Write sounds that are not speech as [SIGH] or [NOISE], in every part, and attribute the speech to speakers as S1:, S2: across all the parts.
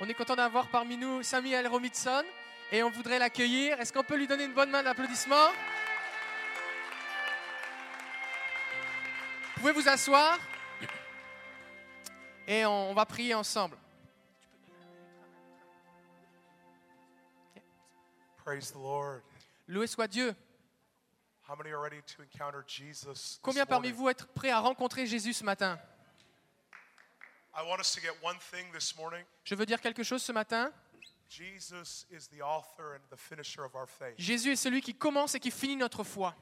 S1: On est content d'avoir parmi nous Samuel Romitson et on voudrait l'accueillir. Est-ce qu'on peut lui donner une bonne main d'applaudissement Vous pouvez vous asseoir et on va prier ensemble.
S2: Praise the Lord.
S1: Loué soit Dieu.
S2: How many are ready to encounter Jesus? this
S1: Combien parmi
S2: morning?
S1: vous êtes prêts à rencontrer Jésus ce matin
S2: I want us to get one thing this morning.
S1: Je veux dire quelque chose ce matin.
S2: Jesus is the author and the finisher of our faith.
S1: Jésus est celui qui commence et qui finit notre foi.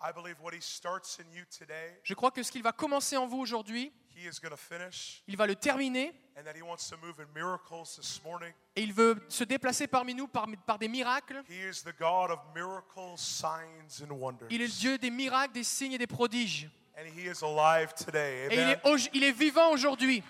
S2: I believe what he starts in you today,
S1: Je crois que ce qu'il va commencer en vous aujourd'hui,
S2: he is going to finish,
S1: il va le terminer
S2: and that he wants to move in miracles this morning.
S1: et il veut se déplacer parmi nous par, par des miracles.
S2: He is the God of miracles, signs, and wonders.
S1: Il est le Dieu des miracles, des signes et des prodiges.
S2: And he is alive today.
S1: Et il
S2: Amen.
S1: est, au- il est vivant aujourd'hui.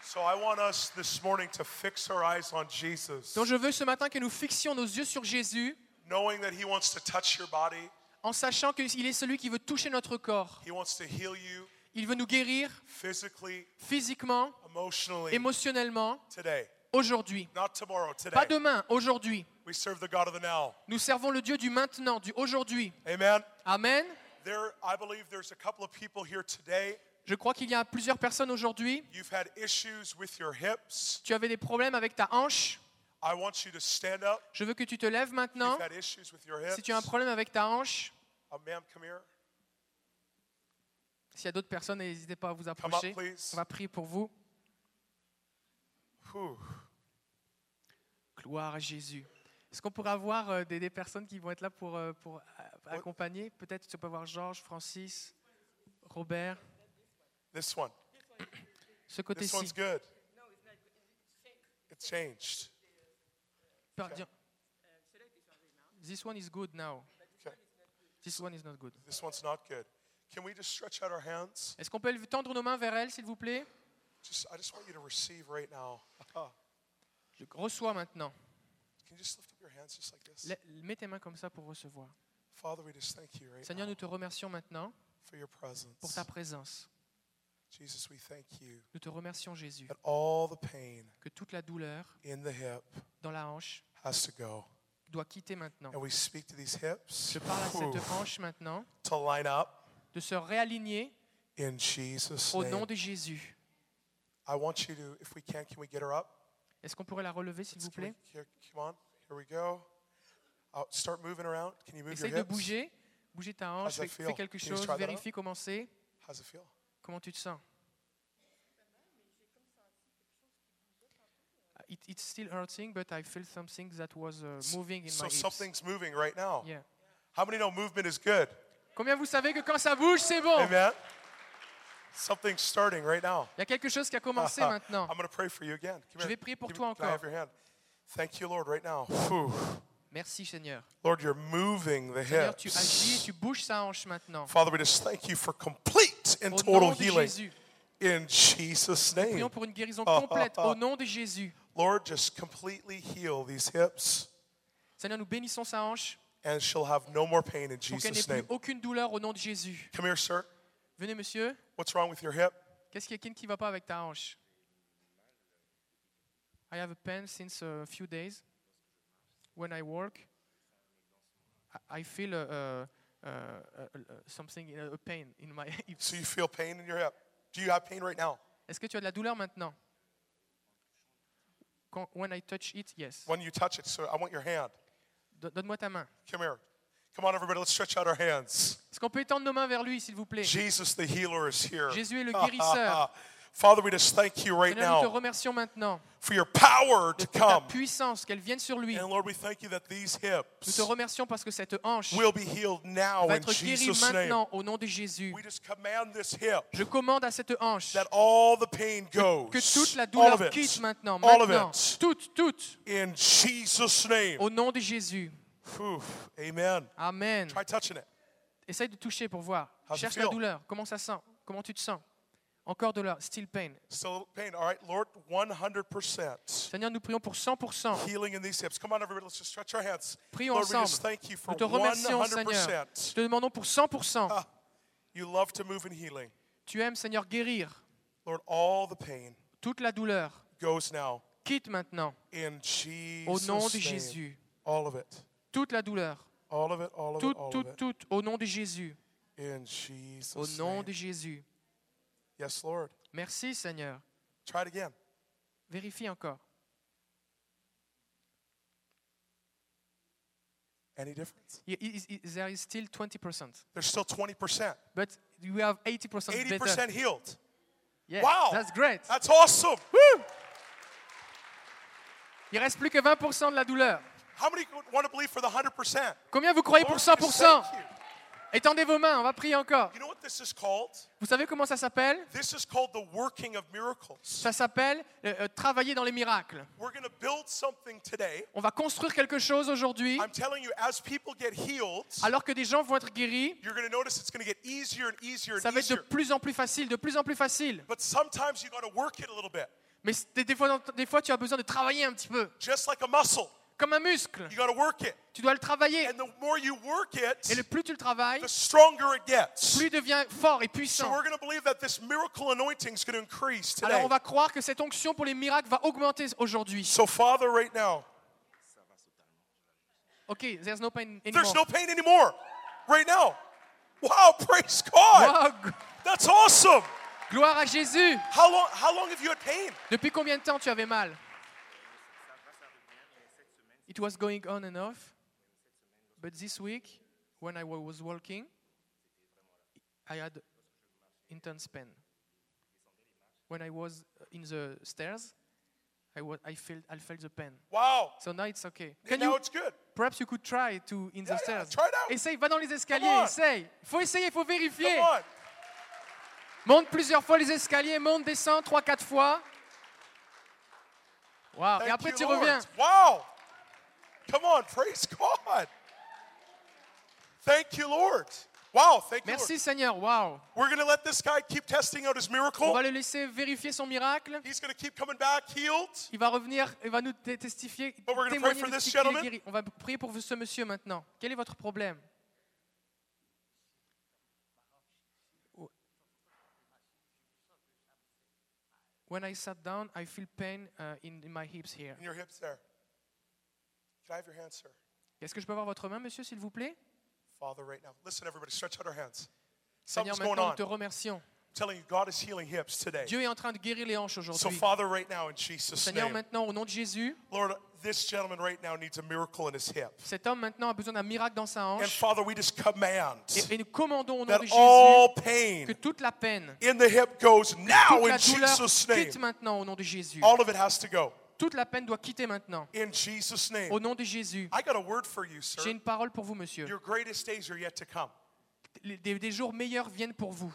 S2: So I want us this morning to fix our eyes on Jesus,
S1: Donc je veux ce matin que nous fixions nos yeux sur Jésus
S2: knowing that he wants to touch your body,
S1: en sachant qu'il est celui qui veut toucher notre corps.
S2: he wants to heal you
S1: Il veut nous guérir
S2: physically,
S1: physiquement,
S2: emotionally,
S1: émotionnellement,
S2: today.
S1: aujourd'hui.
S2: Not tomorrow,
S1: Pas
S2: today.
S1: demain, aujourd'hui.
S2: We serve the God of the now.
S1: Nous servons le Dieu du maintenant, du aujourd'hui.
S2: Amen.
S1: Amen.
S2: There, I believe there's a couple of people here today.
S1: Je crois qu'il y a plusieurs personnes aujourd'hui.
S2: You've had issues with your hips.
S1: Tu avais des problèmes avec ta hanche.
S2: I want you to stand up.
S1: Je veux que tu te lèves maintenant.
S2: You've had issues with your hips.
S1: Si tu as un problème avec ta hanche,
S2: Uh, ma'am, come here.
S1: s'il y a d'autres personnes, n'hésitez pas à vous
S2: Come up,
S1: approcher.
S2: please.
S1: On va prier pour vous.
S2: Whew.
S1: Gloire à Jésus. Est-ce qu'on pourra avoir euh, des, des personnes qui vont être là pour, euh, pour euh, accompagner Peut-être tu peux voir Georges, Francis, Robert,
S2: This one.
S1: ce côté-ci.
S2: This one's good. It changed.
S1: Pardon. This one is good now.
S2: Okay.
S1: This one is not good.
S2: This one's not good. Can we just stretch out our hands?
S1: Est-ce qu'on peut le- tendre nos mains vers elle, s'il vous plaît
S2: Just, I just want you to receive right now. Can
S1: Je reçois maintenant.
S2: you just lift up your hands just like this?
S1: La- Mets tes mains comme ça pour recevoir.
S2: Father, we just thank you right
S1: Seigneur,
S2: now
S1: nous te remercions maintenant
S2: for your presence.
S1: pour ta présence.
S2: Jesus, we thank you
S1: Nous te remercions, Jésus,
S2: that all the pain
S1: que toute la douleur
S2: in the hip
S1: dans la hanche
S2: has to go.
S1: doit quitter maintenant.
S2: And we speak to these hips
S1: Je parle à
S2: whew,
S1: cette hanche maintenant
S2: to line up
S1: de se réaligner
S2: in Jesus'
S1: au
S2: name.
S1: nom de Jésus.
S2: I want you to, if we can, can we get her up?
S1: Est-ce qu'on pourrait la relever, s'il vous
S2: Let's- can
S1: plaît
S2: we- here- come on, here we go. Uh, start moving around. Can you move
S1: Essaye
S2: your
S1: de
S2: hips?
S1: bouger. Bouger ta hanche,
S2: How's that
S1: fais, fais
S2: feel?
S1: quelque
S2: Can you
S1: chose,
S2: try that
S1: vérifie comment c'est,
S2: How's it feel?
S1: comment tu te sens. Ah, It, it's still hurting, but I feel something that was uh, moving in
S2: So
S1: my hips.
S2: something's moving right now.
S1: Yeah.
S2: How many know movement is good?
S1: Combien vous savez que quand ça bouge, c'est bon
S2: Amen. Something's starting right now.
S1: Il y a quelque chose qui a commencé
S2: Uh,
S1: maintenant.
S2: [LAUGHS] I'm going to pray for you again.
S1: Je
S2: Come here.
S1: vais prier pour
S2: Give
S1: toi
S2: me- can I have
S1: encore.
S2: your hand? Thank you, Lord, right now. Whew.
S1: Merci Seigneur.
S2: Lord, you're moving the
S1: Seigneur, tu
S2: hips.
S1: agis et tu bouges sa hanche maintenant.
S2: Father, we just thank you for complete and
S1: Au
S2: total
S1: nom de
S2: healing
S1: Jésus.
S2: in Jesus' name.
S1: Prions pour une guérison
S2: Ah, ah,
S1: complète
S2: ah.
S1: au nom de Jésus.
S2: Lord, just completely heal these hips,
S1: Seigneur, nous bénissons sa hanche
S2: and she'll have no more pain in
S1: pour qu'elle n'ait
S2: Jesus'
S1: plus
S2: name.
S1: aucune douleur au nom de Jésus.
S2: Come here, sir.
S1: Venez, monsieur.
S2: What's wrong with your hip?
S1: Qu'est-ce qu'il y a qui ne qui va pas avec ta hanche I have a pain since a few days. When I walk, I- I feel uh, a, a- a- a- uh, something, a pain in my [LAUGHS] hips.
S2: So you feel pain in your hip? Do you have pain right now?
S1: Est-ce que tu as de la douleur maintenant Quand- When I touch it, yes.
S2: When you touch it, sir, I want your hand.
S1: Don- Donne-moi ta main.
S2: Come here. Come on, everybody. Let's stretch out our hands.
S1: Est-ce qu'on peut étendre nos mains vers lui, s'il vous plaît
S2: Jesus, the healer, is here.
S1: Jésus est
S2: [LAUGHS]
S1: le guérisseur.
S2: Father, we just thank you right
S1: Seigneur, nous te
S2: now
S1: remercions maintenant
S2: for your power
S1: de
S2: to
S1: ta
S2: come.
S1: puissance, qu'elle vienne sur lui.
S2: And Lord, we thank you that these
S1: Nous te
S2: hips
S1: remercions parce que cette hanche
S2: will be healed now
S1: va
S2: in
S1: être guérie
S2: Jesus' name.
S1: maintenant au nom de Jésus.
S2: We just command this hip
S1: Je commande à cette hanche
S2: that all the pain goes.
S1: que toute la
S2: all of
S1: douleur quitte
S2: it.
S1: maintenant,
S2: All of
S1: maintenant, Oh.
S2: it.
S1: toute, toute,
S2: In Jesus' name.
S1: au nom de Jésus.
S2: Whew. Amen.
S1: Amen.
S2: Try touching it.
S1: Essaye de toucher pour voir.
S2: How's it
S1: Cherche la
S2: feel?
S1: douleur. Comment ça sent Comment tu te sens Encore de la still pain.
S2: Still pain. All right, Lord, 100%.
S1: Seigneur, nous prions pour 100%.
S2: Healing in these hips. Come on, everybody, let's just stretch our hands.
S1: Prions
S2: Lord, we just
S1: ensemble.
S2: thank you for
S1: Nous te remercions, Seigneur.
S2: 100%.
S1: Nous te demandons pour 100%.
S2: Ah. You love to move in healing.
S1: Tu aimes, Seigneur, guérir
S2: Lord, all the pain
S1: toute la douleur.
S2: goes now
S1: quitte maintenant
S2: in
S1: au
S2: Jesus'
S1: nom de
S2: name.
S1: Jésus
S2: All of it.
S1: toute la douleur,
S2: All of it. All of
S1: toute,
S2: it. Oh, All
S1: toute,
S2: of it.
S1: toute, au nom de Jésus,
S2: In
S1: au
S2: Jesus'
S1: nom
S2: name.
S1: de Jésus.
S2: Yes, Lord.
S1: Merci Seigneur.
S2: Try it again.
S1: Vérifie encore.
S2: Any difference?
S1: Y- y- y- There is still 20%,
S2: There's still 20%.
S1: but we have 80%
S2: 80%
S1: better.
S2: healed.
S1: Yeah,
S2: Wow.
S1: that's great.
S2: That's awesome.
S1: Woo! Il reste plus que 20% de la douleur.
S2: How many would want to believe for the 100%?
S1: Combien vous croyez pour
S2: Lord, we just
S1: 100%
S2: thank you.
S1: Étendez vos mains, on va prier encore.
S2: You know what this is called?
S1: Vous savez comment ça s'appelle
S2: This is called the working of miracles.
S1: Ça s'appelle euh, euh, travailler dans les miracles.
S2: We're going to build something today.
S1: On va construire quelque chose aujourd'hui.
S2: I'm telling you, as people get healed,
S1: Alors que des gens vont être guéris,
S2: you're going to notice it's going to get easier and easier and
S1: ça va être de
S2: easier.
S1: plus en plus facile, de plus en plus facile.
S2: But sometimes you got to work it a little bit,
S1: Mais c- des, des fois, des fois, tu as besoin de travailler un petit peu.
S2: just like a muscle.
S1: Comme un muscle,
S2: You got to work it,
S1: tu dois le travailler.
S2: and the more you work
S1: Et le
S2: it,
S1: plus tu le travailles,
S2: the stronger it gets.
S1: plus il devient fort et
S2: So
S1: puissant.
S2: we're going to believe that this miracle anointing is going to increase
S1: Alors
S2: today.
S1: on va croire que cette onction pour les miracles va augmenter aujourd'hui.
S2: So Father, right now,
S1: Ok, there's no pain
S2: there's
S1: anymore.
S2: no pain anymore. Right now, wow! [LAUGHS] Praise God.
S1: Wow, g-
S2: That's awesome.
S1: gloire à Jésus.
S2: How long? How long have you had pain?
S1: Depuis combien de temps tu avais mal? It was going on and off. But this week, when I wa- was walking, I had intense pain. When I was in the stairs, I, wa- I, felt, I felt the pain.
S2: Wow!
S1: So now it's okay.
S2: And
S1: Can
S2: now
S1: you,
S2: it's good.
S1: perhaps you could try to in the
S2: Yeah, yeah,
S1: stairs.
S2: try it out.
S1: Essaye, va dans les escaliers,
S2: on.
S1: essaye. Il faut essayer, il faut vérifier.
S2: Come on.
S1: Monte plusieurs fois les escaliers, monte, descend, trois, quatre fois. Wow. Et
S2: Thank
S1: après,
S2: you,
S1: tu
S2: Lord.
S1: reviens.
S2: Wow! Come on, praise God. Thank you, Lord. Wow, thank you.
S1: Merci Seigneur, wow.
S2: Lord. We're gonna let this guy keep testing out his
S1: On
S2: miracle.
S1: va le laisser vérifier son miracle.
S2: He's gonna keep coming back healed.
S1: Il va revenir et va nous té- testifier,
S2: we're gonna pray
S1: témoigner
S2: for
S1: de
S2: this
S1: ce qu'il est
S2: gentleman.
S1: guéri. On va prier pour ce monsieur maintenant. Quel est votre problème When I sat down, I feel pain uh, in, in my hips here.
S2: In your hips there. Can I have your hand, sir?
S1: Est-ce que je peux avoir votre main, monsieur, s'il vous plaît
S2: Father, right now. Listen, everybody, stretch out our hands.
S1: Seigneur,
S2: Something's going
S1: maintenant,
S2: on.
S1: nous te remercions.
S2: I'm telling you, God is healing hips today.
S1: Dieu est en train de guérir les hanches
S2: So,
S1: aujourd'hui.
S2: Father, right now, in Jesus'
S1: Seigneur,
S2: name,
S1: maintenant, au nom de Jésus,
S2: Lord, this gentleman right now needs a miracle in his hip.
S1: cet homme maintenant a besoin d'un miracle dans sa
S2: And
S1: hanche.
S2: Father, we just command
S1: Et, et nous commandons au nom
S2: that
S1: de Jésus
S2: all pain
S1: que toute la peine,
S2: in the hip goes now
S1: toute
S2: in
S1: la douleur
S2: Ah Jesus' name. Oh.
S1: quitte maintenant au nom de Jésus.
S2: All of it has to go
S1: Toute la peine doit quitter maintenant
S2: in Jesus'
S1: au
S2: name.
S1: nom de Jésus.
S2: I got a word for you,
S1: J'ai
S2: sir.
S1: une parole pour vous, monsieur.
S2: Your greatest days are yet to come.
S1: Les- Des, des jours meilleurs viennent pour vous.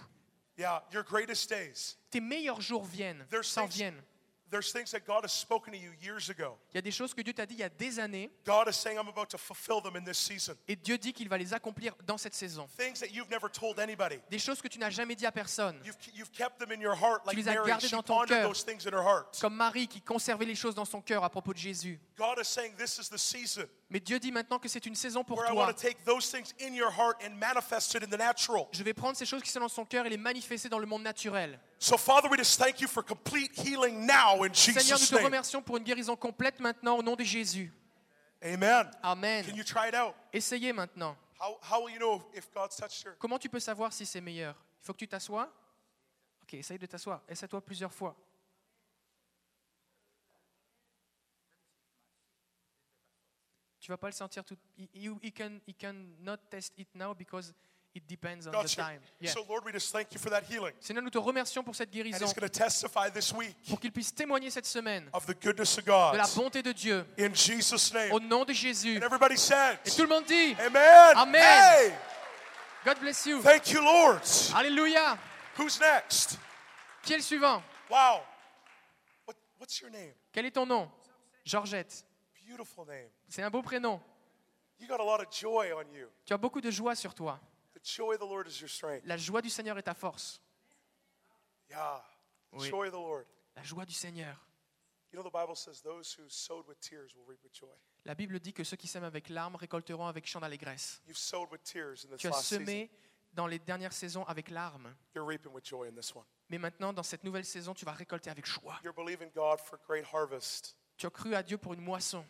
S2: Yeah, your greatest days.
S1: Tes meilleurs jours viennent,
S2: There's
S1: s'en
S2: things-
S1: viennent.
S2: There's things that God has spoken to you years ago.
S1: Il y a des choses que Dieu t'a dit il y a des années
S2: God is saying, I'm about to fulfill them in this season.
S1: et Dieu dit qu'il va les accomplir dans cette saison.
S2: Things that you've never told anybody.
S1: Des choses que tu n'as jamais dit à personne.
S2: You've, you've kept them in your heart like
S1: les as
S2: Mary.
S1: gardées
S2: She
S1: dans ton
S2: pondered
S1: cœur.
S2: those things in her heart.
S1: Comme Marie qui conservait les choses dans son cœur à propos de Jésus.
S2: God is saying, This is the season
S1: Mais Dieu dit maintenant que c'est une saison pour
S2: where I
S1: toi.
S2: want to take those things in your heart and manifest it in the natural.
S1: Je vais prendre ces choses qui sont dans son cœur et les manifester dans le monde naturel.
S2: So, Father, we just thank you for complete healing now in
S1: Seigneur, nous
S2: Jesus'
S1: te
S2: name.
S1: remercions pour une guérison complète maintenant au nom de Jésus.
S2: Amen.
S1: Amen.
S2: Can you try it out?
S1: Essayez maintenant.
S2: How, how will you know if God's touched her?
S1: Comment tu peux savoir si c'est meilleur Il faut que tu t'assoies. Ok, essaye de t'asseoir. Essaie-toi plusieurs fois. Tu vas pas le sentir tout. He, you- he can, he can not test it now because it depends on the
S2: Gotcha.
S1: time. Yeah.
S2: So, Lord, we just thank you for that healing.
S1: Seigneur, nous te remercions pour cette
S2: And
S1: guérison,
S2: he's going to testify this week
S1: pour qu'il puisse témoigner cette semaine
S2: of the goodness of
S1: de la
S2: God.
S1: bonté de Dieu
S2: In Jesus' name.
S1: au nom de Jésus.
S2: Oh, And everybody said,
S1: Et tout le monde dit,
S2: Amen.
S1: Amen.
S2: Hey,
S1: God bless you.
S2: thank you, Lord.
S1: Alléluia.
S2: Who's next?
S1: Qui est le suivant
S2: Wow. What, what's your name?
S1: Quel est ton nom Georgette.
S2: Beautiful name.
S1: C'est un beau prénom.
S2: You got a lot of joy on you.
S1: Tu as beaucoup de joie sur toi.
S2: The joy of the Lord is your strength.
S1: La joie du Seigneur est ta force.
S2: Yeah. The
S1: Oui.
S2: joy of the Lord.
S1: La joie du Seigneur.
S2: You know, the Bible says those who sowed with tears will reap with joy.
S1: La Bible dit que ceux qui sèment avec larmes récolteront avec chant d'allégresse.
S2: You've sowed with tears in this
S1: Tu as
S2: last season.
S1: semé dans les dernières saisons avec larmes,
S2: You're reaping with joy in this one.
S1: mais maintenant dans cette nouvelle saison, tu vas récolter avec joie.
S2: You're believing God for great harvest.
S1: Tu as cru à Dieu pour une moisson.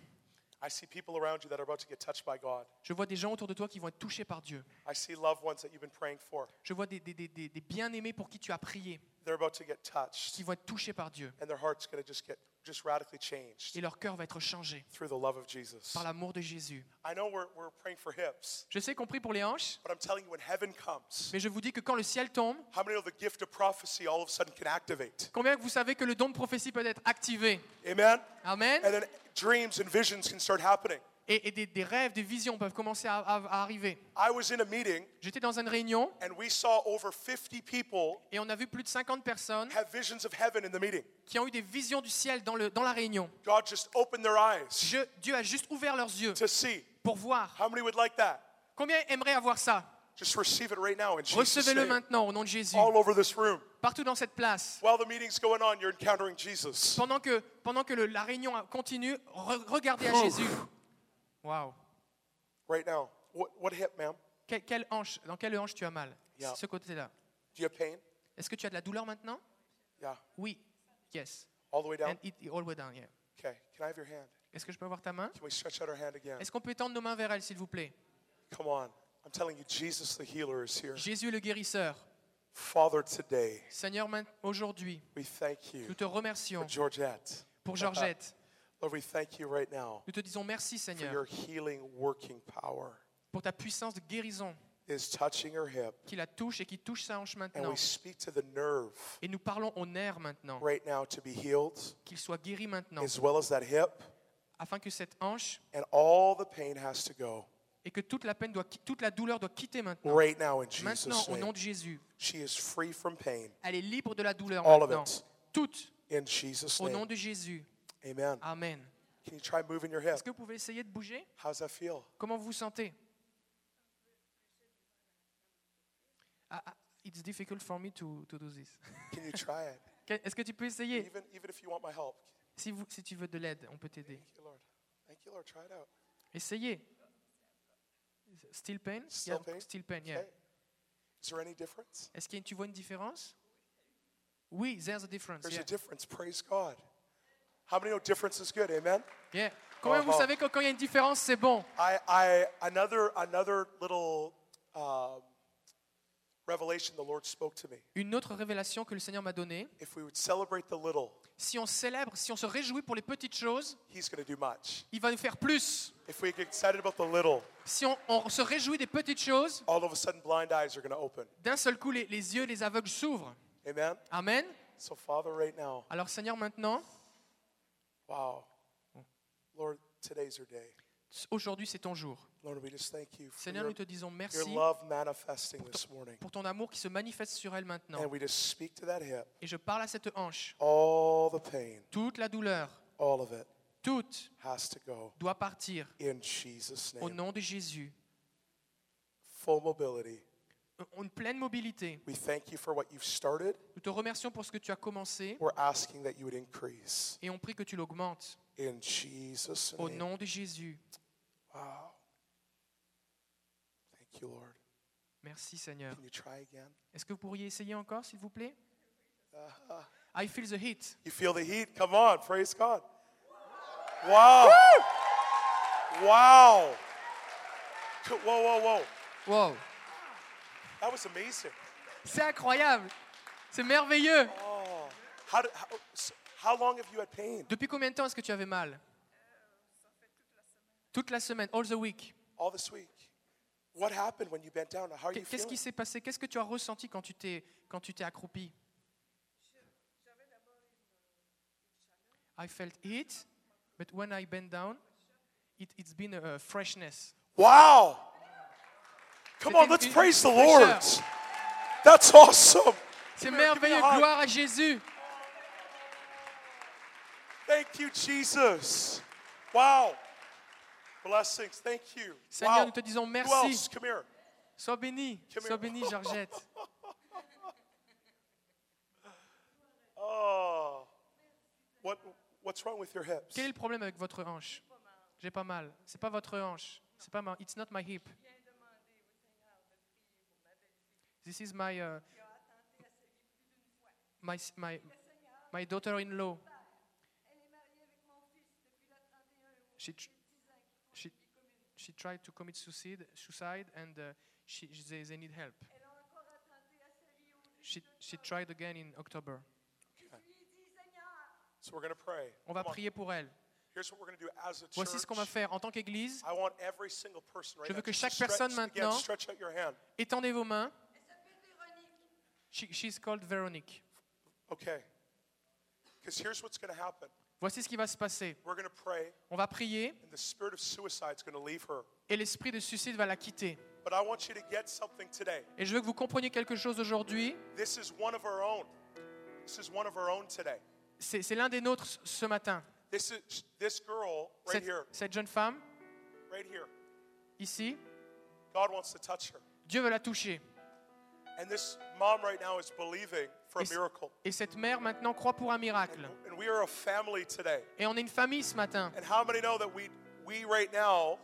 S2: I see people around you that are about to get touched by God.
S1: Je vois des gens autour de toi qui vont être touchés par Dieu.
S2: I see loved ones that you've been praying for.
S1: Je vois des, des- des- des- des bien-aimés pour qui tu as prié,
S2: They're about to get touched.
S1: qui vont être touchés par Dieu.
S2: And their heart's going to just get just radically changed
S1: Et leur cœur va être changé
S2: through the love of Jesus.
S1: par l'amour de Jésus.
S2: I know we're, we're praying for hips,
S1: Je sais qu'on prie pour les hanches,
S2: but I'm telling you, when heaven comes,
S1: mais je vous dis que quand le ciel tombe,
S2: how many know the gift of prophecy all of a sudden can activate?
S1: combien que vous savez que le don de prophétie peut être activé
S2: Amen?
S1: Amen.
S2: And then dreams and visions can start happening.
S1: Et, et des, des rêves, des visions peuvent commencer à- à- à arriver.
S2: I was in a meeting
S1: J'étais dans une réunion
S2: and we saw over 50 people
S1: et on a vu plus de 50 personnes
S2: have visions of heaven in the meeting.
S1: qui ont eu des visions du ciel dans, le, dans la réunion.
S2: God just opened their eyes
S1: Je- Dieu a juste ouvert leurs yeux
S2: to see.
S1: pour voir.
S2: How many would like that?
S1: Combien aimeraient avoir ça
S2: Just receive it right now in Jesus'
S1: Recevez-le
S2: name.
S1: maintenant au nom de Jésus.
S2: All over this room.
S1: Partout dans cette place.
S2: While the meeting's going on, you're encountering Jesus.
S1: Pendant que, pendant que le- la réunion continue, re- regardez
S2: Oh.
S1: à Jésus. Waouh.
S2: Right now. What, what hip, ma'am?
S1: Que- quelle hanche, dans quelle hanche tu as mal
S2: Yeah.
S1: Ce côté-là.
S2: Do you have pain?
S1: Est-ce que tu as de la douleur maintenant
S2: Yeah.
S1: Oui. Yes.
S2: All the way down?
S1: And it, it all the way down, yeah.
S2: Okay. Can I have your hand?
S1: Est-ce que je peux avoir ta main
S2: Can we stretch out our hand again?
S1: Est-ce qu'on peut tendre nos mains vers elle, s'il vous plaît
S2: Come on. I'm telling you, Jesus the healer is here.
S1: Jésus le guérisseur.
S2: Father, today,
S1: Seigneur, main- aujourd'hui,
S2: we thank
S1: nous
S2: you
S1: te remercions
S2: for Georgette.
S1: pour Georgette.
S2: Lord, we thank you right now
S1: Nous te disons merci,
S2: for
S1: Seigneur,
S2: your healing working power
S1: pour ta puissance de guérison
S2: is touching her hip.
S1: qui la touche et qui touche sa hanche
S2: And
S1: maintenant.
S2: we speak to the nerve
S1: Et nous parlons aux nerfs maintenant,
S2: right now to be healed,
S1: qu'il soit guéri maintenant,
S2: as well as that hip,
S1: afin que cette hanche
S2: and all the pain has to go
S1: et que toute la peine doit, qui- toute la douleur doit quitter maintenant.
S2: right now in
S1: Maintenant,
S2: Jesus'
S1: au nom
S2: name.
S1: de Jésus,
S2: She is free from pain
S1: elle est libre de la douleur
S2: All of
S1: maintenant.
S2: it.
S1: Toute,
S2: in Jesus'
S1: au nom
S2: name.
S1: de Jésus.
S2: Amen.
S1: Amen.
S2: Can you try moving your hip?
S1: Est-ce que vous pouvez essayer de bouger
S2: How's that feel?
S1: Comment vous vous sentez Ah, ah, It's difficult for me to, to do this. [LAUGHS]
S2: Can you try it?
S1: Que- Est-ce que tu peux essayer
S2: Even even if you want my help.
S1: si, vous- si tu veux de l'aide, on peut t'aider.
S2: Thank you, Lord. Thank you, Lord. Try it out.
S1: Essayez. Still pain
S2: Still pain?
S1: Still pain, yeah.
S2: Okay. Is there any difference?
S1: Est-ce que tu vois une différence Oui, there's a difference.
S2: There's
S1: Yeah.
S2: a difference. Praise God. How many know difference is good? Amen.
S1: Yeah. Combien
S2: Oh,
S1: vous
S2: oh.
S1: savez que quand il y a une différence, c'est bon
S2: I, I another another little um, revelation the Lord spoke to me.
S1: Une autre révélation que le Seigneur m'a donnée,
S2: If we would celebrate the little,
S1: si on célèbre, si on se réjouit pour les petites choses,
S2: He's going to do much.
S1: il va nous faire plus.
S2: If we get excited about the little,
S1: Si on, on se réjouit des petites choses,
S2: all of a sudden blind eyes are going to open.
S1: d'un seul coup, les, les yeux, les aveugles s'ouvrent.
S2: Amen.
S1: Amen.
S2: So Father, right now,
S1: Alors Seigneur, maintenant,
S2: wow, Lord, today's your day.
S1: aujourd'hui c'est ton jour.
S2: Lord, we just thank you for
S1: Seigneur,
S2: your,
S1: nous te disons
S2: your
S1: merci
S2: love manifesting this morning.
S1: pour ton amour qui se manifeste sur elle maintenant.
S2: And we just speak to that hip,
S1: Et je parle à cette hanche.
S2: all the pain,
S1: Toute la douleur,
S2: all of it
S1: toute
S2: has to go
S1: doit partir
S2: in Jesus'
S1: au
S2: name.
S1: nom de Jésus. Euh,
S2: Full mobility.
S1: Une pleine mobilité.
S2: We thank you for what you've started.
S1: Nous te remercions pour ce que tu as commencé
S2: We're asking that you would increase
S1: et on prie que tu l'augmentes
S2: in Jesus'
S1: au
S2: name.
S1: nom de Jésus.
S2: Wow. Thank you, Lord.
S1: Merci Seigneur.
S2: Can you try again?
S1: Est-ce que vous pourriez essayer encore, s'il vous plaît
S2: Uh-huh.
S1: I feel the heat.
S2: You feel the heat? Come on, praise God. Wow. Wow. Co- Whoa, whoa, whoa.
S1: Wow.
S2: That was amazing.
S1: C'est incroyable. C'est merveilleux.
S2: How, did, how, s- how long have you had pain?
S1: Depuis combien de temps est-ce que tu avais
S2: Euh,
S1: mal Toute la semaine, all the week.
S2: All this week. What happened when you bent down? How are you
S1: Qu'est- Qu'est-ce
S2: feeling?
S1: qui s'est passé Qu'est-ce que tu as ressenti quand tu t'es quand tu t'es accroupi I felt heat, but when I bent down, it, it's been a, a freshness.
S2: Wow. Come on,
S1: C'était
S2: let's
S1: une-
S2: praise the
S1: une
S2: Lord.
S1: fraîcheur.
S2: That's awesome.
S1: C'est
S2: Give me a- give me a
S1: merveilleux,
S2: hug.
S1: gloire à Jésus.
S2: Thank you, Jesus. Wow. Blessings. Thank you.
S1: Seigneur,
S2: wow.
S1: nous te disons
S2: Who
S1: merci.
S2: else? Come here.
S1: Sois béni,
S2: Come
S1: sois
S2: here.
S1: béni, Georgette.
S2: Oh. What, what's wrong with your hips?
S1: Quel est le problème avec votre hanche J'ai pas mal. C'est pas votre hanche. C'est pas ma. It's not my hip. This is my uh, my my my daughter-in-law. She, tr- she, she tried to commit suicide, suicide and uh, she, they, they need help.
S3: Elle a encore atteint à sa vie au bout
S1: She, she tried again in October.
S3: Je lui ai dit, Seigneur,
S2: So we're going to pray.
S1: On va
S2: Come on.
S1: prier pour elle.
S2: Here's what we're going to do as a
S1: Voici ce qu'on va
S2: church.
S1: faire en tant qu'Église.
S2: I want every single person right
S1: Je
S2: now
S1: veux que
S2: just
S1: chaque
S2: stretch,
S1: personne
S2: again,
S1: maintenant-
S2: stretch out your hand.
S1: Étendez vos mains.
S3: elle s'appelle Véronique.
S1: She, she's called Véronique.
S2: Okay. Because here's what's going to happen.
S1: Voici ce qui va se passer.
S2: We're going to pray,
S1: On va prier
S2: and the spirit of suicide is going to leave her.
S1: et l'esprit de suicide va la quitter.
S2: But I want you to get something today.
S1: Et je veux que vous compreniez quelque chose aujourd'hui.
S2: This is one of our own. This is one of our own today.
S1: C'est c'est l'un des nôtres ce- ce matin.
S2: This is this girl right
S1: Cette,
S2: here,
S1: cette jeune femme,
S2: right here.
S1: ici,
S2: God wants to touch her.
S1: Dieu veut la toucher.
S2: And this mom right now is believing for a
S1: Is-
S2: miracle.
S1: Et cette mère maintenant croit pour un miracle.
S2: And we are a family today.
S1: Et on est une famille ce matin.
S2: And how many know that we we right now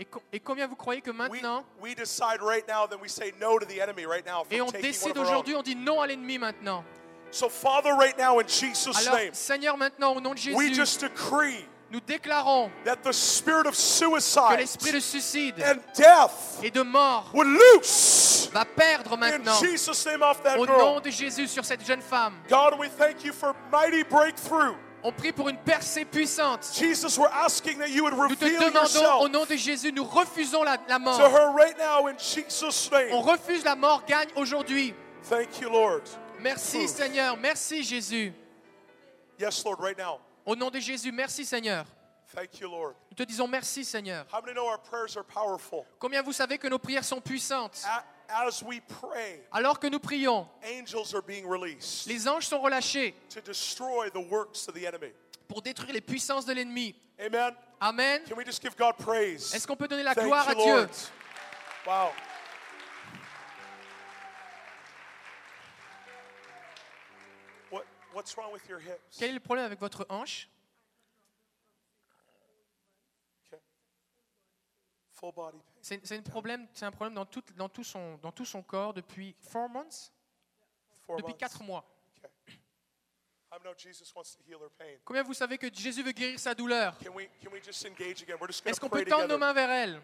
S1: Et, co- et combien vous croyez que
S2: we,
S1: maintenant,
S2: we decide right now that we say no to the enemy right now from
S1: et on
S2: taking
S1: décide
S2: one of our own.
S1: aujourd'hui, on dit non à l'ennemi maintenant.
S2: So Father, right now in Jesus'
S1: Alors
S2: name,
S1: Seigneur, maintenant au nom de
S2: we
S1: Jésus,
S2: just decree
S1: nous déclarons
S2: that the spirit of
S1: que
S2: suicide
S1: l'esprit de suicide
S2: and death
S1: et de mort
S2: would loose
S1: va perdre
S2: in
S1: maintenant
S2: Jesus' name off that
S1: au
S2: girl.
S1: nom de Jésus sur cette jeune femme.
S2: God, we thank you for mighty breakthrough.
S1: On prie pour une percée puissante.
S2: Jesus, we're asking that you would
S1: Nous te
S2: reveal
S1: demandons au
S2: yourself
S1: nom de Jésus, nous refusons la, la
S2: to
S1: mort.
S2: her right now in Jesus'
S1: On
S2: name.
S1: refuse la mort, gagne aujourd'hui.
S2: Thank you, Lord.
S1: Merci
S2: Ouf.
S1: Seigneur, merci Jésus.
S2: Yes, Lord, right now.
S1: Au nom de Jésus, merci Seigneur.
S2: Thank you, Lord.
S1: Nous te disons merci Seigneur.
S2: How many know our prayers are powerful?
S1: Combien vous savez que nos prières sont puissantes
S2: A- As we pray,
S1: Alors que nous prions,
S2: angels are being released
S1: les anges sont relâchés
S2: to destroy the works of the enemy.
S1: pour détruire les puissances de l'ennemi.
S2: Amen.
S1: Amen.
S2: Can we just give God praise?
S1: Est-ce qu'on peut donner la
S2: Thank
S1: gloire à
S2: you, Lord.
S1: Dieu
S2: Wow. What, what's wrong with your hips?
S1: Quel est le problème avec votre hanche
S2: Okay. Full body pain.
S1: C'est c'est une problème, c'est un problème dans tout, dans, tout son, dans tout son corps depuis four months,
S2: Four
S1: depuis
S2: months.
S1: quatre mois.
S2: Okay. I know Jesus wants to heal her pain.
S1: Combien vous savez que Jésus veut guérir sa douleur
S2: Can we, can we just engage again? We're just going
S1: Est-ce
S2: to
S1: qu'on
S2: pray
S1: peut tendre nos
S2: together.
S1: mains vers elle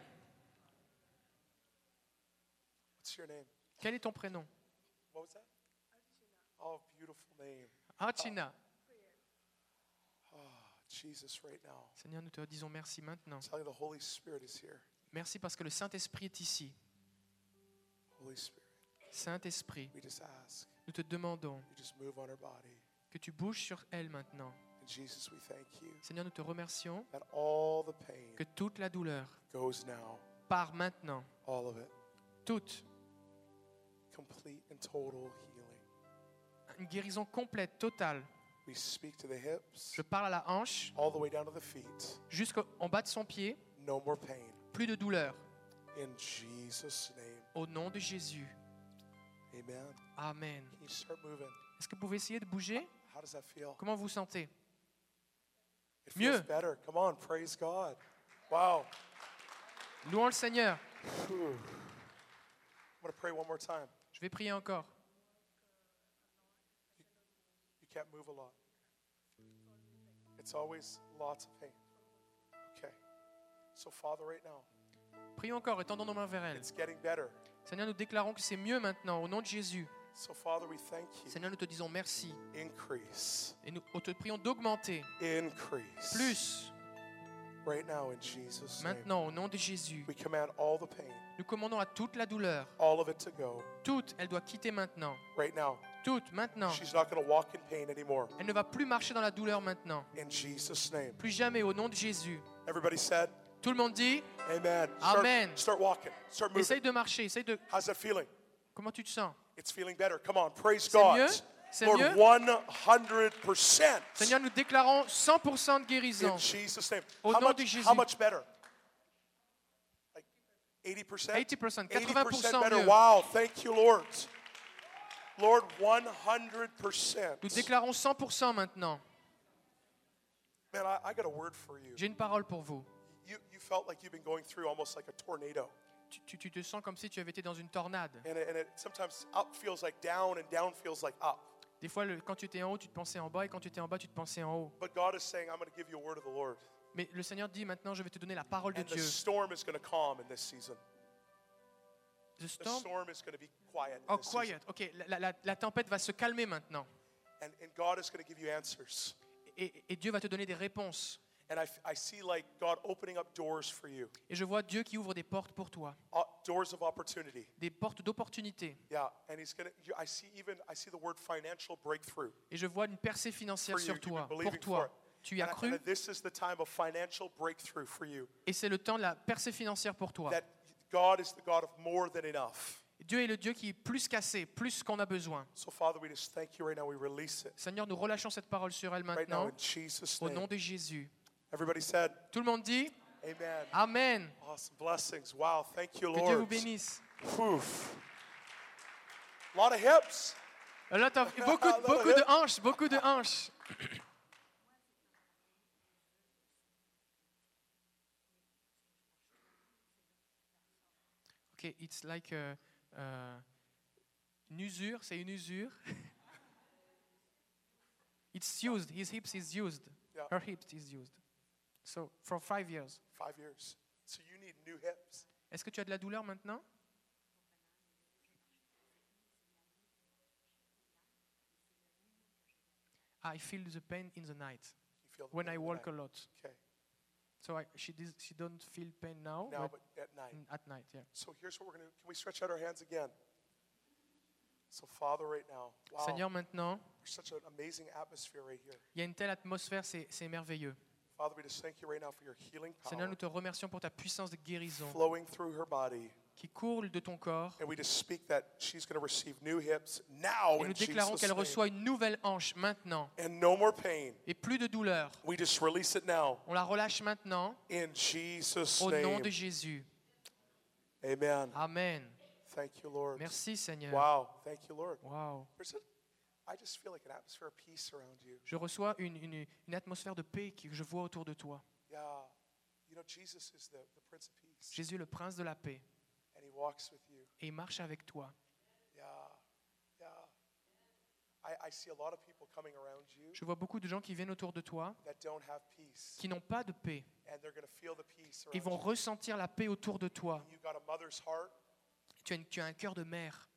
S2: What's your name?
S1: Quel est ton prénom
S2: What was that? Oh, beautiful name.
S1: Archina.
S2: Jesus, right now.
S1: Seigneur, nous te disons merci maintenant.
S2: I'm telling you, the Holy Spirit is here.
S1: Merci parce que le Saint-Esprit est ici.
S2: Holy Spirit,
S1: Saint-Esprit,
S2: we just ask.
S1: nous te demandons
S2: You just move on her body.
S1: que tu bouges sur elle maintenant.
S2: And Jesus, we thank you
S1: Seigneur, nous te remercions
S2: that all the pain
S1: que toute la douleur
S2: goes now,
S1: part maintenant.
S2: all of it,
S1: Toute.
S2: complete and total healing.
S1: Une guérison complète, totale.
S2: We speak to the hips,
S1: Je parle à la hanche,
S2: all the way down to the feet.
S1: jusqu'en bas de son pied.
S2: No more pain.
S1: Plus de douleur.
S2: In Jesus' name,
S1: Au nom de Jésus.
S2: amen.
S1: Amen.
S2: Can you start moving?
S1: Est-ce que vous pouvez essayer de bouger
S2: How does that feel?
S1: Comment vous sentez
S2: It feels
S1: Mieux.
S2: better. Come on, praise God. Wow.
S1: Louons le Seigneur.
S2: Whew. I'm going to pray one more time.
S1: Je vais prier encore.
S2: You can't move a lot. It's always lots of pain. Okay. So, Father, right now,
S1: Prions encore et tendons nos mains vers elle.
S2: it's getting better.
S1: Seigneur, nous déclarons que c'est mieux maintenant. Au nom de Jésus.
S2: So, Father, we thank you.
S1: Seigneur, nous te disons merci.
S2: Increase.
S1: Et nous nous te prions d'augmenter
S2: Increase.
S1: plus
S2: Right now, in Jesus' name.
S1: maintenant au nom de Jésus.
S2: We command all the pain,
S1: Nous commandons à toute la douleur,
S2: all of it to go.
S1: toute, elle doit quitter maintenant.
S2: Right now,
S1: Toute, maintenant.
S2: she's not going to walk in pain anymore.
S1: Elle ne va plus marcher dans la douleur maintenant.
S2: In Jesus' name.
S1: Plus jamais au nom de Jésus.
S2: Everybody said,
S1: Tout le monde dit,
S2: Amen. Start,
S1: Amen.
S2: Start walking. Start moving.
S1: essaye de marcher, essaye de...
S2: How's that feeling?
S1: Comment tu te sens
S2: It's feeling better. Come on, praise
S1: C'est
S2: God.
S1: mieux? C'est
S2: Lord,
S1: mieux?
S2: 100%.
S1: Seigneur, nous déclarons 100% de
S2: in
S1: guérison.
S2: Jesus' name.
S1: Au
S2: how,
S1: nom
S2: much,
S1: de Jésus.
S2: how much better? Like 80%?
S1: 80%, 80%
S2: better.
S1: mieux.
S2: Wow, thank you, Lord. Lord, 100%.
S1: Nous déclarons 100% maintenant.
S2: Man, I, I got a word for you.
S1: J'ai une parole pour vous.
S2: you. You felt like you've been going through almost like a tornado.
S1: Tu, tu- tu te sens comme si tu avais été dans une tornade.
S2: And it, and it sometimes up feels like down and down feels like up.
S1: Des fois, le- quand tu étais en haut, tu te pensais en bas, et quand tu étais en bas, tu te pensais en haut.
S2: But God is saying, I'm going to give you a word of the Lord.
S1: Mais le Seigneur dit maintenant, je vais te donner la parole de
S2: And the
S1: Dieu.
S2: storm is going to calm in this season.
S1: The
S2: The
S1: storm,
S2: storm is going to be quiet. in
S1: oh
S2: this season.
S1: quiet, ok, la, la- la tempête va se calmer maintenant.
S2: And, and God is going to give you answers.
S1: Et, et Dieu va te donner des réponses.
S2: And I, f- I see like God opening up doors for you,
S1: Et je vois Dieu qui ouvre des portes pour toi,
S2: uh, doors of opportunity.
S1: des portes d'opportunités.
S2: Yeah, and He's going to. I see even I see the word financial breakthrough.
S1: Et je vois une percée
S2: for
S1: financière
S2: you.
S1: sur
S2: You've been
S1: toi,
S2: believing
S1: pour toi.
S2: for it.
S1: Tu y as
S2: And I-
S1: cru
S2: and this is the time of financial breakthrough for you.
S1: et c'est le temps de la percée financière pour toi.
S2: That God is the God of more than enough.
S1: Dieu est le Dieu qui est plus cassé, plus qu'on a besoin.
S2: So, Father, we just thank you right now. We release it
S1: Seigneur, nous relâchons cette parole sur elle
S2: right now
S1: maintenant,
S2: in Jesus'
S1: au
S2: name.
S1: nom de Jésus.
S2: Everybody said,
S1: Tout le monde dit
S2: Amen.
S1: Amen.
S2: Awesome blessings. Wow, thank you,
S1: Que Dieu vous
S2: Lord.
S1: bénisse.
S2: Poof. A lot of hips.
S1: A lot of- beaucoup, de- beaucoup de hanches, beaucoup de hanches. Ok, it's like a- a- une usure, c'est une usure. it's used, his hips is used.
S2: Yeah.
S1: Her hips is used. So, for five years.
S2: Five years. So you need new hips.
S1: Est-ce que tu as de la douleur maintenant I feel the pain in the night
S2: You feel the
S1: when
S2: pain
S1: I
S2: in the
S1: walk a
S2: night.
S1: lot.
S2: Okay.
S1: So I, she, dis- she don't feel pain now,
S2: Now,
S1: but
S2: but at night.
S1: in- at night, yeah.
S2: So here's what we're gonna. Can we stretch out our hands again? So Father, right now. Wow.
S1: Seigneur, maintenant,
S2: There's such an amazing atmosphere right here.
S1: il y a une telle atmosphère, c'est c'est merveilleux.
S2: Father, we just thank you right now for your healing
S1: Seigneur, nous
S2: power
S1: te remercions pour ta puissance de guérison
S2: flowing through her body.
S1: qui coule de ton corps.
S2: And we just speak that she's going to receive new hips now
S1: Et
S2: Oh, in
S1: nous déclarons
S2: Jesus'
S1: qu'elle
S2: name.
S1: reçoit une nouvelle hanche maintenant
S2: And no more pain.
S1: et plus de douleur.
S2: We just release it now
S1: On la relâche maintenant
S2: in Jesus'
S1: au nom
S2: name.
S1: Oh, de Jésus.
S2: Amen.
S1: Amen.
S2: Thank you, Lord.
S1: Merci Seigneur.
S2: Wow. Thank you, Lord.
S1: Wow.
S2: There's a, I just feel like an atmosphere of peace around you.
S1: Je reçois une, une- une atmosphère de paix que je vois autour de toi.
S2: Yeah. You know, Jesus is the, the Prince of Peace,
S1: Jésus, le prince de la paix,
S2: and he walks with you.
S1: et il marche avec toi.
S2: Yeah. Yeah. I, I see a lot of people coming around you
S1: Je vois beaucoup de gens qui viennent autour de toi
S2: that don't have peace.
S1: qui n'ont pas de paix.
S2: and they're going to feel the peace
S1: Ils
S2: around
S1: vont
S2: you.
S1: ressentir la paix autour de toi.
S2: And you got a mother's heart,
S1: Tu as, une- tu as un cœur de mère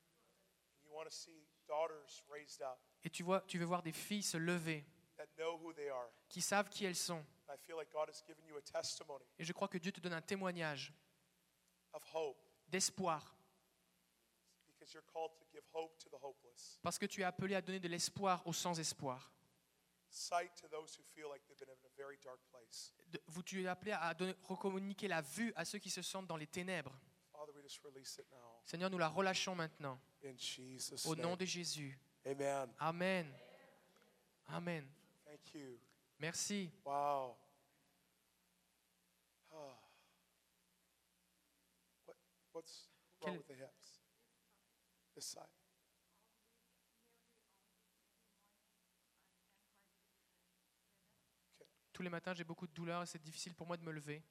S2: and you want to see daughters raised up
S1: et tu, vois, tu veux voir des filles se lever
S2: that know who they are.
S1: qui savent qui elles sont.
S2: And I feel like God has given you a testimony
S1: Et je crois que Dieu te donne un témoignage
S2: of hope
S1: d'espoir
S2: because you're called to give hope to the hopeless,
S1: parce que tu es appelé à donner de l'espoir aux sans-espoir.
S2: sight to those who feel like they've been in a very dark place.
S1: De- Vous, tu es appelé à donner- recommuniquer la vue à ceux qui se sentent dans les ténèbres.
S2: Father, we just release it now
S1: Seigneur, nous la relâchons maintenant.
S2: in Jesus'
S1: Au nom
S2: name.
S1: de Jésus.
S2: Amen.
S1: Amen. Amen.
S2: Thank you.
S1: Merci.
S2: Wow. Ah. What, what's wrong
S1: Quel-
S2: with the hips? This side.
S1: Tous les matins, j'ai beaucoup de douleur et c'est difficile pour moi de me lever.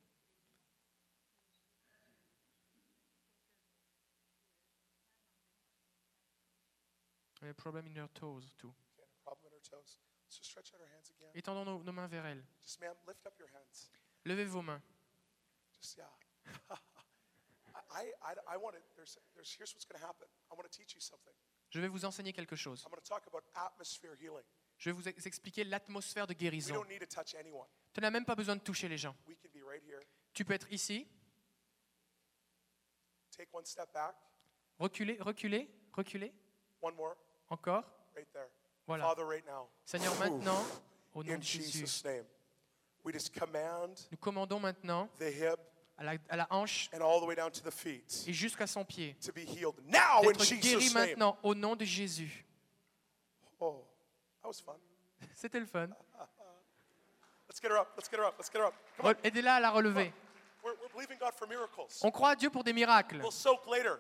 S1: a problem in your toes too.
S2: Okay, no problem in her toes. So stretch out her hands again.
S1: Étendons nos, nos mains vers elle.
S2: Just, ma'am, lift up your hands.
S1: Levez vos mains.
S2: Just, yeah. [LAUGHS] I, I, I, want to, there's, there's, here's what's going to happen. I want to teach you something.
S1: Je vais vous enseigner quelque chose.
S2: I'm going to talk about atmosphere healing.
S1: Je vais vous ex- expliquer l'atmosphère de
S2: We
S1: guérison.
S2: don't need to touch anyone.
S1: Tu n'as même pas besoin de toucher les gens.
S2: We can be right here.
S1: Tu peux être ici,
S2: Take one step back.
S1: reculer, reculer, reculer,
S2: One more.
S1: encore.
S2: Right there.
S1: Voilà.
S2: Father, right now,
S1: Seigneur, maintenant, au nom
S2: in
S1: de Jésus,
S2: Jesus' name, we just command
S1: nous commandons maintenant
S2: the hip
S1: à la, à la hanche
S2: and all the way down to the feet
S1: et jusqu'à son pied
S2: to be healed now in
S1: d'être guéri
S2: Jesus' name.
S1: maintenant au nom de Jésus. [LAUGHS]
S2: Oh, that was fun.
S1: C'était le fun.
S2: Let's get her up. Let's get her up. Let's get her up. Come on.
S1: Re- Aidez-la à la relever.
S2: We're, we're believing God for miracles.
S1: On croit à Dieu pour des miracles.
S2: We'll soak later.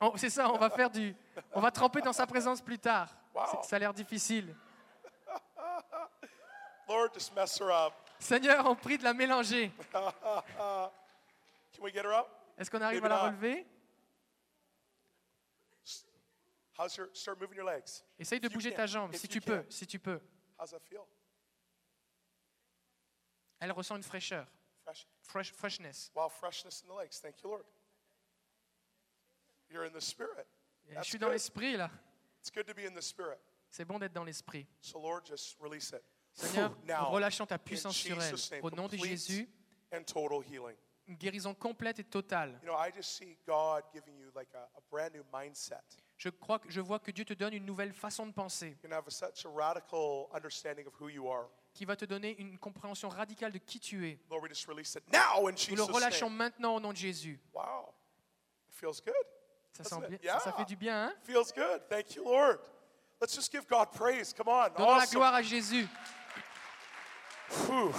S1: On- C'est ça, on va faire du, on va tremper dans sa présence plus tard.
S2: Wow.
S1: C'est- Ça a l'air difficile.
S2: Lord, just mess her up.
S1: Seigneur, on prie de la mélanger.
S2: Can we get her up?
S1: Est-ce qu'on arrive à
S2: Maybe
S1: la
S2: not.
S1: relever
S2: How's your? Start moving your legs.
S1: Essaye de
S2: If you
S1: bouger
S2: can,
S1: ta jambe
S2: if
S1: si
S2: you
S1: tu
S2: can.
S1: peux, si tu peux.
S2: How's that feel?
S1: Elle ressent une fraîcheur,
S2: Fresh.
S1: fresh, freshness.
S2: Wow, freshness in the lakes. Thank you, Lord. You're in the spirit.
S1: Et Je
S2: That's
S1: suis dans
S2: good.
S1: l'esprit là.
S2: It's good to be in the spirit.
S1: C'est bon d'être dans l'esprit.
S2: So, Lord, just release it.
S1: Seigneur,
S2: Phew,
S1: nous
S2: now,
S1: relâchons ta puissance sur elle.
S2: Jesus' name,
S1: Au nom de
S2: complete
S1: Jésus,
S2: and total healing.
S1: une guérison complète et totale.
S2: You know, I just see God giving you like a, a brand new mindset.
S1: Je crois que je vois que Dieu te donne une nouvelle façon de penser
S2: You're going to have such a radical understanding of who you are.
S1: qui va te donner une compréhension radicale de qui tu es.
S2: Lord, we just release it now in
S1: Nous le
S2: Jesus'
S1: relâchons
S2: name.
S1: maintenant au nom de Jésus.
S2: Wow. It feels good.
S1: Ça,
S2: Doesn't
S1: sent
S2: it?
S1: bien- ça- ça
S2: Yeah.
S1: fait du bien, hein
S2: Feels good. Thank you, Lord. Let's just give God praise. Come on.
S1: Donnons la
S2: Awesome.
S1: gloire à Jésus.
S2: Phew. [LAUGHS]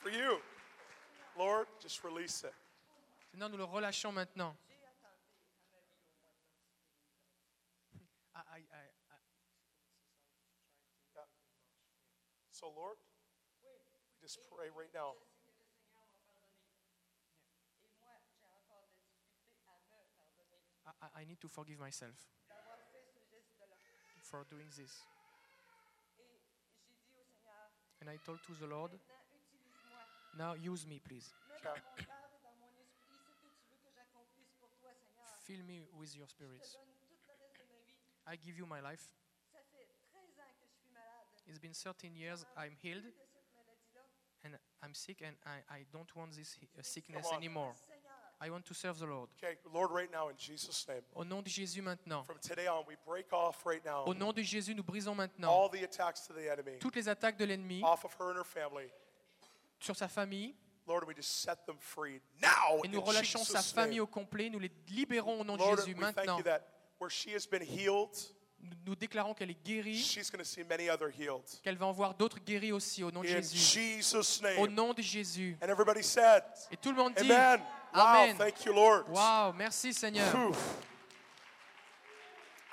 S2: For you. Lord, just release it.
S1: Seigneur, nous le relâchons maintenant. Ah, ah, ah, ah.
S2: So, Lord, we just pray right now.
S3: Et moi, j'ai encore de la difficulté à me pardonner
S1: I, I- I need to forgive myself
S3: d'avoir fait ce geste-là.
S1: for doing this.
S3: Et j'ai dit au Seigneur,
S1: And I told to the Lord,
S3: maintenant,
S1: now
S3: utilise-moi.
S1: use me, please.
S3: Mets dans mon cœur et dans mon esprit ce que tu veux que j'accomplisse pour toi, Seigneur.
S1: Fill me with your
S3: Je te
S1: spirits.
S3: donne tout le reste de ma vie.
S1: I give you my life.
S3: Ça fait 13 ans que je suis malade.
S1: It's been 13 years I'm healed
S3: De cette maladie-là.
S1: and I'm sick and I, I don't want this he- uh, sickness
S2: Come on.
S1: anymore.
S3: Seigneur,
S1: I want to serve the Lord.
S2: Okay, Lord, right now in Jesus' name.
S1: Au nom de Jésus maintenant.
S2: From today on, we break off right now
S1: Au nom de Jésus, nous brisons maintenant
S2: all the attacks to the enemy
S1: toutes les attaques de l'ennemi
S2: off of her and her family.
S1: sur sa famille
S2: Lord, we just set them free now
S1: et
S2: in
S1: nous relâchons sa
S2: Jesus'
S1: famille
S2: name.
S1: au complet. Nous les libérons au nom de
S2: Lord,
S1: Jésus
S2: we thank
S1: maintenant.
S2: you that where she has been healed,
S1: Nous, nous déclarons qu'elle est guérie,
S2: she's going to see many other healed.
S1: qu'elle va en voir d'autres guéris aussi au nom de
S2: In
S1: Jésus.
S2: Jesus'
S1: Au
S2: name.
S1: nom de Jésus.
S2: And everybody said,
S1: Et tout le monde dit
S2: Amen. Wow,
S1: Amen.
S2: thank you, Lord.
S1: Wow, merci Seigneur.
S2: Phew.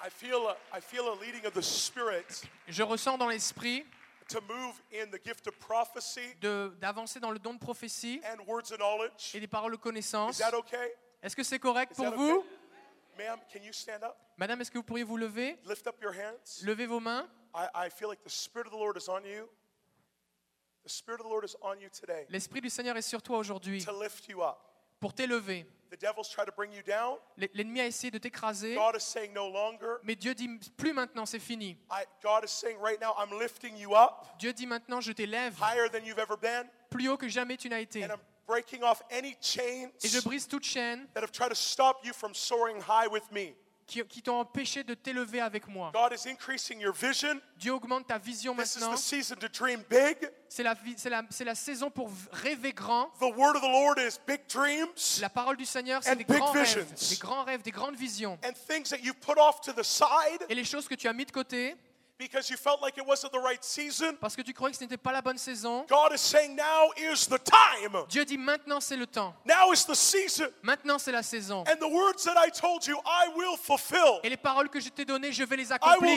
S2: I feel, a, I feel a leading of the Spirit
S1: Je ressens dans l'esprit
S2: to move in the gift of prophecy
S1: de- d'avancer dans le don de prophétie
S2: and words of knowledge.
S1: et des paroles de
S2: Is
S1: connaissance.
S2: that okay?
S1: Est-ce que c'est correct
S2: Is
S1: pour
S2: that
S1: vous
S2: okay? Ma'am, can you stand up?
S1: Madame, est-ce que vous pourriez vous lever
S2: Lift up your hands.
S1: Levez vos mains.
S2: I, I feel like the Spirit of the Lord is on you. The Spirit of the Lord is on you today
S1: L'Esprit du Seigneur est sur toi aujourd'hui
S2: to lift you up.
S1: pour t'élever.
S2: The devil's trying to bring you down.
S1: L- L'ennemi a essayé de t'écraser,
S2: God is saying no longer.
S1: mais Dieu dit plus maintenant, c'est fini.
S2: I, God is saying right now, I'm lifting you up
S1: Dieu dit maintenant, je t'élève
S2: higher than you've ever been,
S1: plus haut que jamais tu n'as été.
S2: and I'm breaking off any
S1: Et je
S2: chains
S1: brise toute chaîne
S2: that have tried to stop you from soaring high with me.
S1: qui, qui t'ont empêché de t'élever avec moi.
S2: God is increasing your vision.
S1: Dieu augmente ta vision
S2: This is the
S1: maintenant.
S2: season to dream big.
S1: C'est la, vi- c'est la- c'est la saison pour v- rêver grand.
S2: The word of the Lord is big dreams
S1: La parole du Seigneur, c'est
S2: And
S1: des
S2: big
S1: grands rêves,
S2: visions.
S1: des grands rêves, des grandes visions.
S2: and things that you put off to the side
S1: Et les choses que tu as mis de côté
S2: because you felt like it wasn't the right season.
S1: parce que tu croyais que ce n'était pas la bonne saison,
S2: God is saying now is the time.
S1: Dieu dit maintenant c'est le temps,
S2: Now is the season.
S1: maintenant c'est la saison.
S2: And the words that I told you, I will fulfill.
S1: Et les paroles que je t'ai données, je vais les
S2: I will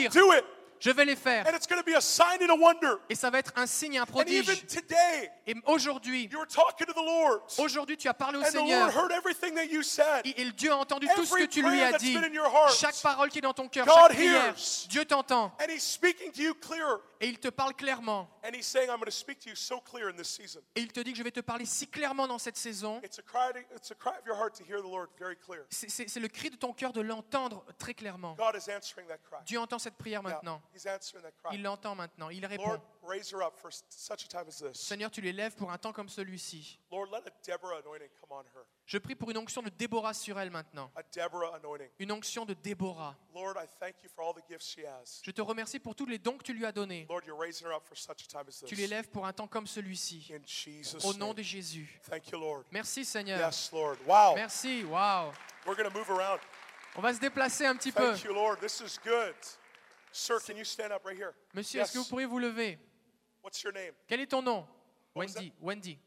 S1: accomplir,
S2: do it.
S1: je vais les faire.
S2: And it's going to be a sign and a wonder.
S1: Et ça va être un signe, un
S2: And even
S1: prodige.
S2: today,
S1: Et aujourd'hui,
S2: you were talking to the Lord.
S1: aujourd'hui tu as parlé au
S2: And the Lord
S1: Seigneur.
S2: heard everything that you said.
S1: Et et Dieu a entendu tout ce
S2: Every
S1: que tu lui
S2: prayer
S1: as
S2: that's
S1: dit.
S2: been in your heart,
S1: Chaque parole qui est dans ton cœur,
S2: God
S1: chaque prière,
S2: hears.
S1: Dieu t'entend.
S2: And He's speaking to you clearer.
S1: Et il te parle clairement.
S2: And He's saying, I'm going to speak to you so clear in this season.
S1: Et il te dit que je vais te parler si clairement dans cette saison.
S2: It's a cry, to, it's a cry of your heart to hear the Lord very clear.
S1: C'est- C'est c'est le cri de ton cœur de l'entendre très clairement.
S2: God is answering that cry.
S1: Dieu entend cette prière
S2: Yeah,
S1: maintenant.
S2: he's answering that cry.
S1: Il l'entend maintenant. Il
S2: Lord,
S1: répond.
S2: raise her up for s- such a time as this.
S1: Seigneur, tu l'élèves pour un temps comme celui-ci.
S2: Lord, let a Deborah anointing come on her.
S1: Je prie pour une onction de Déborah sur elle maintenant.
S2: A Deborah anointing.
S1: Une onction de Déborah.
S2: Lord, I thank you for all the gifts she has.
S1: Je te remercie pour tous les dons que tu lui as donnés.
S2: Lord, you're raising her up for such a time as
S1: Tu
S2: this.
S1: l'élèves pour un temps comme celui-ci.
S2: In Jesus'
S1: Au nom
S2: name.
S1: de Jésus.
S2: Thank you, Lord.
S1: Merci Seigneur.
S2: Yes, Lord. Wow.
S1: Merci. Waouh.
S2: We're going to move around.
S1: On va se déplacer un petit peu.
S2: Thank you, Lord. This is good. Sir, can you stand up right here?
S1: Monsieur,
S2: yes.
S1: est-ce que vous pourriez vous lever
S2: What's your name?
S1: Quel est ton nom
S2: was
S1: Wendy. Wendy.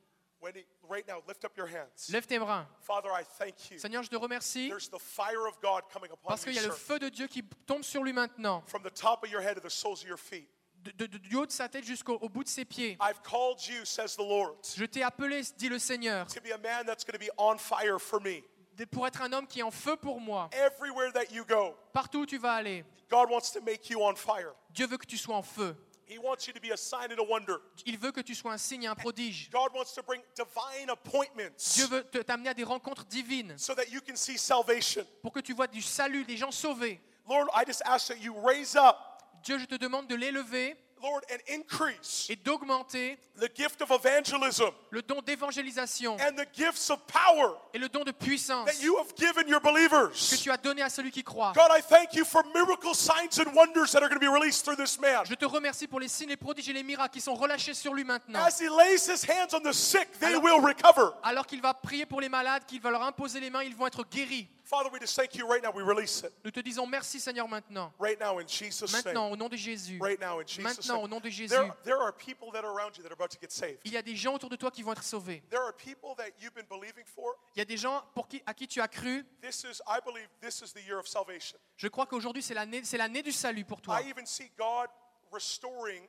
S2: Wendy, right now, lift up your hands.
S1: Lève tes bras.
S2: Father, I thank you.
S1: Seigneur, je te remercie
S2: There's the fire of God coming upon
S1: parce
S2: you,
S1: qu'il y a le
S2: sir.
S1: feu de Dieu qui tombe sur lui maintenant.
S2: From the top of your head to the soles of your feet.
S1: de- de- de- du haut de sa tête jusqu'au au bout de ses pieds.
S2: I've called you, says the Lord,
S1: Je t'ai appelé, dit le Seigneur,
S2: to be a man that's going to be on fire for me.
S1: de- pour être un homme qui est en feu pour moi.
S2: Everywhere that you go,
S1: Partout où tu vas aller,
S2: God wants to make you on fire.
S1: Dieu veut que tu sois en feu.
S2: He wants you to be a sign and a wonder.
S1: Il veut que tu sois un signe et un prodige.
S2: God wants to bring divine appointments
S1: Dieu veut te- t'amener à des rencontres divines
S2: so that you can see salvation.
S1: pour que tu vois du salut, des gens sauvés.
S2: Lord, I just ask that you raise up,
S1: Dieu, je te demande de l'élever
S2: Lord, and increase
S1: et d'augmenter
S2: the gift of evangelism
S1: le don d'évangélisation
S2: and the gifts of power
S1: et le don de puissance
S2: that you have given your
S1: que
S2: believers.
S1: tu as donné à celui qui croit.
S2: God, I thank you for miracle signs and wonders that are going to be released through this man.
S1: Je te remercie pour les signes, les prodiges et les miracles qui sont relâchés sur lui maintenant.
S2: As he lays his hands on the sick, they
S1: Alors-
S2: will recover.
S1: Alors qu'il va prier pour les malades, qu'il va leur imposer les mains, ils vont être guéris.
S2: Father, we just thank you right now. We release it
S1: Nous te disons merci Seigneur maintenant.
S2: right now in Jesus' name.
S1: Maintenant, au nom de Jésus.
S2: Right now in Jesus'
S1: Maintenant, au nom de
S2: name.
S1: Jésus.
S2: There, there are people that are around you that are about to get saved.
S1: Il y a des gens autour de toi qui vont être sauvés.
S2: There are people that you've been believing for.
S1: Il y a des gens pour qui, à qui tu as cru.
S2: This is, I believe, this is the year of salvation.
S1: Je crois qu'aujourd'hui, c'est l'année c'est l'année du salut pour toi.
S2: I even see God restoring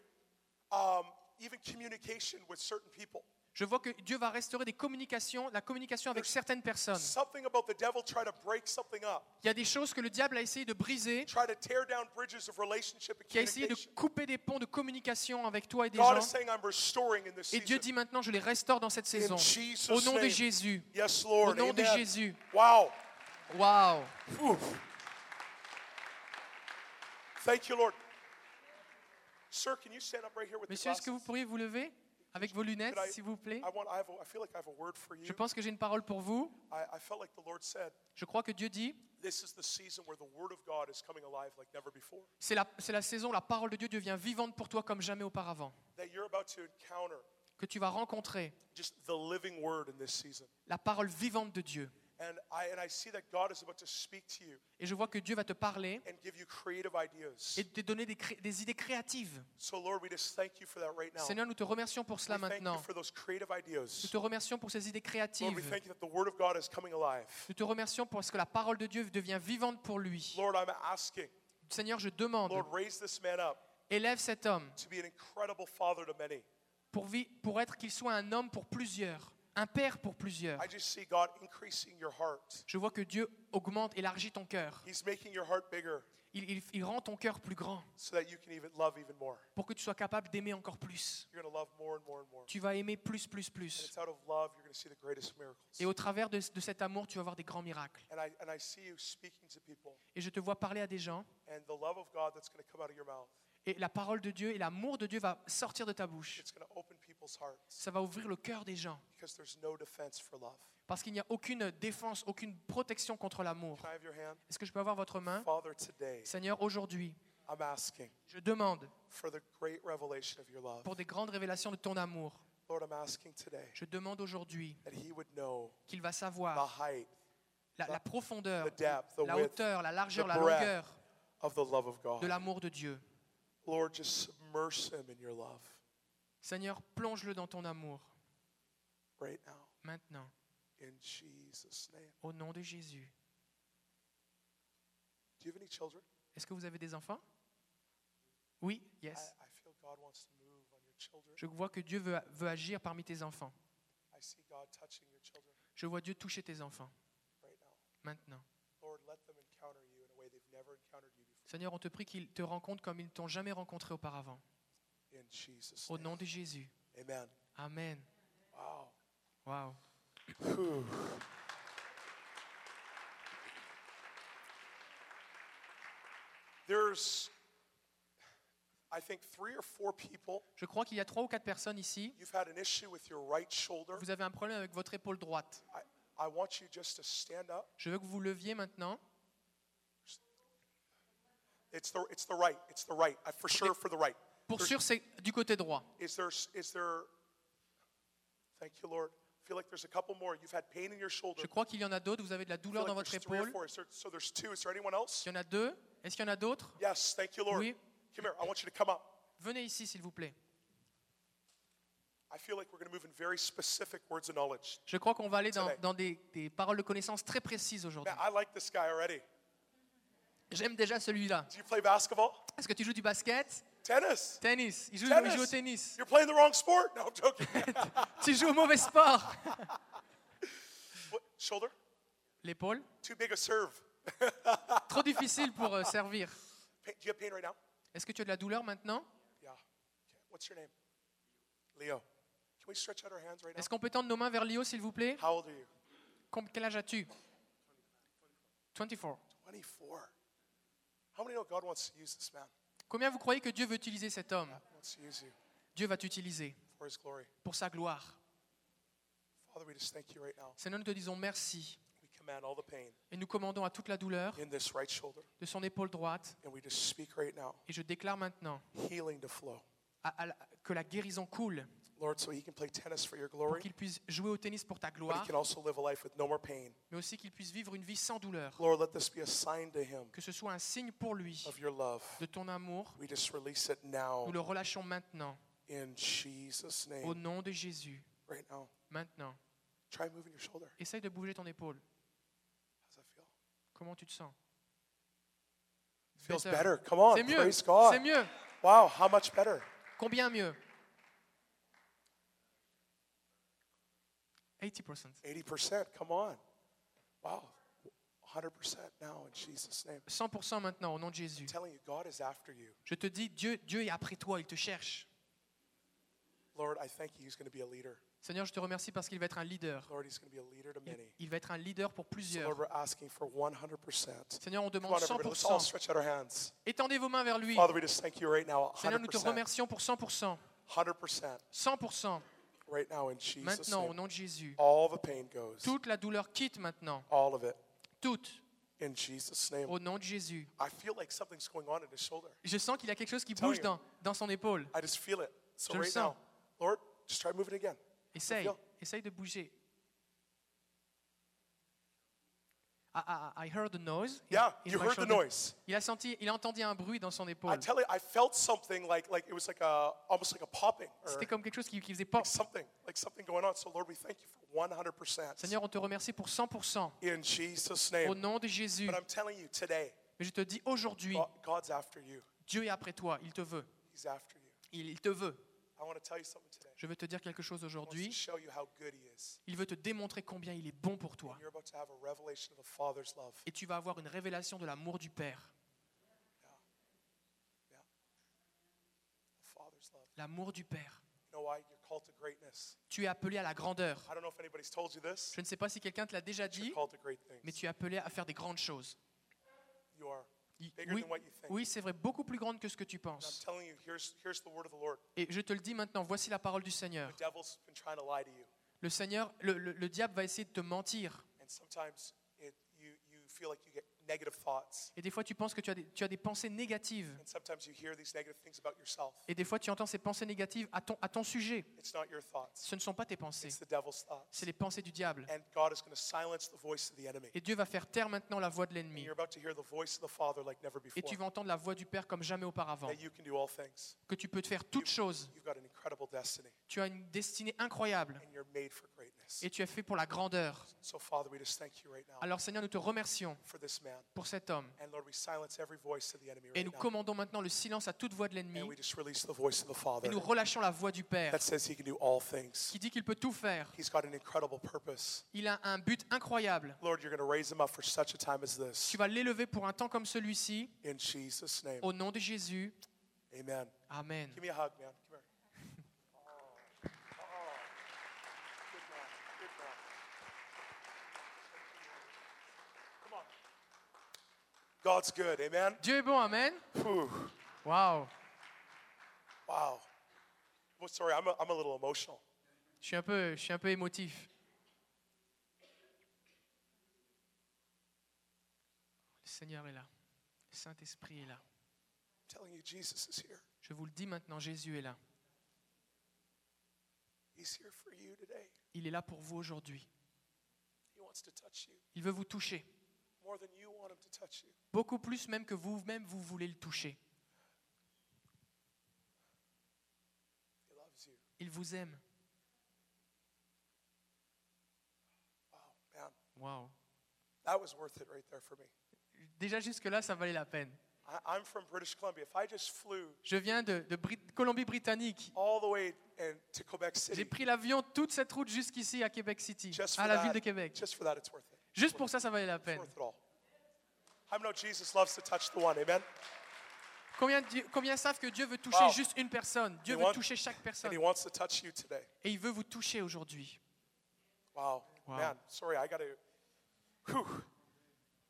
S2: um, even communication with certain people.
S1: Je vois que Dieu va restaurer des communications, la communication avec certaines personnes.
S2: Something about the devil trying to break something up,
S1: Il y a des choses que le diable a essayé de briser,
S2: try to tear down bridges of relationship and
S1: qui a essayé de
S2: communication.
S1: couper des ponts de communication avec toi et des
S2: God is
S1: gens.
S2: saying, I'm restoring in this
S1: Et Dieu
S2: season.
S1: dit maintenant, je les restaure dans cette saison.
S2: Jesus'
S1: Au nom de
S2: name.
S1: Jésus.
S2: Yes, Lord.
S1: Au nom de
S2: Amen.
S1: Jésus.
S2: Wow.
S1: Waouh.
S2: Whew. Thank you, Lord. Sir, can you stand up right here with
S1: Monsieur,
S2: the
S1: est-ce que vous
S2: glasses?
S1: pourriez vous lever avec vos lunettes,
S2: Could I-
S1: s'il vous plaît
S2: I, want, I, have a, I feel like I have a word for you.
S1: Je pense que j'ai une parole pour vous.
S2: I, I felt like the Lord said,
S1: Je crois que Dieu dit,
S2: this is the season where the word of God is coming alive like never before.
S1: c'est la, c'est la saison où la parole de Dieu devient vivante pour toi comme jamais auparavant.
S2: That you're about to encounter
S1: Que tu vas rencontrer
S2: just the living word in this season.
S1: la parole vivante de Dieu.
S2: And I, and I see that God is about to speak to you
S1: Et je vois que Dieu va te parler
S2: and give you creative ideas.
S1: et te donner des, cré- des idées créatives.
S2: so, Lord, we just thank you for that right now.
S1: Seigneur, nous te remercions pour
S2: we
S1: cela
S2: thank you
S1: maintenant.
S2: for those creative
S1: Nous
S2: ideas.
S1: te remercions pour ces idées
S2: Lord, we
S1: créatives.
S2: thank you that the word of God is coming alive.
S1: Nous te remercions parce que la parole de Dieu devient vivante pour lui.
S2: Lord, I'm asking,
S1: Seigneur, je demande,
S2: Lord, raise this man up
S1: élève cet homme
S2: to be an incredible father to many.
S1: pour, vi- pour être qu'il soit un homme pour plusieurs, un père pour plusieurs.
S2: I just see God increasing your heart.
S1: Je vois que Dieu augmente, élargit ton cœur.
S2: He's making your heart bigger
S1: Il, il- il rend ton cœur plus grand
S2: so that you can even love even more.
S1: pour que tu sois capable d'aimer encore plus.
S2: You're going to love more and more and more.
S1: Tu vas aimer plus, plus,
S2: And
S1: plus.
S2: it's out of love you're going to see the greatest miracles.
S1: Et au travers de, de cet amour, tu vas voir des grands miracles.
S2: And I, and I see you speaking to people
S1: Et je te vois parler à des gens,
S2: and the love of God that's going to come out of your mouth.
S1: et la parole de Dieu et l'amour de Dieu va sortir de ta bouche.
S2: It's going to open people's hearts
S1: Ça va ouvrir le cœur des gens,
S2: because there's no defense for love.
S1: parce qu'il n'y a aucune défense, aucune protection contre l'amour.
S2: Can I have your hand?
S1: Est-ce que je peux avoir votre main
S2: Father, today
S1: Seigneur, aujourd'hui,
S2: I'm asking
S1: je demande
S2: for the great revelation of your love.
S1: pour des grandes révélations de ton amour.
S2: Lord, I'm asking today
S1: Je demande aujourd'hui
S2: that he would know
S1: qu'il va
S2: the
S1: savoir
S2: height
S1: la, la profondeur,
S2: The depth, the
S1: la
S2: width,
S1: hauteur, la largeur,
S2: the
S1: la
S2: breadth.
S1: longueur
S2: of the love of
S1: de
S2: God.
S1: l'amour de Dieu.
S2: Lord, just submerge him in your love
S1: Seigneur, plonge-le dans ton amour
S2: right now
S1: maintenant,
S2: in Jesus' name.
S1: au nom de Jésus.
S2: Do you have any children?
S1: Est-ce que vous avez des enfants Oui,
S2: I,
S1: yes.
S2: I feel God wants to move on your children.
S1: Je vois que Dieu veut, veut agir parmi tes enfants.
S2: I see God touching your children
S1: Je vois Dieu toucher tes enfants
S2: right now.
S1: maintenant.
S2: Lord, let them encounter you in a way they've never encountered you before.
S1: Seigneur, on te prie qu'ils te rencontrent comme ils ne t'ont jamais rencontré auparavant.
S2: In Jesus'
S1: Au
S2: name.
S1: nom de Jésus.
S2: Amen.
S1: Amen.
S2: Wow.
S1: Waouh.
S2: Whew. There's, I think, three or four people.
S1: Je crois qu'il y a trois ou quatre personnes ici.
S2: You've had an issue with your right shoulder.
S1: Vous avez un problème avec votre épaule droite.
S2: I, I want you just to stand up.
S1: Je veux que vous leviez maintenant.
S2: It's the, it's the right. It's the right. I, for sure, for the right.
S1: Pour sûr, c'est du côté droit.
S2: Is there, is there, thank you, Lord. I feel like there's a couple more. You've had pain in your shoulder.
S1: Je crois qu'il y en a d'autres. Vous avez de la
S2: I feel
S1: douleur
S2: like
S1: dans votre
S2: there's three or
S1: épaule.
S2: four. Is there- so there's two. Is there anyone else?
S1: Il y en a deux. Est-ce qu'il y en a d'autres
S2: Yes, thank you, Lord.
S1: Oui.
S2: Come here. I want you to come up.
S1: Venez ici, s'il vous plaît.
S2: I feel like we're going to move in very specific words of knowledge.
S1: Je crois qu'on va aller dans,
S2: Today.
S1: dans des, des paroles de connaissance très précises aujourd'hui.
S2: Man, I like this guy already.
S1: J'aime déjà celui-là.
S2: Do you play basketball?
S1: Est-ce que tu joues du basket
S2: Tennis.
S1: Tennis. Il joue, il
S2: Tennis.
S1: joue au tennis.
S2: You're playing the wrong sport. No, I'm
S1: [LAUGHS]
S2: joking.
S1: tu joues au mauvais sport. [LAUGHS]
S2: What? Shoulder?
S1: L'épaule
S2: Too big a serve.
S1: Trop difficile pour euh, servir.
S2: Pain, do you have pain right now?
S1: Est-ce que tu as de la douleur maintenant
S2: Yeah. What's your name? Leo. Can we stretch out our hands right
S1: Est-ce
S2: now?
S1: qu'on peut tendre nos mains vers Léo, s'il vous plaît
S2: How old are you?
S1: Com- Quel âge as-tu 24.
S2: 24. How many know God wants to use this man?
S1: Combien vous croyez que Dieu veut utiliser cet homme
S2: He wants to use you
S1: Dieu va t'utiliser
S2: for his glory.
S1: pour sa gloire.
S2: Father, we just thank you right now.
S1: Seigneur, nous te disons merci
S2: We command all the pain
S1: et nous commandons à toute la douleur
S2: in this right shoulder,
S1: de son épaule droite
S2: and we just speak right now
S1: et je déclare maintenant
S2: healing to flow.
S1: à- à la- que la guérison coule
S2: Lord, so he can play tennis for your
S1: pour
S2: glory,
S1: qu'il puisse jouer au tennis pour ta
S2: but he
S1: gloire,
S2: can also live a life with no more pain.
S1: mais aussi qu'il puisse vivre une vie sans douleur.
S2: Lord, let this be a sign to him
S1: Que ce soit un signe pour lui
S2: of your love.
S1: de ton amour.
S2: We just release it now
S1: Nous le relâchons maintenant,
S2: in Jesus'
S1: au
S2: name.
S1: nom de Jésus.
S2: Right now,
S1: Maintenant,
S2: try moving your shoulder.
S1: essaye de bouger ton épaule.
S2: How's that feel?
S1: Comment tu te sens
S2: Feels
S1: Better.
S2: better. Come on,
S1: C'est mieux,
S2: praise God.
S1: c'est mieux.
S2: Wow, how much better?
S1: Combien mieux 80%.
S2: 80%. Come on. Wow, 100% now in Jesus' name.
S1: 100% maintenant, au nom de Jésus.
S2: I'm telling you, God is after you.
S1: Je te dis, Dieu, Dieu est après toi, il te cherche.
S2: Lord, I thank you. He's going to be a leader.
S1: Seigneur, je te remercie parce qu'il va être un leader.
S2: Lord, he's going to be a leader to
S1: Il,
S2: many.
S1: il va être un leader pour
S2: So, Lord,
S1: plusieurs.
S2: we're asking for 100%.
S1: Seigneur, on
S2: Come
S1: demande
S2: on, everybody. Let's
S1: 100%.
S2: all stretch out our hands.
S1: Étendez vos mains vers lui.
S2: Father, we just thank you right now.
S1: Seigneur, nous te
S2: 100%.
S1: remercions pour 100%.
S2: 100%
S1: 100%
S2: right now in Jesus'
S1: maintenant, au
S2: name.
S1: nom de Jésus.
S2: All the pain goes.
S1: Toute la douleur quitte maintenant.
S2: All of it
S1: Toute,
S2: in Jesus' name.
S1: au nom de Jésus.
S2: I feel like something's going on in his shoulder.
S1: Je sens qu'il y a quelque chose qui
S2: Tell
S1: bouge
S2: you.
S1: dans, dans son épaule.
S2: I just feel it. So
S1: Je le
S2: right
S1: sens.
S2: now, Lord, just try moving again.
S1: Essaye,
S2: feel.
S1: essaye de bouger. I, I- I heard a noise. in-
S2: Yeah,
S1: in
S2: you
S1: my
S2: heard the
S1: shoulder.
S2: noise.
S1: Il a senti, il a entendu un bruit dans son
S2: I
S1: épaule.
S2: tell you, I felt something like like it was like a almost like a popping or
S1: C'était comme quelque chose qui, qui faisait
S2: like
S1: peur.
S2: something like something going on. So Lord, we thank you for 100 percent
S1: Seigneur, on te remercie pour 100%.
S2: in Jesus'
S1: Au
S2: name.
S1: nom de Jésus.
S2: But I'm Oh. telling you today,
S1: Mais je te dis aujourd'hui,
S2: God- God's after you.
S1: Dieu est après toi. Il te veut.
S2: He's after you.
S1: Il, il te veut.
S2: I want to tell you something today.
S1: Je veux te dire quelque chose
S2: I want to
S1: aujourd'hui.
S2: show you how good He is.
S1: Il veut te démontrer combien il est bon pour toi.
S2: And you're about to have a revelation of the Father's love.
S1: Et tu vas avoir une révélation de l'amour du Père.
S2: The Father's love.
S1: L'amour du Père.
S2: You know why? You're called to greatness.
S1: Tu es appelé à la grandeur.
S2: I don't know if anybody's told you this.
S1: Je ne sais pas si quelqu'un te l'a déjà
S2: You're
S1: dit,
S2: called to great
S1: mais
S2: things.
S1: tu es appelé à faire des grandes choses.
S2: You are.
S1: Il-
S2: Bigger
S1: Oui,
S2: than what you think.
S1: oui, c'est vrai, beaucoup plus grande que ce que tu
S2: And I'm
S1: penses.
S2: telling you, here's, here's the word of the Lord.
S1: Et je te le dis maintenant, voici la parole du Seigneur.
S2: The devil's been trying to lie to you.
S1: Le Seigneur, le, le- le diable va essayer de te mentir.
S2: And sometimes it, you, you feel like you get negative thoughts.
S1: Et des fois, tu penses que tu as des, tu as des pensées négatives.
S2: And sometimes you hear these negative things about yourself.
S1: Et des fois, tu entends ces pensées négatives à ton, à ton sujet.
S2: It's not your thoughts,
S1: Ce ne sont pas tes pensées,
S2: it's the devil's thoughts.
S1: c'est les pensées du diable.
S2: And God is going to silence the voice of the enemy.
S1: Et Dieu va faire taire maintenant la voix de
S2: And
S1: l'ennemi.
S2: you're about to hear the voice of the Father like never
S1: Et tu
S2: before.
S1: vas entendre la voix du Père comme jamais auparavant.
S2: That you can do all things.
S1: Que tu peux te faire toutes choses.
S2: You've got an incredible destiny,
S1: Tu as une destinée incroyable.
S2: and you're made for greatness.
S1: Et tu es fait pour la grandeur.
S2: So, Father, we just thank you right now
S1: Alors Seigneur, nous te remercions
S2: for this man.
S1: pour cet homme.
S2: And Lord, we silence every voice of the enemy
S1: Et
S2: right
S1: nous
S2: now.
S1: commandons maintenant le silence à toute voix de l'ennemi.
S2: And we just release the voice of the Father
S1: Et nous relâchons la voix du Père
S2: that says he can do all things.
S1: qui dit qu'il peut tout faire.
S2: He's got an incredible purpose.
S1: Il a un but incroyable.
S2: Lord, you're going to raise him up for such a time as this.
S1: Tu vas l'élever pour un temps comme celui-ci.
S2: In Jesus' name.
S1: Au nom de Jésus.
S2: Amen.
S1: Amen.
S2: Give me a hug, man. Come here. Oh, oh. Good man. Good man. Come on. God's good. Amen.
S1: Dieu est bon, Amen.
S2: Whew.
S1: Waouh.
S2: Wow. Well, sorry, I'm a, I'm a little emotional.
S1: Je suis un peu, je suis un peu émotif. Le Seigneur est là. Le Saint-Esprit est là.
S2: I'm telling you, Jesus is here.
S1: Je vous le dis maintenant, Jésus est là.
S2: He's here for you today.
S1: Il est là pour vous aujourd'hui.
S2: He wants to touch you
S1: Il veut vous toucher.
S2: more than you want him to touch you.
S1: Beaucoup plus même que vous-même, vous voulez le toucher.
S2: He loves you.
S1: Il vous aime.
S2: Wow, man.
S1: Waouh.
S2: That was worth it right there for me.
S1: Déjà jusque-là, ça valait la peine.
S2: I, I'm from British Columbia. If I just flew
S1: Je viens de, de Brit- Colombie-Britannique.
S2: all the way and to Quebec City,
S1: J'ai pris l'avion toute cette route jusqu'ici à Québec City,
S2: just for
S1: à la
S2: that,
S1: ville de Québec.
S2: Just for that, it's worth it.
S1: Juste pour ça, ça valait la
S2: It's
S1: peine.
S2: worth it all. I know Jesus loves to touch the one. Amen.
S1: Combien, Dieu- combien savent que Dieu veut toucher
S2: Wow.
S1: juste une personne Dieu
S2: They
S1: veut
S2: want-
S1: toucher chaque personne.
S2: And he wants to touch you today.
S1: Et il veut vous toucher aujourd'hui.
S2: Wow.
S1: Wow.
S2: Man, sorry, I got to. Whew.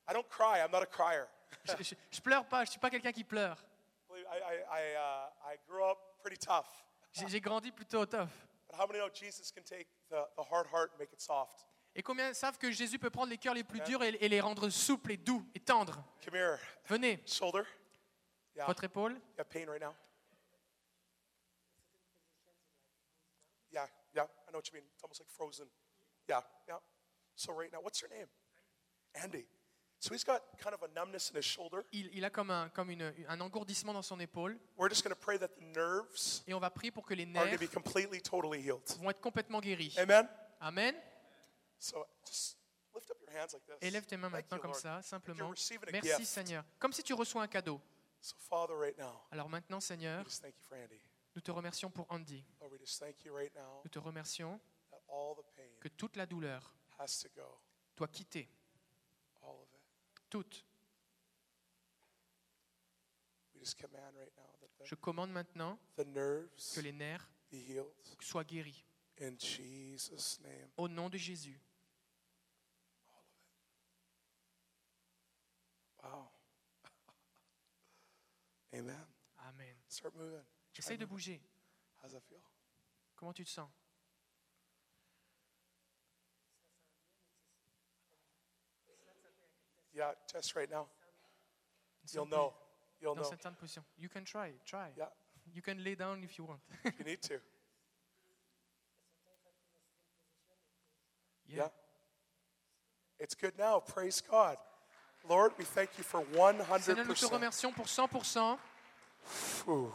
S2: I don't cry. I'm not a crier.
S1: Je, je, je pleure pas, je suis pas quelqu'un qui pleure.
S2: Believe- I, I, I, uh, I grew up pretty tough.
S1: J'ai j'ai grandi plutôt au tough.
S2: But how many know Jesus can take the, the hard heart and make it soft?
S1: Et combien savent que Jésus peut prendre les cœurs les plus durs et, et les rendre souples et doux et tendres
S2: Come here.
S1: Venez,
S2: Shoulder. Yeah.
S1: votre épaule.
S2: You have pain right now? Yeah, yeah, I know what you mean. It's almost like frozen. Yeah, yeah. So right now, what's your name? Andy. So he's got kind of a numbness in his shoulder.
S1: Il, il a comme, un, comme une- un engourdissement dans son épaule.
S2: We're just going to pray that the nerves
S1: Et on va prier pour que les
S2: are going
S1: nerfs
S2: to be completely, totally healed.
S1: vont être complètement guéris.
S2: Amen?
S1: Amen.
S2: So just lift up your hands like this.
S1: Élève tes mains
S2: Thank
S1: maintenant
S2: you,
S1: comme
S2: Lord.
S1: ça,
S2: You're
S1: simplement.
S2: receiving a
S1: Merci
S2: gift.
S1: Seigneur. Comme si tu reçois un cadeau.
S2: So Father, right now,
S1: Alors maintenant
S2: we
S1: Seigneur,
S2: just thank you for Andy.
S1: nous te remercions pour Andy.
S2: Lord, we just thank you right now
S1: Nous te remercions
S2: that all the pain
S1: que toute la douleur
S2: has to go,
S1: doit quitter.
S2: all of it.
S1: Toute.
S2: We just command right now that
S1: Je commande maintenant
S2: the, the nerves
S1: que les nerfs
S2: be healed
S1: soient guéris.
S2: in Jesus' name.
S1: Au nom de Jésus.
S2: Wow. [LAUGHS] Amen.
S1: Amen.
S2: Start moving.
S1: Essaye de bouger.
S2: How's that feel?
S1: Comment tu te sens
S2: Yeah, test right now.
S1: Une
S2: You'll
S1: certaine-
S2: know. You'll
S1: Dans
S2: know.
S1: certaines positions. You can try, try.
S2: Yeah,
S1: You can lay down if you want. [LAUGHS]
S2: you need to.
S1: Yeah.
S2: Yeah. It's good now. Praise God. Lord, we thank you for 100%.
S1: Seigneur, nous te remercions pour 100%.
S2: Ooh,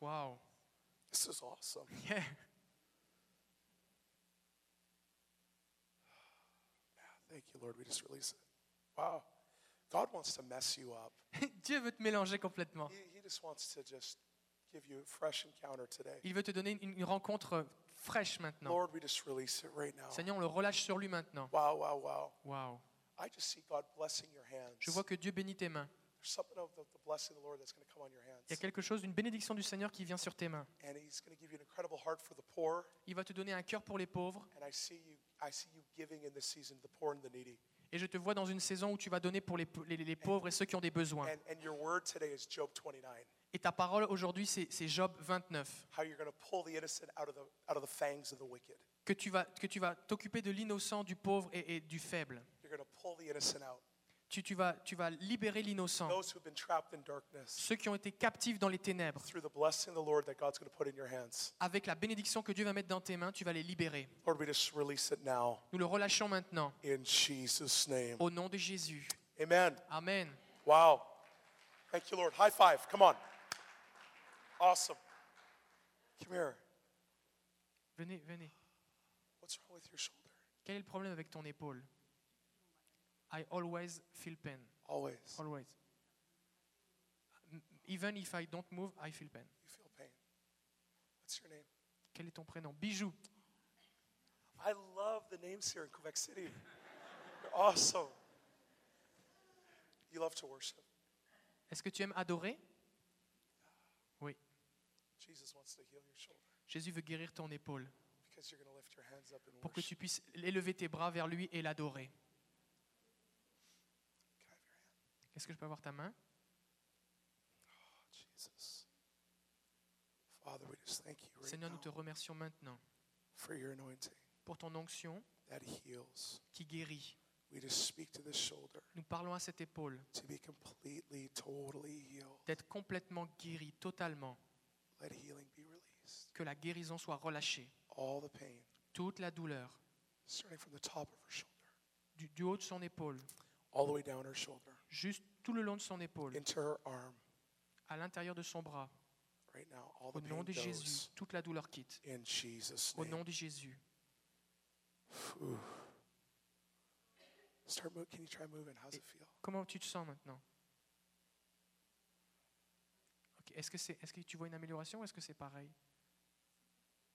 S1: Wow. [LAUGHS]
S2: this is awesome.
S1: Yeah.
S2: Thank you, Lord. We just release it. Wow. God wants to mess you up.
S1: [LAUGHS] Dieu veut te mélanger complètement.
S2: He, he just wants to just give you a fresh encounter today.
S1: Il veut te donner une, une rencontre euh, fraîche maintenant.
S2: Lord, we just release it right now.
S1: Seigneur, on le relâche sur lui maintenant.
S2: Wow, wow, wow.
S1: Wow.
S2: I just see God blessing your hands.
S1: Je vois que Dieu bénit tes mains.
S2: There's something of the, the blessing of the Lord that's going to come on your
S1: Il y a
S2: hands.
S1: quelque chose, une bénédiction du Seigneur qui vient sur tes mains.
S2: And He's going to give you an incredible heart for the poor.
S1: Il va te donner un cœur pour les pauvres.
S2: And I see you, I see you giving in this season the poor and the needy.
S1: Et je te vois dans une saison où tu vas donner pour les, les- les pauvres et ceux qui ont des besoins.
S2: And, and your word today is Job 29.
S1: Et ta parole aujourd'hui, c'est c'est Job 29.
S2: How you're going to pull the innocent out of the out of the fangs of the wicked.
S1: Que tu vas que tu vas t'occuper de l'innocent, du pauvre et, et du faible.
S2: You're going to pull the innocent out.
S1: Tu, tu vas, tu vas libérer l'innocent,
S2: Those who've been trapped in darkness
S1: ceux qui ont été captifs dans les ténèbres.
S2: through the blessing of the Lord that God's going to put in your hands.
S1: Avec la bénédiction que Dieu va mettre dans tes mains, tu vas les libérer.
S2: Lord, we just release it now
S1: Nous le relâchons maintenant,
S2: in Jesus' name.
S1: au nom de Jésus.
S2: Amen.
S1: Amen.
S2: Wow. Thank you, Lord. High five. Come on. Awesome. Come here.
S1: Venez, venez.
S2: What's wrong with your shoulder?
S1: Quel est le problème avec ton épaule I always feel pain.
S2: Always. You
S1: Always. M- Even if I don't move, I feel pain.
S2: feel pain. What's your name?
S1: Quel est ton prénom Bijou.
S2: I love the names here in Quebec City. They're awesome. You love to worship.
S1: Est-ce que tu aimes adorer Oui.
S2: Jesus wants to heal your shoulder
S1: Jésus veut guérir ton épaule
S2: because you're going to lift your hands up and
S1: pour que
S2: worship.
S1: tu puisses élever tes bras vers lui et l'adorer.
S2: Can I have your hand?
S1: Est-ce que je peux avoir ta main
S2: Oh, Jesus. Father, we just thank you right
S1: Seigneur, nous te
S2: now
S1: remercions maintenant
S2: for your anointing
S1: pour ton onction
S2: that heals.
S1: qui guérit.
S2: We just speak to this shoulder
S1: Nous parlons à cette épaule
S2: to be completely, totally healed.
S1: d'être complètement guérie, totalement,
S2: Let healing be released.
S1: que la guérison soit relâchée.
S2: All the pain,
S1: Toute la douleur
S2: starting from the top of her shoulder,
S1: du, du haut de son épaule,
S2: all the way down her shoulder,
S1: juste tout le long de son épaule,
S2: into her arm.
S1: à l'intérieur de son bras,
S2: Right now, all the
S1: au nom
S2: pain
S1: de
S2: goes
S1: Jésus, toute la douleur quitte.
S2: in Jesus'
S1: Au
S2: name.
S1: nom de Jésus.
S2: Ooh. Start moving. Can you try moving? How's it feel?
S1: Comment tu te sens maintenant Ok, Est-ce que, est, ce que tu vois une amélioration ou est-ce que c'est pareil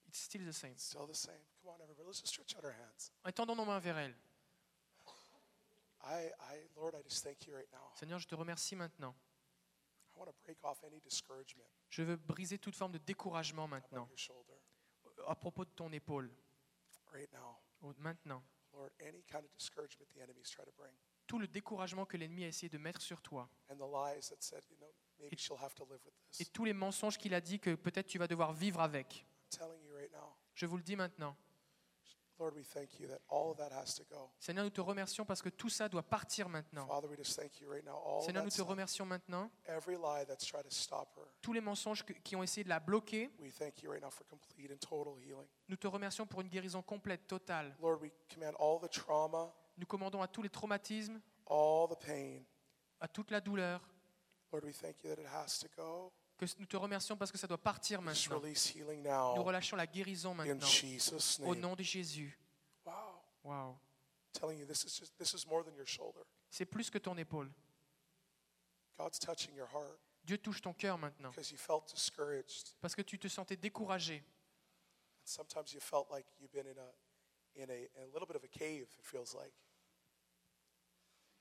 S1: It's still the same.
S2: It's still the same. Come on, everybody. Let's just stretch out our hands.
S1: Étendons nos mains vers elle.
S2: I, I, Lord, I just thank you right now.
S1: Seigneur, je te remercie maintenant.
S2: I want to break off any discouragement
S1: Je veux briser toute forme de découragement maintenant
S2: on your shoulder
S1: à propos de ton épaule.
S2: right now.
S1: au- Maintenant,
S2: Lord, any kind of discouragement the enemy's trying to bring
S1: tout le découragement que l'ennemi a essayé de mettre sur toi
S2: and the lies that said, you know, maybe she'll have to live with
S1: et
S2: this.
S1: tous les mensonges qu'il a dit que peut-être tu vas devoir vivre avec.
S2: I'm telling you right now,
S1: Je vous le dis maintenant.
S2: Lord, we thank you that all of that has to go.
S1: Seigneur, nous te remercions parce que tout ça doit partir maintenant.
S2: Father, we just thank you right now. All
S1: Seigneur, nous
S2: that
S1: te remercions maintenant.
S2: every lie that's tried to stop her,
S1: Tous les mensonges que- qui ont essayé de la bloquer,
S2: we thank you right now for complete and total healing.
S1: nous te remercions pour une guérison complète, totale.
S2: Lord, we command all the trauma,
S1: Nous commandons à tous les traumatismes,
S2: all the pain.
S1: à toute la douleur,
S2: Lord, we thank you that it has to go.
S1: que nous te remercions parce que ça doit partir
S2: Just
S1: maintenant.
S2: release healing
S1: Nous
S2: now
S1: relâchons la Oh, guérison
S2: in
S1: maintenant.
S2: Jesus'
S1: Au
S2: name.
S1: nom de Jésus.
S2: Wow.
S1: Waouh.
S2: telling you this is just this is more than your shoulder.
S1: C'est plus que ton épaule.
S2: God's touching your heart
S1: Dieu touche ton cœur maintenant.
S2: because you felt discouraged.
S1: Parce que tu te sentais découragé.
S2: And sometimes you felt like you've been in a in a, a little bit of a cave, it feels like.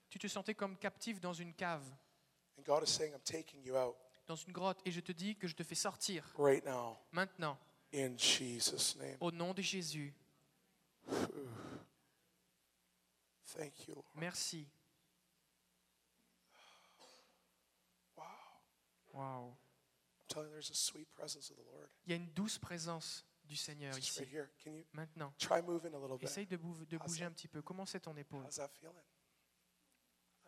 S1: Tu te sentais comme captif dans une cave,
S2: And God is saying, I'm taking you out
S1: dans une grotte. Et je te dis que je te fais sortir
S2: right now
S1: maintenant,
S2: in Jesus' name.
S1: au nom de Jésus.
S2: Thank you, Lord.
S1: Merci.
S2: Wow.
S1: Waouh.
S2: I'm telling you, there's a sweet presence of the Lord.
S1: Il y a une douce présence du Seigneur
S2: It's just right
S1: ici.
S2: here. Can you
S1: Maintenant,
S2: try moving a little bit?
S1: essaye de, bouv- de
S2: Ah,
S1: bouger
S2: ça-
S1: un petit peu. Comment c'est ton épaule
S2: How's that feeling?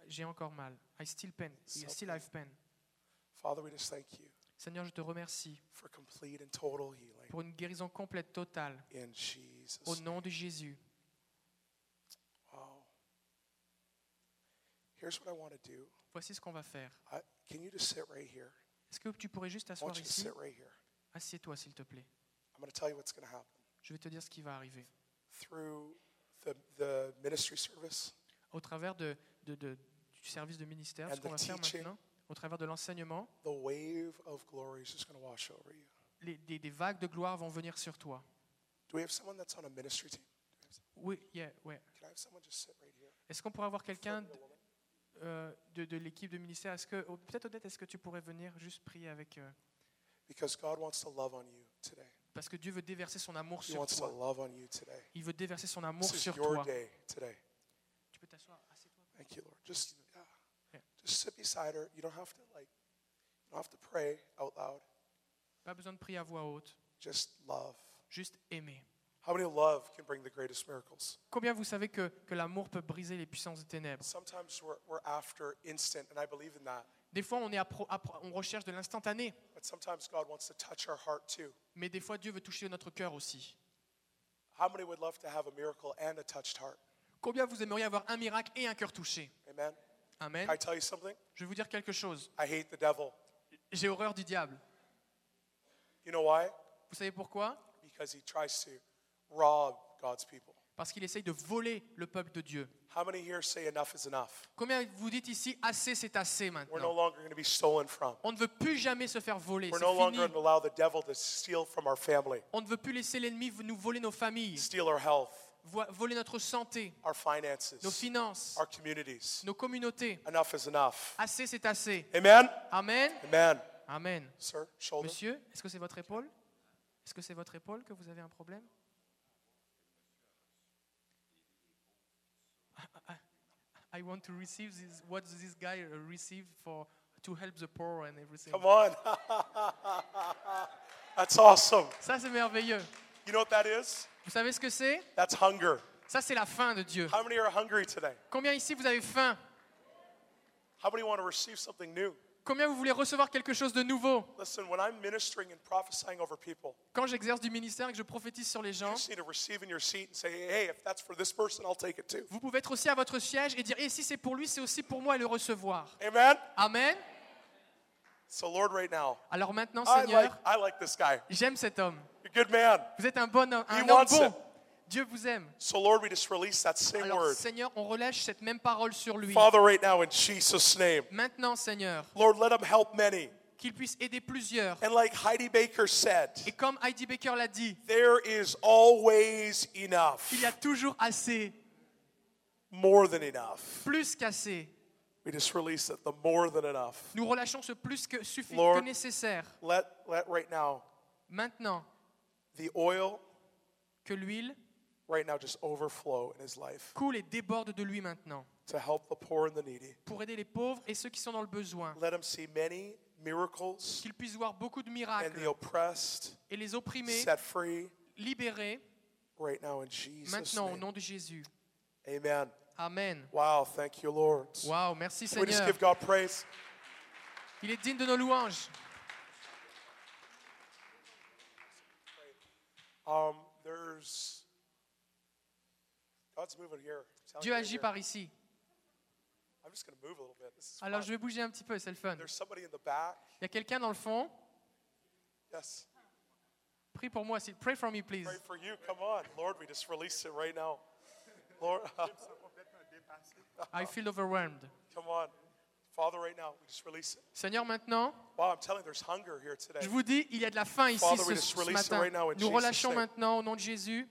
S1: J'ai encore mal. I still pain. I still have pain.
S2: Father, we just thank you
S1: Seigneur, je te remercie
S2: for complete and total healing
S1: pour une guérison complète, totale,
S2: in Jesus.
S1: au nom de Jésus.
S2: Wow. Here's what I want to do.
S1: Voici ce qu'on va faire.
S2: I, can you just sit right here?
S1: Est-ce que tu pourrais juste
S2: I want
S1: t'asseoir
S2: you to sit
S1: ici
S2: right here.
S1: Assieds-toi, s'il te plaît.
S2: I'm going to tell you what's going to happen.
S1: Je vais te dire ce qui va arriver.
S2: Through the, the ministry service,
S1: Au travers de, de- de- du service de ministère,
S2: And
S1: ce qu'on
S2: the
S1: va faire
S2: teaching.
S1: maintenant, au travers de l'enseignement,
S2: the wave of glory is just going to wash over you.
S1: les- des, des vagues de gloire vont venir sur toi.
S2: Do we have someone that's on a ministry team? Do we have some-
S1: Oui, yeah, ouais.
S2: Can I have someone just sit right here?
S1: Est-ce qu'on pourrait avoir quelqu'un
S2: Probably a woman.
S1: euh, de, de l'équipe de ministère Est-ce que, oh, peut-être Odette, est-ce que tu pourrais venir juste prier avec euh,
S2: Because God wants to love on you today.
S1: Parce que Dieu veut déverser son amour
S2: He
S1: sur
S2: wants to
S1: toi.
S2: love on you today.
S1: Il veut déverser son amour
S2: This
S1: sur
S2: is your
S1: toi.
S2: day today.
S1: Tu peux t'asseoir. assieds-toi.
S2: Thank you, Lord. Just yeah.
S1: Yeah.
S2: Just sit beside her. You don't have to like you don't have to pray out loud.
S1: Pas besoin de prier à voix haute.
S2: Just love.
S1: Juste aimer.
S2: How many love can bring the greatest miracles?
S1: Combien vous savez que, que l'amour peut briser les puissances des ténèbres
S2: Sometimes we're, we're after instant, and I believe in that.
S1: Des fois, on, est appro- appro- on recherche de l'instantané,
S2: But sometimes God wants to touch our heart too.
S1: mais des fois, Dieu veut toucher notre cœur aussi.
S2: How many would love to have a miracle and a touched heart?
S1: Combien vous aimeriez avoir un miracle et un cœur touché
S2: Amen.
S1: Amen.
S2: Can I tell you something?
S1: Je vais vous dire quelque chose.
S2: I hate the devil.
S1: J'ai horreur du diable.
S2: You know why?
S1: Vous savez pourquoi
S2: Because he tries to rob God's people.
S1: Parce qu'il essaye de voler le peuple de Dieu.
S2: How many here say enough is enough?
S1: Combien vous dites ici assez, c'est assez
S2: We're no
S1: maintenant
S2: longer going to be stolen from.
S1: On ne veut plus jamais se faire voler.
S2: We're
S1: c'est
S2: no longer
S1: fini.
S2: going to allow the devil to steal from our family,
S1: On ne veut plus laisser l'ennemi nous voler nos familles,
S2: steal our health,
S1: vo- voler notre santé,
S2: our
S1: nos
S2: finances,
S1: finances,
S2: our communities.
S1: nos communautés.
S2: Enough is enough.
S1: Assez, c'est assez.
S2: Amen.
S1: Amen.
S2: Amen.
S1: Amen.
S2: Sir, shoulder.
S1: Monsieur, est-ce que c'est votre épaule Est-ce que c'est votre épaule que vous avez un problème I- I- I want to receive this, what this guy uh, received for to help the poor and everything.
S2: Come on. [LAUGHS] That's awesome.
S1: Ça c'est merveilleux.
S2: You know what that is?
S1: Vous savez ce que c'est
S2: That's hunger.
S1: Ça c'est la faim de Dieu.
S2: How many are hungry today?
S1: Combien ici vous avez faim
S2: How many want to receive something new?
S1: Combien vous voulez recevoir quelque chose de nouveau
S2: Listen, when I'm ministering and prophesying over people,
S1: Quand j'exerce du ministère et que je prophétise sur les
S2: you
S1: gens,
S2: just need to receive in your seat and say, hey, if that's for this person, I'll take it too.
S1: vous pouvez être aussi à votre siège et dire et si c'est pour lui, c'est aussi pour moi et le recevoir.
S2: Amen?
S1: Amen.
S2: So, Lord, right now,
S1: Alors maintenant,
S2: I like,
S1: Seigneur,
S2: I like this guy.
S1: j'aime cet homme.
S2: You're a good man.
S1: Vous êtes un bon homme, un
S2: He
S1: homme
S2: wants
S1: bon.
S2: it.
S1: Dieu vous aime.
S2: So, Lord, we just release that same
S1: Alors,
S2: word.
S1: Seigneur, on relâche cette même parole sur lui.
S2: Father, right now, in Jesus' name,
S1: Maintenant, Seigneur,
S2: Lord, let him help many.
S1: qu'il puisse aider plusieurs.
S2: And like Heidi Baker said,
S1: Et comme Heidi Baker l'a dit,
S2: there is always enough,
S1: il y a toujours assez,
S2: more than enough.
S1: plus qu'assez.
S2: We just release it, the more than enough.
S1: Nous relâchons ce plus que suffisant,
S2: Lord.
S1: que nécessaire.
S2: Let, let right now,
S1: Maintenant
S2: the oil
S1: que l'huile
S2: right now just overflow in his life
S1: coule et déborde de lui maintenant,
S2: to help the poor and the needy.
S1: pour aider les pauvres et ceux qui sont dans le besoin,
S2: Let him see many miracles
S1: qu'ils puissent voir beaucoup de
S2: and the
S1: miracles
S2: oppressed
S1: et les opprimés
S2: set free
S1: libérés
S2: right now in Jesus'
S1: maintenant au
S2: name.
S1: nom de Jésus.
S2: Amen.
S1: Amen.
S2: Wow, thank you, Lord.
S1: Wow, merci
S2: Can we just
S1: Seigneur.
S2: give God praise?
S1: Il est digne de nos louanges.
S2: Um, there's God's moving here. I'm telling
S1: Dieu
S2: you
S1: agit
S2: here.
S1: par ici.
S2: I'm just going to move a little bit. This is
S1: Alors
S2: fun.
S1: je vais bouger un petit peu, c'est le fun.
S2: There's somebody in the back.
S1: Il y a quelqu'un dans le fond.
S2: Yes.
S1: Prie pour moi, s'il- pray for me please.
S2: Pray for you. Come on, Lord. We just release it right now. Lord, [LAUGHS]
S1: I feel overwhelmed.
S2: come on, Father. Right now, we just release it.
S1: Seigneur, maintenant,
S2: Wow, I'm telling you, there's hunger here today.
S1: je vous dis, il y a de la faim ici
S2: Father,
S1: ce,
S2: we just
S1: ce
S2: release it
S1: matin.
S2: right now in
S1: Nous
S2: Jesus'
S1: relâchons
S2: name.
S1: maintenant au nom de Jésus.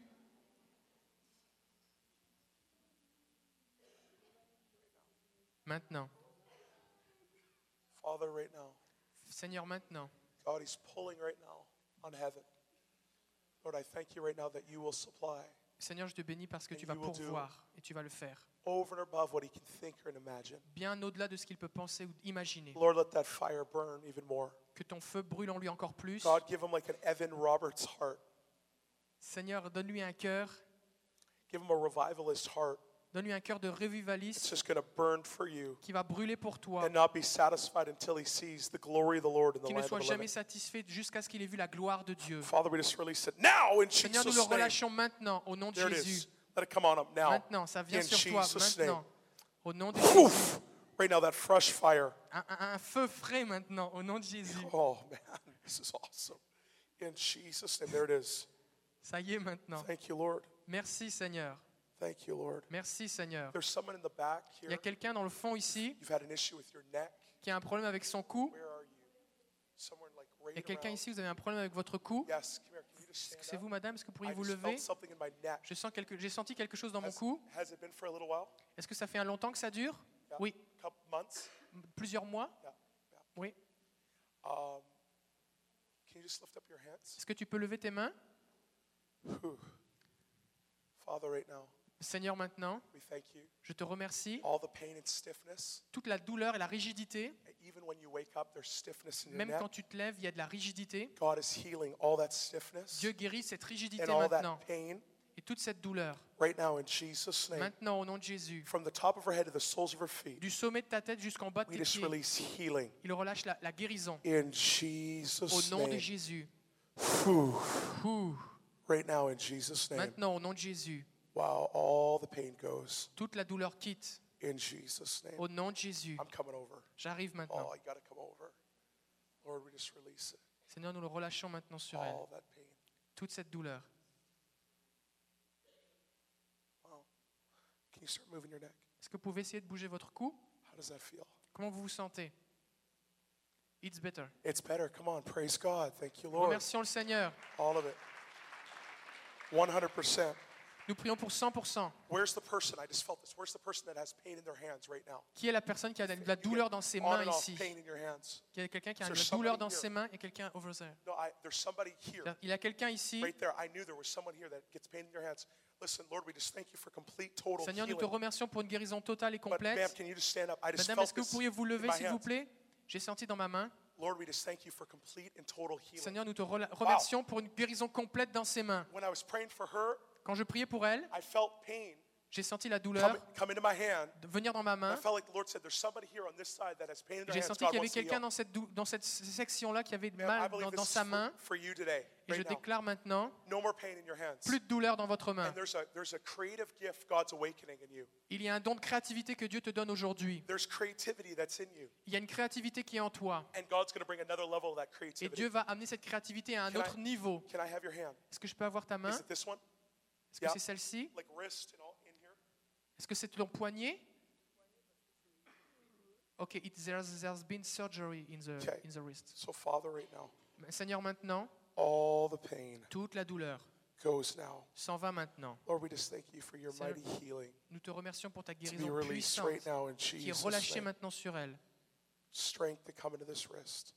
S1: Maintenant.
S2: Father, right now,
S1: Seigneur, maintenant.
S2: God, He's pulling right now on heaven. Lord, I thank you right now that you will supply
S1: Seigneur, je te bénis parce que
S2: And
S1: tu vas
S2: you will do.
S1: pourvoir et tu vas le faire.
S2: over and above what He can think or imagine.
S1: Bien au-delà de ce qu'il peut penser ou imaginer.
S2: Lord, let that fire burn even more.
S1: Que ton feu brûle en lui encore plus.
S2: God, give him like an Evan Roberts heart.
S1: Seigneur, donne-lui un cœur.
S2: Give him a revivalist heart.
S1: Donne-lui un cœur de
S2: It's
S1: revivaliste
S2: just going to burn for you
S1: qui va brûler pour toi.
S2: and not be satisfied until he sees the glory of the Lord in the
S1: Qui ne
S2: land of the
S1: soit jamais
S2: living.
S1: satisfait jusqu'à ce qu'il ait vu la gloire de Dieu.
S2: Father, we just release it now in
S1: Seigneur, nous le
S2: Jesus' name.
S1: relâchons maintenant au nom de
S2: There it
S1: Jésus.
S2: is. Let it come on up now.
S1: Maintenant, ça
S2: In
S1: vient sur toi
S2: Jesus' name.
S1: maintenant. Au nom de Jésus.
S2: Poof! Right now, that fresh fire.
S1: Un, un- un feu frais maintenant, au nom de Jésus.
S2: Oh, man, [LAUGHS] this is awesome. In Jesus' name, there it is.
S1: Ça y est maintenant.
S2: Thank you, Lord.
S1: Merci Seigneur.
S2: Thank you, Lord.
S1: Merci Seigneur.
S2: There's someone in the back
S1: Il
S2: here.
S1: y a quelqu'un dans le fond ici
S2: You've had an issue with your neck.
S1: qui a un problème avec son cou.
S2: Where are you? Somewhere like
S1: Il y a
S2: right
S1: quelqu'un
S2: around.
S1: ici, vous avez un problème avec votre cou.
S2: Yes, come here. Can you just
S1: Est-ce que c'est
S2: stand
S1: vous,
S2: up?
S1: madame Est-ce que vous
S2: I
S1: pourriez vous
S2: just
S1: lever
S2: felt something in my neck.
S1: Je sens quelque- J'ai senti quelque chose dans mon
S2: Has,
S1: cou.
S2: has it been for a little while?
S1: Est-ce que ça fait un longtemps que ça dure
S2: Yeah.
S1: Oui.
S2: couple months.
S1: M- Plusieurs mois
S2: Yeah.
S1: Oui.
S2: Um, can you just lift up your hands?
S1: Est-ce que tu peux lever tes mains
S2: Whew. Father, right now,
S1: Seigneur, maintenant,
S2: we thank you.
S1: je te remercie.
S2: All the pain and stiffness,
S1: Toute la douleur et la rigidité,
S2: even when you wake up, there's stiffness in your
S1: même quand
S2: neck.
S1: tu te lèves, il y a de la rigidité.
S2: God is healing all that stiffness
S1: Dieu guérit cette rigidité
S2: and all
S1: maintenant
S2: that pain
S1: et toute cette douleur.
S2: right now in Jesus' name.
S1: Maintenant, au nom de Jésus,
S2: From the top of her head to the soles of her feet,
S1: du sommet de ta tête jusqu'en bas de
S2: we
S1: tes
S2: just
S1: pieds,
S2: release healing
S1: il relâche la, la guérison
S2: in
S1: au
S2: Jesus'
S1: nom de
S2: name.
S1: Jésus.
S2: Whew.
S1: Ouh.
S2: Right now in Jesus' name.
S1: Maintenant, au nom de Jésus,
S2: Wow, all the pain goes
S1: toute la douleur quitte
S2: in Jesus' name.
S1: au Ah. nom de Jésus.
S2: I'm coming over.
S1: J'arrive maintenant.
S2: Oh, you got to come over. Lord, we just release it.
S1: Seigneur, nous le relâchons maintenant sur elle,
S2: All that pain.
S1: toute cette douleur.
S2: Can you start moving your neck?
S1: Est-ce que vous pouvez essayer de bouger votre cou
S2: How does that feel?
S1: Comment vous vous sentez It's better.
S2: It's better. Come on. Praise God. Thank you, Lord.
S1: Remercions le Seigneur.
S2: All of it. 100%.
S1: Nous prions pour 100%.
S2: Where's the person? I just felt this. Where's the person that has pain in their hands right now?
S1: Qui est la personne qui a de la
S2: You get
S1: douleur dans ses
S2: on
S1: mains
S2: and off
S1: ici
S2: pain in your hands.
S1: Il y a quelqu'un qui a de
S2: There's
S1: la douleur
S2: somebody
S1: dans
S2: here.
S1: ses mains et quelqu'un over there.
S2: No, I, there's somebody here,
S1: Il y a quelqu'un ici.
S2: right there. I knew there was someone here that gets pain in their hands. Listen, Lord, we just thank you for complete, total
S1: Seigneur, nous te
S2: healing.
S1: remercions pour une guérison totale et
S2: But, ma'am,
S1: complète.
S2: can you just stand up? I just
S1: Madame,
S2: felt
S1: est-ce que vous
S2: this
S1: pourriez vous
S2: in
S1: lever,
S2: my
S1: s'il vous
S2: hands.
S1: plaît J'ai senti dans ma main.
S2: Lord, we just thank you for complete and total healing.
S1: Seigneur, nous te rela- remercions pour une guérison complète dans ses mains.
S2: when I was praying for her,
S1: Quand je priais pour elle,
S2: I felt pain
S1: j'ai senti la
S2: come,
S1: douleur
S2: come into my hand.
S1: de venir dans ma
S2: I
S1: main.
S2: felt like the Lord said, "There's somebody here on this side that has pain in their
S1: J'ai
S2: hands."
S1: senti qu'il
S2: God
S1: y avait
S2: wants to
S1: quelqu'un
S2: heal.
S1: dans cette, dou- dans cette section-là qui avait
S2: Man, I
S1: mal
S2: believe
S1: dans,
S2: this
S1: dans
S2: is
S1: sa
S2: for-
S1: main.
S2: for, you today.
S1: Et je
S2: right now.
S1: déclare maintenant,
S2: No more pain in your hands.
S1: plus de douleur dans votre main.
S2: And there's a there's a creative gift God's awakening in you.
S1: Il y a un don de créativité que Dieu te donne aujourd'hui.
S2: There's creativity that's in you,
S1: Il y a une créativité qui est en toi.
S2: and God's going to bring another level of that
S1: Et
S2: creativity.
S1: Dieu va amener cette créativité à un
S2: Can I-
S1: autre niveau.
S2: Can I have your hand?
S1: Est-ce que je peux avoir ta main
S2: Is it this one?
S1: Est-ce que
S2: Yeah.
S1: c'est celle-ci
S2: Like wrist and all in here?
S1: Est-ce que c'est ton poignet Ok, it, there's, there's been surgery in the,
S2: Okay.
S1: in the wrist.
S2: So Father, right now,
S1: Mais Seigneur, maintenant,
S2: all the pain
S1: toute la douleur
S2: goes now.
S1: s'en va maintenant.
S2: Lord, we just thank you for your
S1: Seigneur,
S2: mighty healing
S1: Nous te remercions pour ta
S2: to be
S1: guérison
S2: released
S1: puissante
S2: right now in
S1: qui est
S2: Jesus'
S1: relâchée
S2: name.
S1: maintenant sur elle.
S2: Strength to come into this wrist.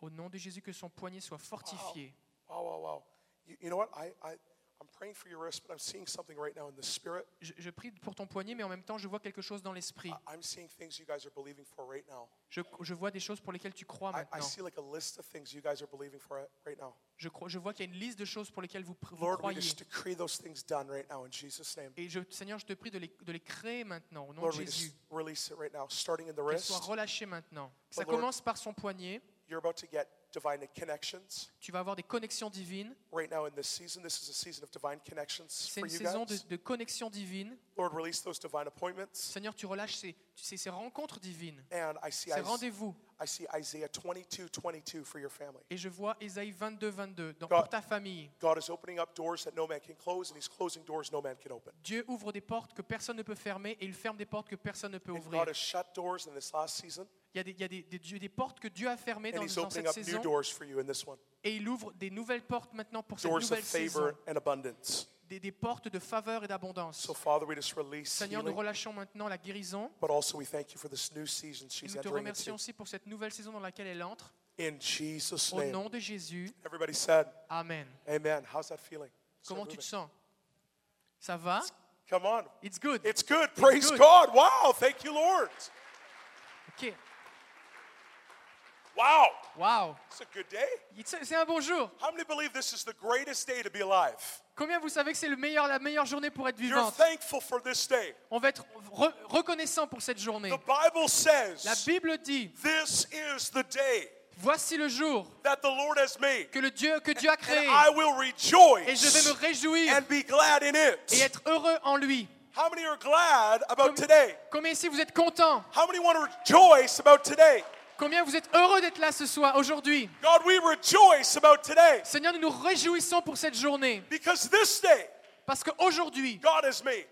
S1: Au nom de Jésus, que son poignet soit fortifié.
S2: Wow, wow, wow. You, you know what? I, I, I'm praying for your wrist, but I'm seeing something right now in the spirit.
S1: Je, je prie pour ton poignet, mais en même temps, je vois quelque chose dans l'esprit.
S2: I, I'm seeing things you guys are believing for right now.
S1: Je, je vois des choses pour lesquelles tu crois
S2: I, I
S1: maintenant.
S2: see like a list of things you guys are believing for right- right now.
S1: Je, crois, je vois qu'il y a une liste de choses pour lesquelles vous, pr- vous
S2: Lord, we
S1: croyez.
S2: just decree those things done right now in Jesus' name.
S1: Et je, Seigneur, je te prie de les, de les créer maintenant, au nom
S2: Lord,
S1: de
S2: we just
S1: Jésus.
S2: release it right now, starting in the
S1: Qu'elles soient
S2: wrist.
S1: relâchées maintenant. Ça
S2: Lord-
S1: commence par son poignet.
S2: You're about to get divine connections
S1: Tu vas avoir des connexions divines.
S2: right now in this season. This is a season of divine connections
S1: C'est
S2: for
S1: une
S2: you
S1: saison de,
S2: guys.
S1: de connexions divines.
S2: Lord, release those divine appointments.
S1: Seigneur, tu relâches ces, tu sais, ces rencontres divines,
S2: And I
S1: ces
S2: see, Isaiah,
S1: rendez-vous.
S2: I see Isaiah 22, 22 for your family.
S1: Et je vois Ésaïe 22, 22, dans,
S2: God-
S1: pour ta famille.
S2: God is opening up doors that no man can close, and He's closing doors no man can open.
S1: Dieu ouvre des portes que personne ne peut fermer et il ferme des portes que personne ne peut
S2: And
S1: ouvrir.
S2: God has shut doors in this last season,
S1: Il y a des, il y a des- des dieux- des portes que Dieu a fermées
S2: and
S1: dans,
S2: He's
S1: dans cette
S2: opening up new
S1: saison
S2: doors for you in this one.
S1: et il ouvre des nouvelles portes maintenant pour cette
S2: Doors of
S1: nouvelle saison.
S2: favor and abundance.
S1: Des, des portes de faveur et d'abondance.
S2: So, Father, we just release
S1: Seigneur, nous
S2: healing,
S1: relâchons maintenant la guérison
S2: but also we thank you for this new season
S1: et
S2: she's
S1: nous te
S2: entering
S1: remercions
S2: into.
S1: aussi pour cette nouvelle saison dans laquelle elle entre.
S2: In Jesus'
S1: Au
S2: name.
S1: nom de Jésus,
S2: Everybody said,
S1: Amen.
S2: Amen. How's that feeling? Start
S1: Comment tu te
S2: moving.
S1: sens Ça va
S2: Come on.
S1: It's good.
S2: It's good. Praise
S1: good.
S2: God. Wow. Thank you, Lord.
S1: Ok.
S2: Wow.
S1: Wow.
S2: It's a good day.
S1: It's- C'est un bon jour.
S2: How many believe this is the greatest day to be alive?
S1: Combien vous savez que c'est le meilleur, la meilleure journée pour être
S2: You're
S1: vivante
S2: thankful for this day.
S1: On va être re- reconnaissant pour cette journée.
S2: The Bible
S1: La
S2: says,
S1: Bible dit,
S2: This is the day
S1: voici le jour
S2: that the Lord has made,
S1: que, le Dieu, que Dieu a
S2: and
S1: créé
S2: I will
S1: et je vais
S2: rejoice
S1: me réjouir
S2: and be glad in
S1: et
S2: it.
S1: être heureux en lui.
S2: How many are glad about today?
S1: Combien ici vous êtes contents
S2: How many want to rejoice about today?
S1: Combien vous êtes heureux d'être là ce soir, aujourd'hui
S2: God, we rejoice about today
S1: Seigneur, nous nous réjouissons pour cette journée
S2: because this day
S1: parce qu'aujourd'hui,
S2: God has made.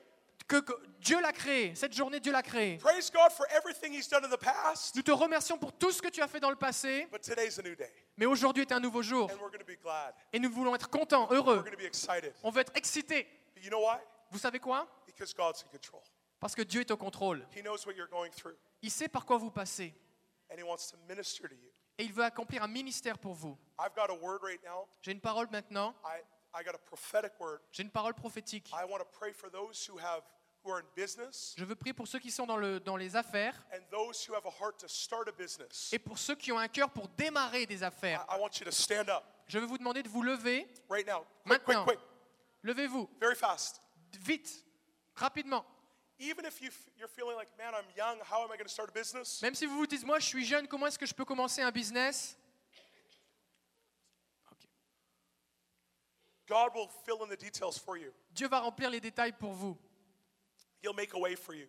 S1: que, que Dieu l'a créé, cette journée Dieu l'a créée.
S2: Praise God for everything He's done in the past,
S1: Nous te remercions pour tout ce que tu as fait dans le passé,
S2: but today's a new day,
S1: mais aujourd'hui est un nouveau jour
S2: and we're going to be glad.
S1: et nous voulons être contents,
S2: We're
S1: heureux.
S2: going to be excited.
S1: On veut être excités.
S2: But you know why?
S1: Vous savez quoi
S2: Because God's in control.
S1: Parce que Dieu est au contrôle.
S2: He knows what you're going through,
S1: Il sait par quoi vous passez
S2: and He wants to minister to you.
S1: et il veut accomplir un ministère pour vous.
S2: I've got a word right now.
S1: J'ai une parole maintenant,
S2: I, I got a prophetic word.
S1: j'ai une parole prophétique.
S2: I want to pray for those who have who are in business
S1: Je veux prier pour ceux qui sont dans, le, dans les affaires
S2: and those who have a heart to start a business.
S1: et pour ceux qui ont un cœur pour démarrer des affaires.
S2: I, I want you to stand up
S1: Je veux vous demander de vous lever.
S2: right now. Quick, quick,
S1: Maintenant,
S2: quick.
S1: levez-vous,
S2: Very fast.
S1: vite, rapidement.
S2: Even if you f- you're feeling like, man, I'm young, how am I going to start a business?
S1: Même si vous vous dites, moi je suis jeune, comment est-ce que je peux commencer un business Ok.
S2: God will fill in the details for you.
S1: Dieu va remplir les détails pour vous.
S2: He'll make a way for you.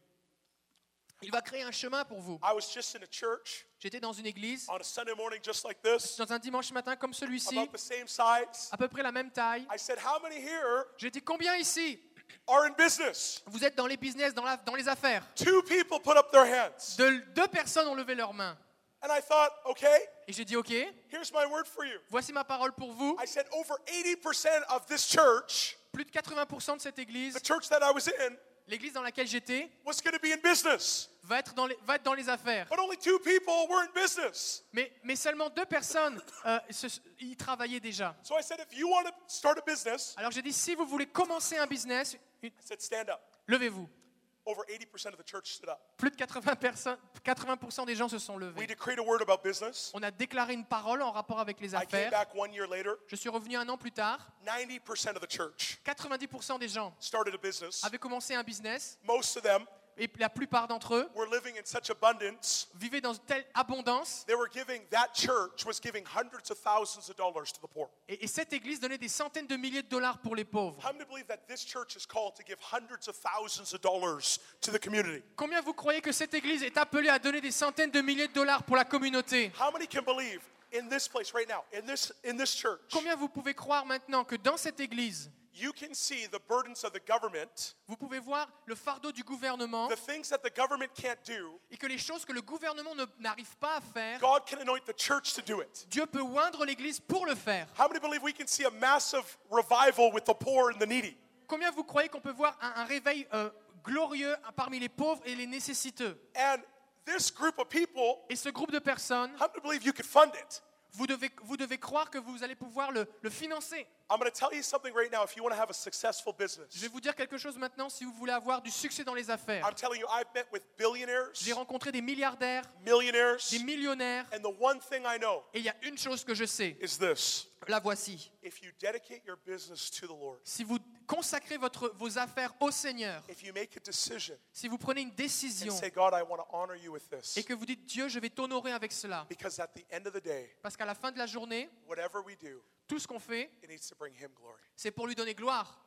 S1: Il va créer un chemin pour vous.
S2: I was just in a church
S1: J'étais dans une église,
S2: on a Sunday morning just like this,
S1: dans un dimanche matin comme celui-ci,
S2: about the same size.
S1: à peu près la même taille.
S2: I said, how many here
S1: J'ai dit, combien ici
S2: are in business?
S1: Vous êtes dans les business, dans, la- dans les affaires.
S2: Two people put up their hands.
S1: De- deux personnes ont levé leurs mains.
S2: And I thought, okay,
S1: Et j'ai dit, OK,
S2: here's my word for you.
S1: voici ma parole pour vous.
S2: I said over 80% of this church,
S1: Plus de 80% de cette église,
S2: the church that I was in,
S1: l'église dans laquelle j'étais,
S2: was going to be in business.
S1: va être dans les, va être dans les affaires.
S2: But only two people were in business.
S1: Mais, mais seulement deux personnes euh, se- y travaillaient déjà.
S2: So I said, if you want to start a business,
S1: Alors j'ai dit, si vous voulez commencer un business, une-
S2: I said, stand up.
S1: levez-vous.
S2: Over 80% of the church stood up.
S1: Plus de 80%, personnes- 80 des gens se sont
S2: We
S1: levés.
S2: decreed a word about business.
S1: On a déclaré une parole en rapport avec les
S2: I came
S1: affaires.
S2: back one year later.
S1: Je suis revenu un an plus tard.
S2: 90% of the church
S1: 90% des gens
S2: started a business.
S1: avaient commencé un business
S2: Most of them
S1: et la plupart d'entre eux
S2: were living in such abundance.
S1: vivaient dans telle abondance
S2: They were giving, that church was giving hundreds of thousands of dollars to the poor.
S1: et, et cette église donnait des centaines de milliers de dollars pour les pauvres.
S2: How many believe that this church is called to give hundreds of thousands of dollars to the community?
S1: Combien vous croyez que cette église est appelée à donner des centaines de milliers de dollars pour la communauté
S2: How many can believe in this place right now, in this in this church,
S1: Combien vous pouvez croire maintenant que dans cette église,
S2: you can see the burdens of the government,
S1: Vous pouvez voir le fardeau du gouvernement
S2: the things that the government can't do.
S1: et que les choses que le gouvernement ne- n'arrive pas à faire,
S2: God can anoint the church to do it.
S1: Dieu peut oindre l'Église pour le faire.
S2: How many believe we can see a massive revival with the poor and the needy?
S1: Combien vous croyez qu'on peut voir un, un réveil euh, glorieux parmi les pauvres et les nécessiteux
S2: And this group of people,
S1: Et ce groupe de personnes,
S2: how many believe you could fund it?
S1: vous devez, vous devez croire que vous allez pouvoir le, le financer.
S2: I'm going to tell you something right now. If you want to have a successful
S1: Je vais
S2: business,
S1: vous dire quelque chose maintenant si vous voulez avoir du succès dans les affaires.
S2: I'm telling you, I've met with billionaires,
S1: J'ai rencontré des milliardaires,
S2: millionaires,
S1: des millionnaires,
S2: and the one thing I know
S1: et il y a une chose que je sais,
S2: is this:
S1: la voici.
S2: if you dedicate your business to the Lord,
S1: Si vous consacrez votre, vos affaires au Seigneur,
S2: if you make a decision
S1: si vous prenez une
S2: and
S1: décision
S2: say, God, I want to honor you with this,
S1: et que vous dites Dieu, je vais t'honorer avec cela,
S2: because at the end of the day,
S1: parce qu'à la fin de la journée,
S2: whatever we do,
S1: tout ce qu'on fait,
S2: it needs to bring Him glory.
S1: c'est pour lui donner gloire.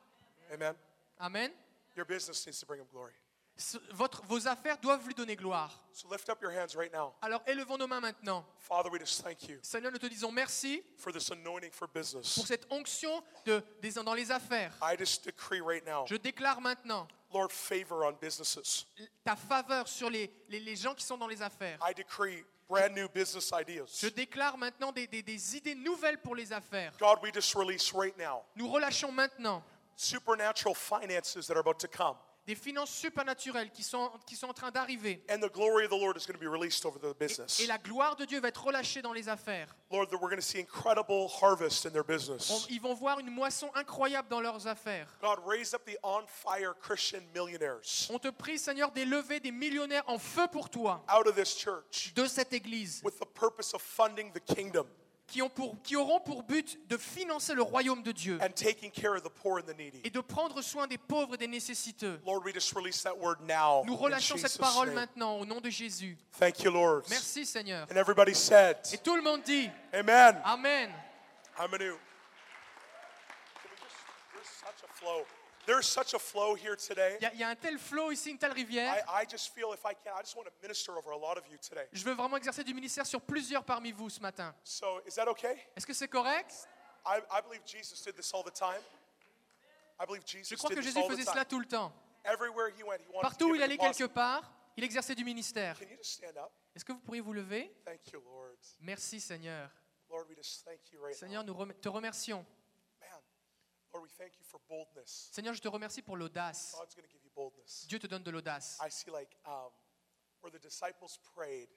S2: Amen.
S1: Amen.
S2: Your business needs to bring Him glory.
S1: Ce- votre- vos affaires doivent lui donner gloire.
S2: So lift up your hands right now.
S1: Alors élevons nos mains maintenant.
S2: Father, we just thank you
S1: Seigneur, nous te disons merci
S2: for this anointing for
S1: pour
S2: business.
S1: cette onction de, des- dans les affaires.
S2: I just decree right now,
S1: Je déclare maintenant
S2: Lord, favor on businesses.
S1: ta faveur sur les, les, les gens qui sont dans les affaires.
S2: I decree brand new business
S1: Je
S2: ideas.
S1: déclare maintenant des, des- des idées nouvelles pour les affaires.
S2: God, we just release right now
S1: Nous relâchons maintenant
S2: supernatural finances that are about to come.
S1: des finances supernaturelles qui sont, qui sont en train d'arriver.
S2: And the glory of the Lord is going to be released over the
S1: Et,
S2: business.
S1: et la gloire de Dieu va être relâchée dans les affaires.
S2: Lord, that we're going to see incredible harvest in their
S1: On-
S2: business.
S1: ils vont voir une moisson incroyable dans leurs affaires.
S2: God, raise up the on fire Christian millionaires
S1: On te prie, Seigneur, d'élever des millionnaires en feu pour toi.
S2: out of this church
S1: de cette Église
S2: with the purpose of funding the kingdom
S1: qui, ont pour, qui auront pour but de financer le royaume de Dieu
S2: and taking care of the poor and the needy.
S1: et de prendre soin des pauvres et des nécessiteux.
S2: Lord, we just release that word now.
S1: Nous
S2: in
S1: relâchons cette
S2: Jesus'
S1: parole
S2: name.
S1: maintenant au nom de Jésus.
S2: Thank you, Lord.
S1: Merci Seigneur.
S2: And everybody said,
S1: Et tout le monde dit
S2: Amen.
S1: Amen.
S2: How many? Can we just- There's such a flow. There's such a flow here today.
S1: Il y, a- il y a un tel flot ici, une telle
S2: I,
S1: rivière.
S2: I just feel if I can, I just want to minister over a lot of you today.
S1: Je veux vraiment exercer du ministère sur plusieurs parmi vous ce matin.
S2: So is that okay?
S1: Est-ce que c'est correct
S2: I, I believe Jesus did this all the time. I believe Jesus
S1: Je crois
S2: did
S1: que
S2: this
S1: Jésus
S2: all the
S1: faisait
S2: time.
S1: cela tout le temps.
S2: Everywhere he went, he wanted
S1: Partout
S2: to
S1: où il
S2: give it
S1: allait
S2: to us.
S1: quelque part, il exerçait du ministère.
S2: Can you just stand up?
S1: Est-ce que vous pourriez vous lever
S2: Thank you, Lord.
S1: Merci Seigneur.
S2: Lord, we just thank you right
S1: Seigneur,
S2: now.
S1: nous rem- te remercions.
S2: Man, Lord, we thank you for boldness.
S1: Seigneur, je te remercie pour l'audace.
S2: God's going to give you boldness.
S1: Dieu te donne de l'audace.
S2: I see like um, where the disciples prayed.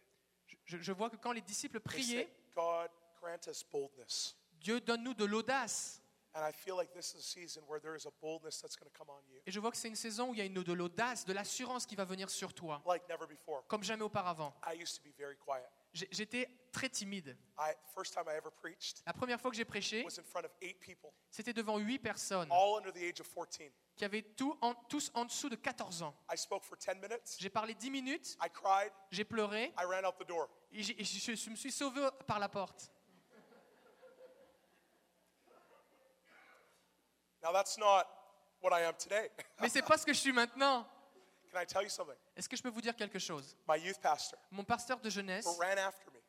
S1: Je, je vois que quand les disciples
S2: They said,
S1: priaient,
S2: God, grant us boldness.
S1: Dieu donne-nous de l'audace.
S2: And I feel like this is a season where there is a boldness that's going to come on you
S1: Et je vois que c'est une saison où il y a une, de l'audace, de l'assurance qui va venir sur toi,
S2: like never before.
S1: comme jamais auparavant.
S2: I used to be very quiet.
S1: J'ai- J'étais très timide.
S2: I first time I ever preached
S1: La première fois que j'ai prêché,
S2: was in front of eight people,
S1: c'était devant huit personnes
S2: all under the age of 14.
S1: qui avaient tout en- tous en dessous de 14 ans.
S2: I spoke for 10 minutes.
S1: J'ai parlé 10 minutes,
S2: I cried.
S1: j'ai pleuré
S2: I ran out the door.
S1: et, j'ai- et je, je me suis sauvé par la porte.
S2: Now that's not what I am today. [LAUGHS]
S1: Mais c'est pas ce que je suis maintenant.
S2: Can I tell you something?
S1: Est-ce que je peux vous dire quelque chose
S2: My youth pastor
S1: Mon pasteur de jeunesse
S2: who ran after me.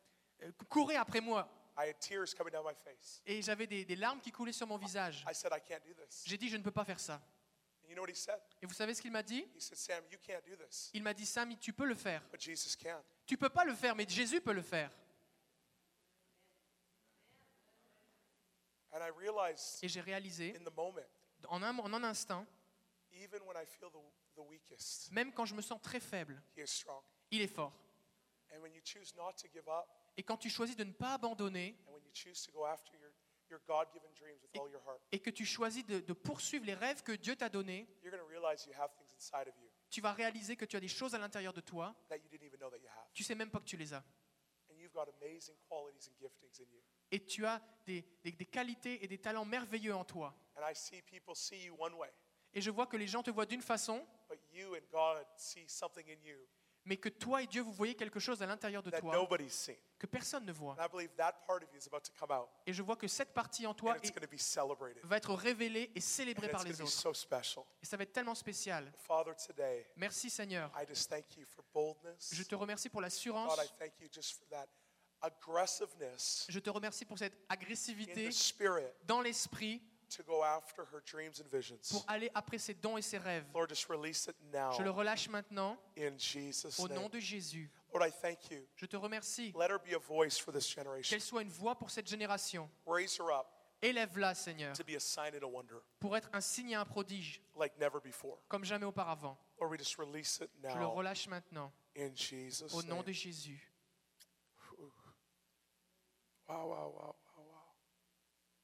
S1: euh, courait après moi
S2: I had tears coming down my face.
S1: et j'avais des, des larmes qui coulaient sur mon visage.
S2: I said, I can't do this.
S1: J'ai dit, je ne peux pas faire ça.
S2: And you know what he said?
S1: Et vous savez ce qu'il m'a dit
S2: He said, Sam, you can't do this,
S1: Il m'a dit, Samy, tu peux le faire.
S2: but Jesus can.
S1: Tu peux pas le faire, mais Jésus peut le faire.
S2: And I realized
S1: Et j'ai réalisé,
S2: in the moment,
S1: en un, en un instant,
S2: even when I feel the, the weakest,
S1: même quand je me sens très faible,
S2: he is strong.
S1: il est fort.
S2: And when you choose not to give up,
S1: Et quand tu choisis de ne pas abandonner
S2: and when you choose to go after your, your God given dreams with all your heart,
S1: et que tu choisis de, de poursuivre les rêves que Dieu t'a donnés,
S2: you're going to realize you have things inside of you
S1: tu vas réaliser que tu as des choses à l'intérieur de toi,
S2: that you didn't even know that you have.
S1: tu sais même pas que tu les as.
S2: And you've got amazing qualities and giftings in you.
S1: Et tu as des, des- des qualités et des talents merveilleux en toi.
S2: And I see people see you one way,
S1: Et je vois que les gens te voient d'une façon,
S2: but you and God see something in you
S1: mais que toi et Dieu, vous voyez quelque chose à l'intérieur de
S2: that
S1: toi
S2: nobody's seen.
S1: que personne ne voit.
S2: And I believe that part of you is about to come out,
S1: Et je vois que cette partie en
S2: and
S1: toi
S2: it's
S1: est-
S2: going to be celebrated.
S1: va être révélée et
S2: And
S1: célébrée
S2: it's
S1: par
S2: going
S1: les
S2: to be
S1: autres.
S2: so special.
S1: Et ça va être tellement spécial.
S2: Father, today,
S1: Merci Seigneur.
S2: I just thank you for boldness.
S1: Je te remercie pour l'assurance.
S2: God, I thank you just for that aggressiveness
S1: Je te remercie pour cette
S2: in
S1: agressivité
S2: the spirit
S1: dans l'esprit
S2: to go after her dreams and visions.
S1: pour aller après ses dons et ses rêves.
S2: Lord, just release it now
S1: Je le relâche maintenant
S2: in Jesus'
S1: au nom
S2: name.
S1: de Jésus.
S2: Lord, I thank you.
S1: Je te remercie.
S2: Let her be a voice for this generation.
S1: Qu'elle soit une voix pour cette génération.
S2: Raise her up
S1: Élève-la, Seigneur,
S2: to be a sign and a wonder
S1: pour être un signe et un prodige
S2: like never before.
S1: comme jamais auparavant.
S2: Lord, we just release it
S1: Je le
S2: now
S1: relâche maintenant
S2: in Jesus'
S1: au nom
S2: name.
S1: de Jésus.
S2: Wow, wow, wow, wow, wow.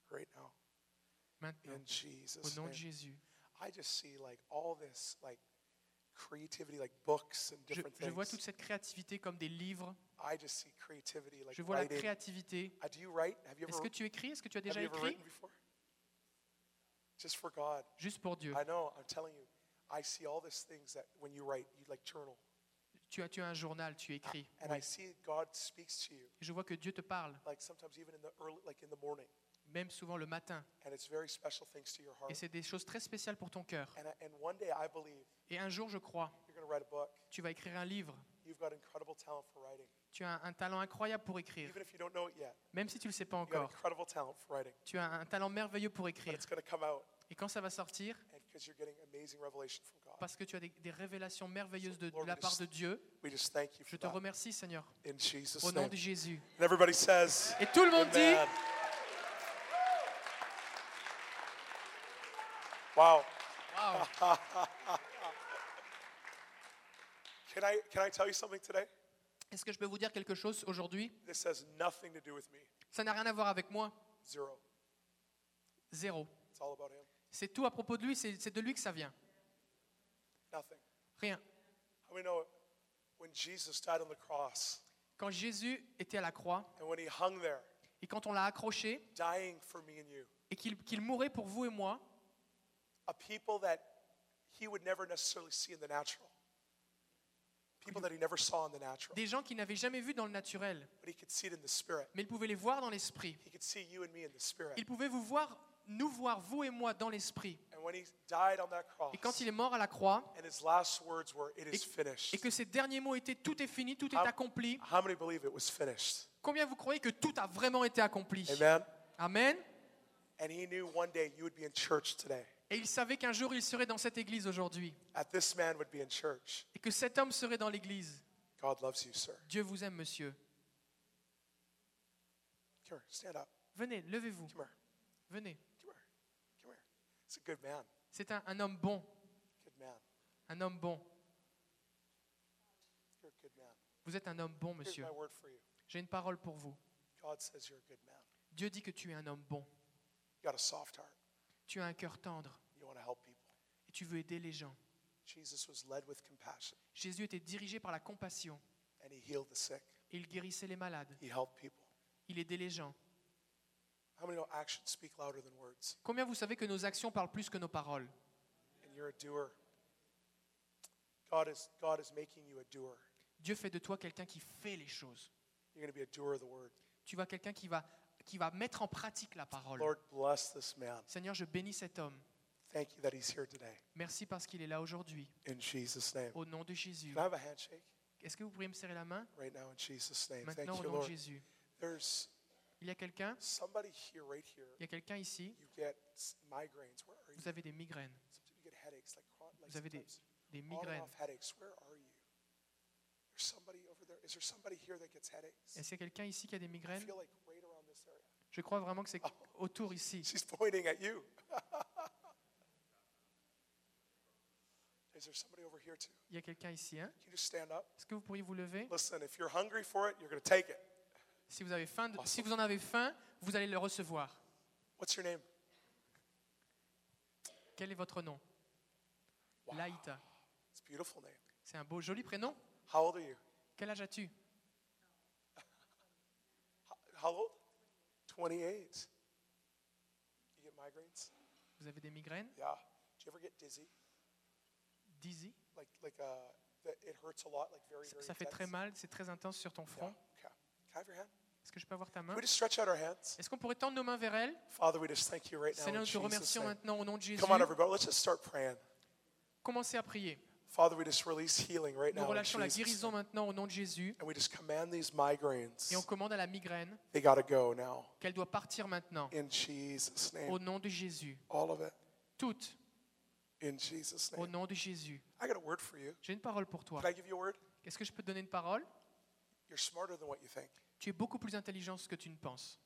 S2: Right now,
S1: Maintenant,
S2: in
S1: au
S2: Jesus'
S1: nom de
S2: name.
S1: Jésus.
S2: I just see like all this like creativity, like books and
S1: Je,
S2: different
S1: je vois toute
S2: things.
S1: cette créativité comme des livres.
S2: I just see creativity, like
S1: Je vois la
S2: writing.
S1: créativité.
S2: Uh, do you write? Have you
S1: Est-ce que
S2: ever,
S1: tu écris Est-ce que tu as
S2: have
S1: déjà
S2: you ever
S1: écrit
S2: written before? Just for God.
S1: Juste pour Dieu.
S2: I know. I'm telling you. I see all these things that when you write, you like journal,
S1: Tu as, tu as un journal, tu écris.
S2: and I see God speaks to you.
S1: Et je vois que Dieu te parle,
S2: Like sometimes even in the early, like in the morning,
S1: même souvent le matin.
S2: and it's very special things to your heart.
S1: Et c'est des choses très spéciales pour ton cœur.
S2: And I, and one day I believe
S1: Et un jour, je crois,
S2: you're going to write a book.
S1: tu vas écrire un livre.
S2: You've got incredible talent for writing,
S1: Tu as un talent incroyable pour écrire,
S2: even if you don't know it yet.
S1: même si tu ne le sais pas
S2: You've got
S1: encore.
S2: incredible talent for writing,
S1: Tu as un talent merveilleux pour
S2: but
S1: écrire.
S2: it's going to come out
S1: Et quand ça va sortir,
S2: and because you're getting amazing revelation from God.
S1: parce que tu as des, des révélations merveilleuses de, de la part de Dieu,
S2: We just thank you
S1: je
S2: for
S1: te
S2: that
S1: remercie, Seigneur,
S2: in Jesus'
S1: au nom
S2: name.
S1: de Jésus.
S2: And everybody says,
S1: Et tout le monde
S2: Amen.
S1: dit,
S2: Wow.
S1: Wow.
S2: Can I can I tell you something today?
S1: est-ce que je peux vous dire quelque chose aujourd'hui
S2: This has nothing to do with me.
S1: Ça n'a rien à voir avec moi.
S2: Zero.
S1: Zéro.
S2: It's all about him.
S1: C'est tout à propos de lui, c'est c'est de lui que ça vient.
S2: Nothing.
S1: Rien.
S2: How we know it? when Jesus died on the cross
S1: Quand Jésus était à la croix,
S2: and when he hung there,
S1: et quand on l'a accroché,
S2: dying for me and you,
S1: et qu'il qu'il mourait pour vous et moi,
S2: a people that he would never necessarily see in the natural. People that he never saw in the natural,
S1: des gens qu'il n'avait jamais vus dans le naturel,
S2: but he could see it in the spirit.
S1: mais il pouvait les voir dans l'esprit.
S2: He could see you and me in the spirit.
S1: Il pouvait vous voir, nous voir, vous et moi, dans l'esprit.
S2: And when he died on that cross,
S1: Et quand il est mort à la croix,
S2: and his last words were, It is finished.
S1: et que ses derniers mots étaient Tout est fini, tout est
S2: Am-
S1: accompli,
S2: How many believe it was finished?
S1: combien vous croyez que tout a vraiment été accompli
S2: Amen.
S1: Amen.
S2: And he knew one day you would be in church today.
S1: Et il savait qu'un jour il serait dans cette église aujourd'hui,
S2: That this man would be in church.
S1: et que cet homme serait dans l'église.
S2: God loves you, sir.
S1: Dieu vous aime, monsieur.
S2: Come here, stand up.
S1: Venez, levez-vous,
S2: Come here,
S1: venez.
S2: come here, come here. It's a good man.
S1: C'est un, un homme bon,
S2: Good man.
S1: un homme bon.
S2: You're a good man.
S1: Vous êtes un homme bon,
S2: Here's
S1: monsieur.
S2: my word for you.
S1: J'ai une parole pour vous.
S2: God says you're a good man.
S1: Dieu dit que tu es un homme bon.
S2: You got a soft heart.
S1: Tu as un cœur tendre
S2: You want to help people.
S1: et tu veux aider les gens.
S2: Jesus was led with compassion
S1: Jésus était dirigé par la compassion.
S2: and he healed the sick.
S1: et Il guérissait les malades.
S2: He helped people.
S1: Il aidait les gens.
S2: How many know actions speak louder than words?
S1: Combien vous savez que nos actions parlent plus que nos paroles
S2: And you're a doer. God is, God is making you a doer.
S1: Dieu fait de toi quelqu'un qui fait les choses.
S2: You're going to be a doer of the word.
S1: Tu vas quelqu'un qui va, qui va mettre en pratique la parole.
S2: Lord, bless this man.
S1: Seigneur, je bénis cet homme.
S2: Thank you that he's here today.
S1: Merci parce qu'il est là aujourd'hui.
S2: In Jesus' name.
S1: Au nom de Jésus.
S2: Can I have a handshake
S1: Est-ce que vous pourriez me serrer la main
S2: right now in Jesus' name? Thank
S1: Maintenant, au
S2: you,
S1: nom de
S2: Lord.
S1: Jésus.
S2: There's
S1: Il y a quelqu'un
S2: somebody here, right here.
S1: Il y a quelqu'un ici
S2: You get s- migraines. Where are you?
S1: Vous avez des migraines.
S2: Sometimes you get headaches, like, chron- like
S1: Vous avez des,
S2: sometimes
S1: des
S2: on and
S1: migraines.
S2: off headaches. Where are you? There's somebody over there. Is there somebody here that gets headaches?
S1: Est-ce qu'il y a quelqu'un ici qui a des
S2: I
S1: migraines
S2: feel like right around this area. [LAUGHS]
S1: Je crois vraiment que c'est autour ici.
S2: She's pointing at you. [LAUGHS] Is there somebody over here too?
S1: Il y a quelqu'un ici. Hein
S2: Can you just stand up?
S1: Est-ce que vous pourriez vous lever
S2: Listen, if you're hungry for it, you're going to take it.
S1: si vous, avez faim de-
S2: Awesome.
S1: si vous en avez faim, vous allez le recevoir.
S2: What's your name?
S1: Quel est votre nom
S2: Wow.
S1: Laïta.
S2: It's a beautiful name.
S1: C'est un beau, joli prénom.
S2: How old are you?
S1: Quel âge as-tu
S2: How- How old? 28. You get migraines?
S1: Vous avez des migraines
S2: Yeah. Do you ever get dizzy?
S1: Dizzy
S2: Like, like uh, that it hurts a lot, like very,
S1: Ça,
S2: very
S1: ça fait très
S2: intense?
S1: mal, c'est très intense sur ton
S2: Yeah.
S1: front.
S2: Okay. Can I have your hand?
S1: Est-ce que je peux avoir ta main
S2: Can we just stretch out our hands?
S1: Est-ce qu'on pourrait tendre nos mains vers elle
S2: Father, we just thank you right now.
S1: Seigneur, nous
S2: in
S1: te
S2: Jesus'
S1: remercions
S2: name.
S1: maintenant au nom de Jésus.
S2: Come on, everybody. Let's just start praying.
S1: Commencez à prier.
S2: Father, we just release healing right
S1: Nous
S2: now. in
S1: relâchons la
S2: Jesus'
S1: guérison maintenant au nom de Jésus
S2: And we just command these migraines.
S1: et on commande à la migraine
S2: They got to go now.
S1: qu'elle doit partir maintenant
S2: In Jesus'
S1: au
S2: name.
S1: nom de Jésus.
S2: All of it.
S1: Toutes
S2: In Jesus'
S1: au
S2: name.
S1: nom de Jésus.
S2: I got a word for you.
S1: J'ai une parole pour toi.
S2: Can I give you a word?
S1: Est-ce que je peux te donner une parole
S2: You're smarter than what you think.
S1: Tu es beaucoup plus intelligent que tu ne penses.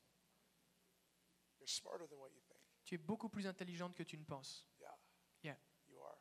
S2: You're smarter than what you think.
S1: Tu es beaucoup plus intelligente que tu ne penses.
S2: Yeah.
S1: Yeah.
S2: You are.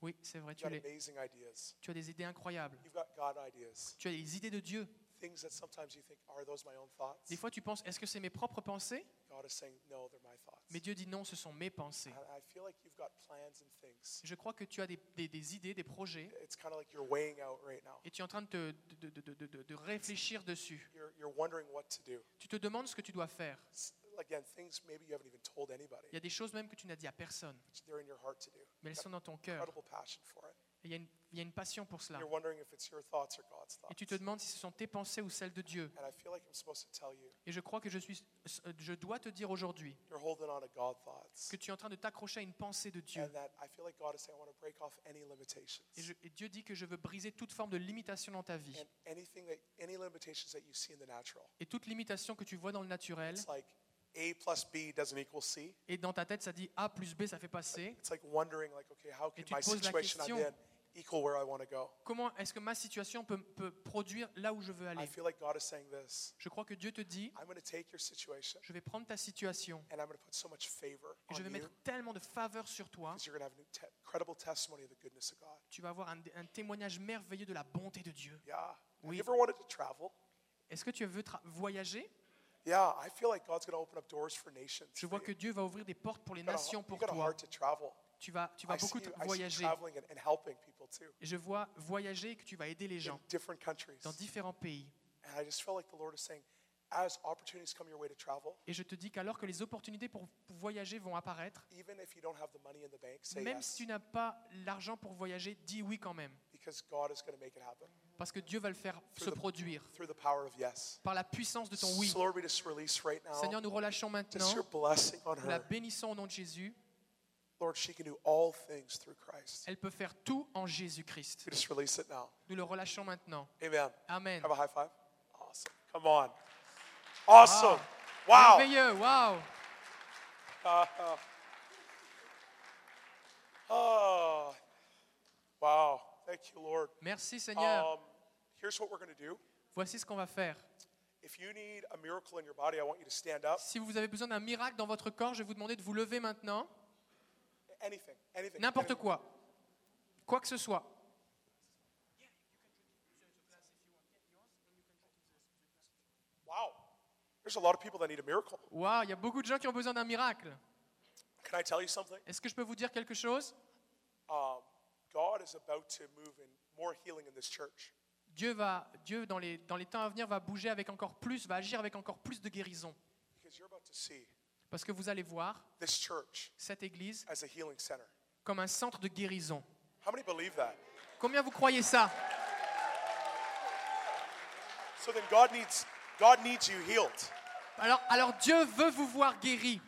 S1: Oui, c'est vrai, tu
S2: You've got
S1: l'es.
S2: amazing ideas.
S1: Tu as des idées incroyables.
S2: You've got God ideas.
S1: Tu as des idées de Dieu.
S2: Things that sometimes you think, are those my own
S1: Des
S2: thoughts?
S1: fois, tu penses, est-ce que c'est mes propres pensées
S2: God is saying, no, they're my
S1: Mais
S2: thoughts.
S1: Dieu dit non, ce sont mes pensées.
S2: And I feel like you've got plans and things.
S1: Je crois que tu as des, des- des idées, des projets,
S2: It's kind of like you're weighing out right now.
S1: et tu es en train de, te- de- de- de- de- de réfléchir dessus.
S2: You're, you're wondering what to do.
S1: Tu te demandes ce que tu dois faire.
S2: S- Again, things maybe you haven't even told anybody.
S1: Il y a des choses même que tu n'as dit à personne,
S2: but They're in your heart to do.
S1: mais elles sont dans ton cœur.
S2: Incredible passion for it.
S1: Et Il y, a une- il y a une passion pour cela.
S2: You're wondering if it's your thoughts or God's
S1: Et
S2: thoughts.
S1: tu te demandes si ce sont tes pensées ou celles de Dieu.
S2: And I feel like I'm supposed to tell you,
S1: Et je crois que je, suis, euh, je dois te dire aujourd'hui
S2: you're holding on to God thoughts.
S1: que tu es en train de t'accrocher à une pensée de Dieu.
S2: And that I feel like God is saying, I want to break off any limitations.
S1: Et, je- et Dieu dit que je veux briser toute forme de limitation dans ta vie.
S2: And anything that, any limitations that you see in the natural.
S1: Et toute limitation que tu vois dans le naturel,
S2: It's like A plus B doesn't equal C.
S1: et dans ta tête ça dit A plus B, ça fait passer.
S2: It's like wondering, like, okay, how
S1: Et
S2: can
S1: tu
S2: my
S1: te poses la question.
S2: situation I'm in equal where I want to go?
S1: Comment est-ce que ma situation peut, peut produire là où je veux
S2: I
S1: aller
S2: feel like God is saying this.
S1: Je crois que Dieu te dit,
S2: I'm going to take your situation
S1: je vais prendre ta situation
S2: and I'm going to put so much favor
S1: et
S2: on
S1: je vais
S2: you
S1: mettre tellement de faveur sur toi.
S2: because you're going to have an te- incredible testimony of the goodness of God.
S1: Tu vas avoir un, un témoignage merveilleux de la bonté de Dieu.
S2: Yeah. Have
S1: Oui.
S2: you ever wanted to travel?
S1: Est-ce que tu veux tra- voyager
S2: Yeah, I feel like God's going to open up doors for nations.
S1: Je
S2: for
S1: vois
S2: you.
S1: que Dieu va ouvrir des portes pour les
S2: You got a-
S1: nations
S2: you
S1: pour
S2: got a
S1: toi.
S2: heart to travel.
S1: Tu vas, tu
S2: I
S1: vas
S2: see
S1: beaucoup te
S2: you- I see you
S1: voyager.
S2: traveling and, and helping people too
S1: Et je vois voyager et que tu vas aider les
S2: in
S1: gens
S2: different countries.
S1: dans différents pays.
S2: And I just feel like the Lord is saying, as opportunities come your way to travel,
S1: Et je te dis qu'alors que les opportunités pour pour voyager vont apparaître,
S2: even if you don't have the money in the bank, say
S1: même
S2: yes,
S1: si tu n'as pas l'argent pour voyager, dis oui quand même.
S2: because God is going to make it happen
S1: Parce que Dieu va le faire se
S2: Through the-
S1: produire
S2: through the power of yes.
S1: par la puissance de ton oui.
S2: So Lord, we just release right now
S1: Seigneur, nous relâchons
S2: just
S1: maintenant,
S2: your blessing on
S1: nous la
S2: her.
S1: bénissons au nom de Jésus.
S2: Lord, she can do all things through Christ.
S1: Elle peut faire tout en Jésus-Christ.
S2: We just release it now.
S1: Nous le relâchons maintenant.
S2: Amen.
S1: Amen.
S2: Have a high five. Awesome. Come on. Awesome.
S1: Ah.
S2: Wow.
S1: Merveilleux, waouh
S2: Oh. Wow. Thank you, Lord.
S1: Merci Seigneur.
S2: Um, here's what we're going to do.
S1: Voici ce qu'on va faire.
S2: If you need a miracle in your body, I want you to stand up.
S1: Si vous avez besoin d'un miracle dans votre corps, je vais vous demander de vous lever maintenant.
S2: Anything, anything.
S1: N'importe
S2: anything.
S1: quoi. Quoi que ce soit.
S2: Wow. There's a lot of people that need a miracle.
S1: Waouh, il y a beaucoup de gens qui ont besoin d'un miracle.
S2: Can I tell you something?
S1: Est-ce que je peux vous dire quelque chose
S2: Um, God is about to move in more healing in this church.
S1: Dieu, va, Dieu dans, les, dans les temps à venir, va bouger avec encore plus, va agir avec encore plus de guérison.
S2: Because you're about to see
S1: Parce que vous allez voir
S2: this church
S1: cette église
S2: as a healing center.
S1: comme un centre de guérison.
S2: How many believe that?
S1: Combien vous croyez ça
S2: So then God needs God needs you healed
S1: alors, alors Dieu veut vous voir guéri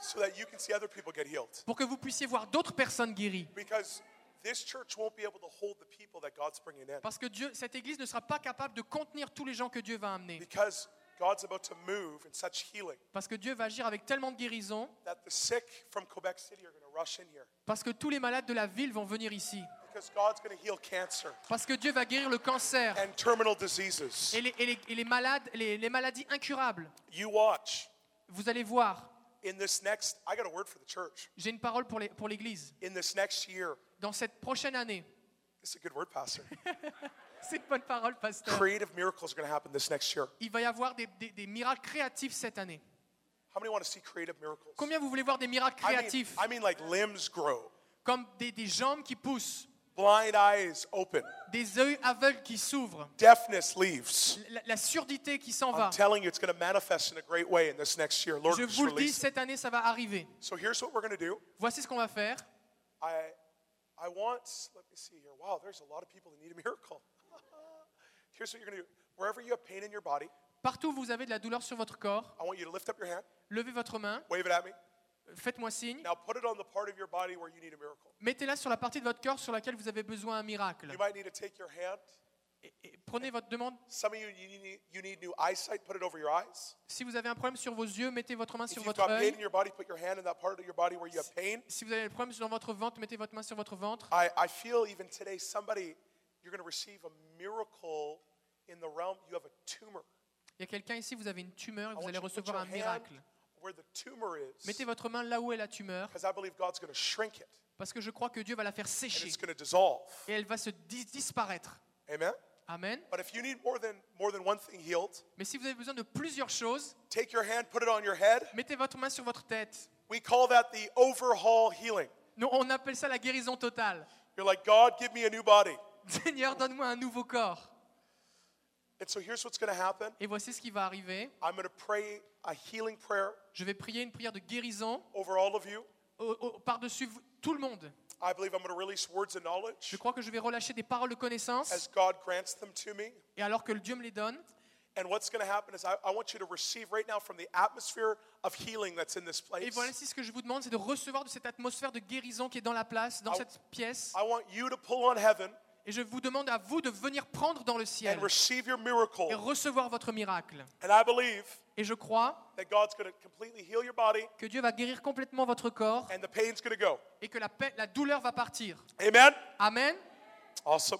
S2: so that you can see other people get healed.
S1: pour que vous puissiez voir d'autres personnes guéries.
S2: Because this church won't be able to hold the people that God's bringing in.
S1: Parce que Dieu, cette église ne sera pas capable de contenir tous les gens que Dieu va amener.
S2: Because God's about to move in such healing
S1: Parce que Dieu va agir avec tellement de guérison,
S2: that the sick from Quebec City are going to rush in here.
S1: parce que tous les malades de la ville vont venir ici.
S2: Because God's going to heal cancer
S1: Parce que Dieu va guérir le cancer
S2: and terminal diseases.
S1: et les, et les- et les malades, les, les maladies incurables.
S2: You watch.
S1: Vous allez voir,
S2: In this next, I got a word for the church.
S1: j'ai une parole pour les- pour l'Église.
S2: In this next year,
S1: Dans cette prochaine année,
S2: it's a good word, Pastor.
S1: c'est une bonne parole, pasteur.
S2: Creative miracles are going to happen this next year.
S1: Il va y avoir des, des- des miracles créatifs cette année.
S2: How many want to see creative miracles?
S1: Combien vous voulez voir des miracles
S2: I mean,
S1: créatifs
S2: I mean, like limbs grow,
S1: Comme des, des jambes qui poussent,
S2: blind eyes open,
S1: des yeux aveugles qui s'ouvrent,
S2: deafness leaves.
S1: la, la surdité qui s'en va.
S2: I'm telling you, it's going to manifest in a great way in this next year. Lord,
S1: Je
S2: just
S1: vous le dis,
S2: release it.
S1: cette année, ça va arriver.
S2: So here's what we're going to do.
S1: Voici ce qu'on va faire.
S2: I, I want, let me see here. Wow, there's a lot of people that need a miracle. [LAUGHS] here's what you're going to do. Wherever you have pain in your body,
S1: Partout où vous avez de la douleur sur votre corps,
S2: I want you to lift up your hand,
S1: levez votre main,
S2: wave it at me.
S1: faites-moi signe.
S2: Now put it on the part of your body where you need a miracle.
S1: Mettez-la sur la partie de votre cœur sur laquelle vous avez besoin d'un miracle.
S2: You might need to take your hand.
S1: Et- et prenez votre demande.
S2: Some of you, you need, you need new eyesight. Put it over your eyes.
S1: Si vous avez un problème sur vos yeux, mettez votre main sur
S2: if you've
S1: votre
S2: got pain
S1: œil.
S2: in your body, put your hand in that part of your body where you have pain.
S1: Si vous avez un problème dans votre ventre, mettez votre main sur votre ventre.
S2: I, I feel even today, somebody, you're going to receive a miracle in the realm. You have a tumor.
S1: Il y a quelqu'un ici, vous avez une tumeur et
S2: I
S1: vous
S2: want
S1: allez
S2: you to put
S1: recevoir un
S2: your hand
S1: miracle.
S2: where the tumor is,
S1: Mettez votre main là où est la tumeur,
S2: because I believe God's going to shrink it
S1: parce que je crois que Dieu va la faire
S2: and
S1: sécher
S2: it's going to dissolve.
S1: et elle va se dis- disparaître.
S2: Amen.
S1: Amen.
S2: But if you need more than more than one thing healed,
S1: Mais si vous avez besoin de plusieurs choses,
S2: take your hand, put it on your head.
S1: mettez votre main sur votre tête.
S2: We call that the overhaul healing.
S1: Nous, on appelle ça la guérison totale. [LAUGHS]
S2: You're like, God, give me a new body.
S1: Seigneur, donne-moi un nouveau corps.
S2: And so here's what's going to happen.
S1: Et voici ce qui va arriver.
S2: I'm going to pray a healing prayer
S1: Je vais prier une prière de guérison
S2: over all of you.
S1: au- au- par-dessus vous- tout le monde.
S2: I believe I'm going to release words
S1: Je
S2: of knowledge
S1: crois que je vais relâcher des paroles de connaissance
S2: as God grants them to me.
S1: et alors que le Dieu me les donne.
S2: And what's going to happen is I, I want you to receive right now from the atmosphere of healing that's in this
S1: Et
S2: place.
S1: voilà ce que je vous demande, c'est de recevoir de cette atmosphère de guérison qui est dans la place, dans
S2: Ah.
S1: cette pièce.
S2: I want you to pull on heaven
S1: Et je vous demande à vous de venir prendre dans le ciel
S2: and receive your
S1: et
S2: miracle.
S1: recevoir votre miracle.
S2: And I believe
S1: Et je crois
S2: that God's going to completely heal your body
S1: que Dieu va guérir complètement votre corps
S2: and the pain's going to go.
S1: et que la, paix- la douleur va partir.
S2: Amen?
S1: Amen.
S2: Awesome.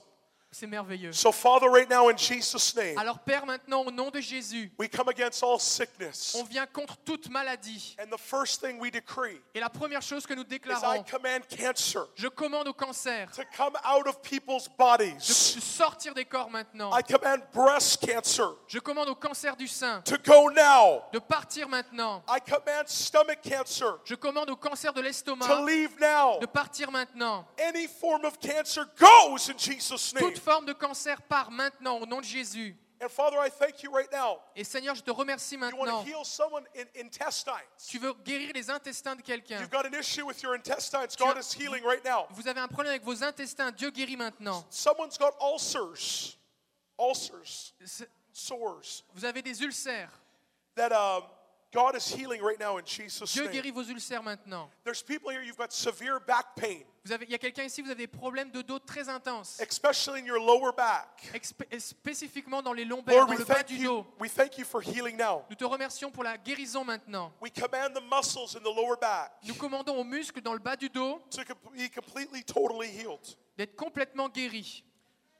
S1: C'est merveilleux.
S2: So, Father, right now in Jesus' name,
S1: Alors Père, maintenant au nom de Jésus,
S2: we come against all sickness.
S1: on vient contre toute maladie.
S2: And the first thing we decree
S1: Et la première chose que nous
S2: is I
S1: déclarons,
S2: command cancer
S1: je commande au cancer
S2: to come out of people's
S1: de
S2: bodies.
S1: de sortir des corps maintenant.
S2: I command breast cancer
S1: Je commande au cancer du sein
S2: to go now.
S1: de partir maintenant.
S2: I command stomach cancer
S1: Je commande au cancer de
S2: to
S1: l'estomac
S2: leave now.
S1: de partir maintenant.
S2: Any form of cancer goes in Jesus' name.
S1: Toute forme de cancer part maintenant au nom de Jésus.
S2: And Father, I thank you right now.
S1: Et Seigneur, je te remercie
S2: You want
S1: maintenant.
S2: to heal someone in intestines.
S1: Tu veux guérir les intestins de quelqu'un.
S2: You've got an issue with your intestines. God is healing right now.
S1: Vous avez un problème avec vos intestins. Dieu guérit maintenant.
S2: Someone's got ulcers, ulcers,
S1: C'est-
S2: sores
S1: Vous avez des ulcères.
S2: that um, God is healing right now in Jesus'
S1: Dieu
S2: name.
S1: guérit vos ulcères maintenant.
S2: There's people here, you've got severe back pain,
S1: Vous avez, il y a quelqu'un ici, vous avez des problèmes de dos très intenses,
S2: especially in your lower back.
S1: Expé- et spécifiquement dans les lombaires,
S2: Lord,
S1: dans
S2: we
S1: le bas
S2: thank
S1: du
S2: you.
S1: dos.
S2: We thank you for healing now.
S1: Nous te remercions pour la guérison maintenant.
S2: We command the muscles in the lower back
S1: Nous commandons aux muscles dans le bas du dos
S2: to com- be completely, totally healed.
S1: d'être complètement guéris.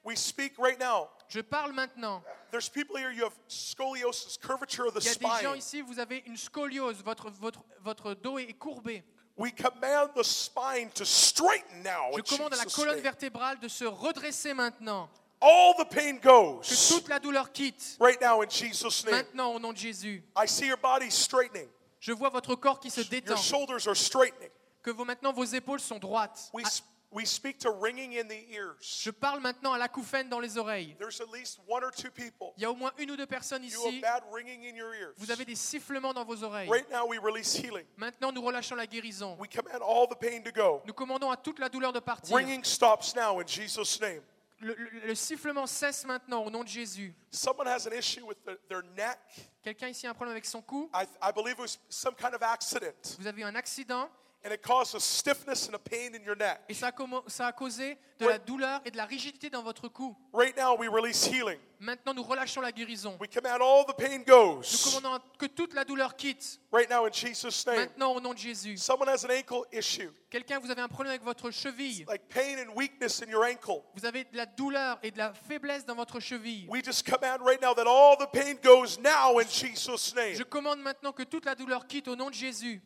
S2: We speak right now.
S1: Je parle maintenant.
S2: There's people here. You have scoliosis, curvature of the
S1: Il y a des gens
S2: spine.
S1: ici, vous avez une scoliose, votre, votre, votre dos est courbé.
S2: We command the spine to straighten now.
S1: Je
S2: in
S1: commande à la
S2: Oh, Jesus'
S1: colonne
S2: name.
S1: vertébrale de se redresser maintenant.
S2: All the pain
S1: Que
S2: goes
S1: toute la douleur quitte
S2: right now in Jesus' name.
S1: maintenant au nom de Jésus.
S2: I see your body straightening.
S1: Je vois votre corps qui se
S2: Your
S1: détend.
S2: shoulders are straightening.
S1: Que vos, maintenant vos épaules sont droites.
S2: We
S1: Ah,
S2: s- we speak to ringing in the ears.
S1: Je parle maintenant à l'acouphène dans les oreilles.
S2: There's at least one or two people.
S1: Il y a au moins une ou deux personnes
S2: You have
S1: ici.
S2: bad ringing in your ears.
S1: Vous avez des sifflements dans vos oreilles.
S2: Right now, we release healing.
S1: Maintenant, nous relâchons la guérison.
S2: We command all the pain to go.
S1: Nous commandons à toute la douleur de partir.
S2: Ringing stops now in Jesus' name.
S1: Le, le- le sifflement cesse maintenant au nom de Jésus.
S2: Someone has an issue with the- their neck.
S1: Quelqu'un ici a un problème avec son cou
S2: I, I believe it was some kind of accident,
S1: Vous avez eu un accident
S2: and it caused a stiffness and a pain in your neck.
S1: et ça a, commo- ça a causé de la douleur et de la rigidité dans votre cou.
S2: Right now, we release healing.
S1: Maintenant, nous relâchons la guérison.
S2: We command all the pain
S1: Nous
S2: goes
S1: commandons que toute la douleur quitte
S2: right now in Jesus' name.
S1: maintenant au nom de Jésus.
S2: Someone has an ankle issue,
S1: Quelqu'un, vous avez un problème avec votre cheville.
S2: like pain and weakness in your ankle.
S1: Vous avez de la douleur et de la faiblesse dans votre cheville.
S2: We just command right now that all the pain goes now in Jesus' name.
S1: Je commande maintenant que toute la douleur quitte au nom de Jésus.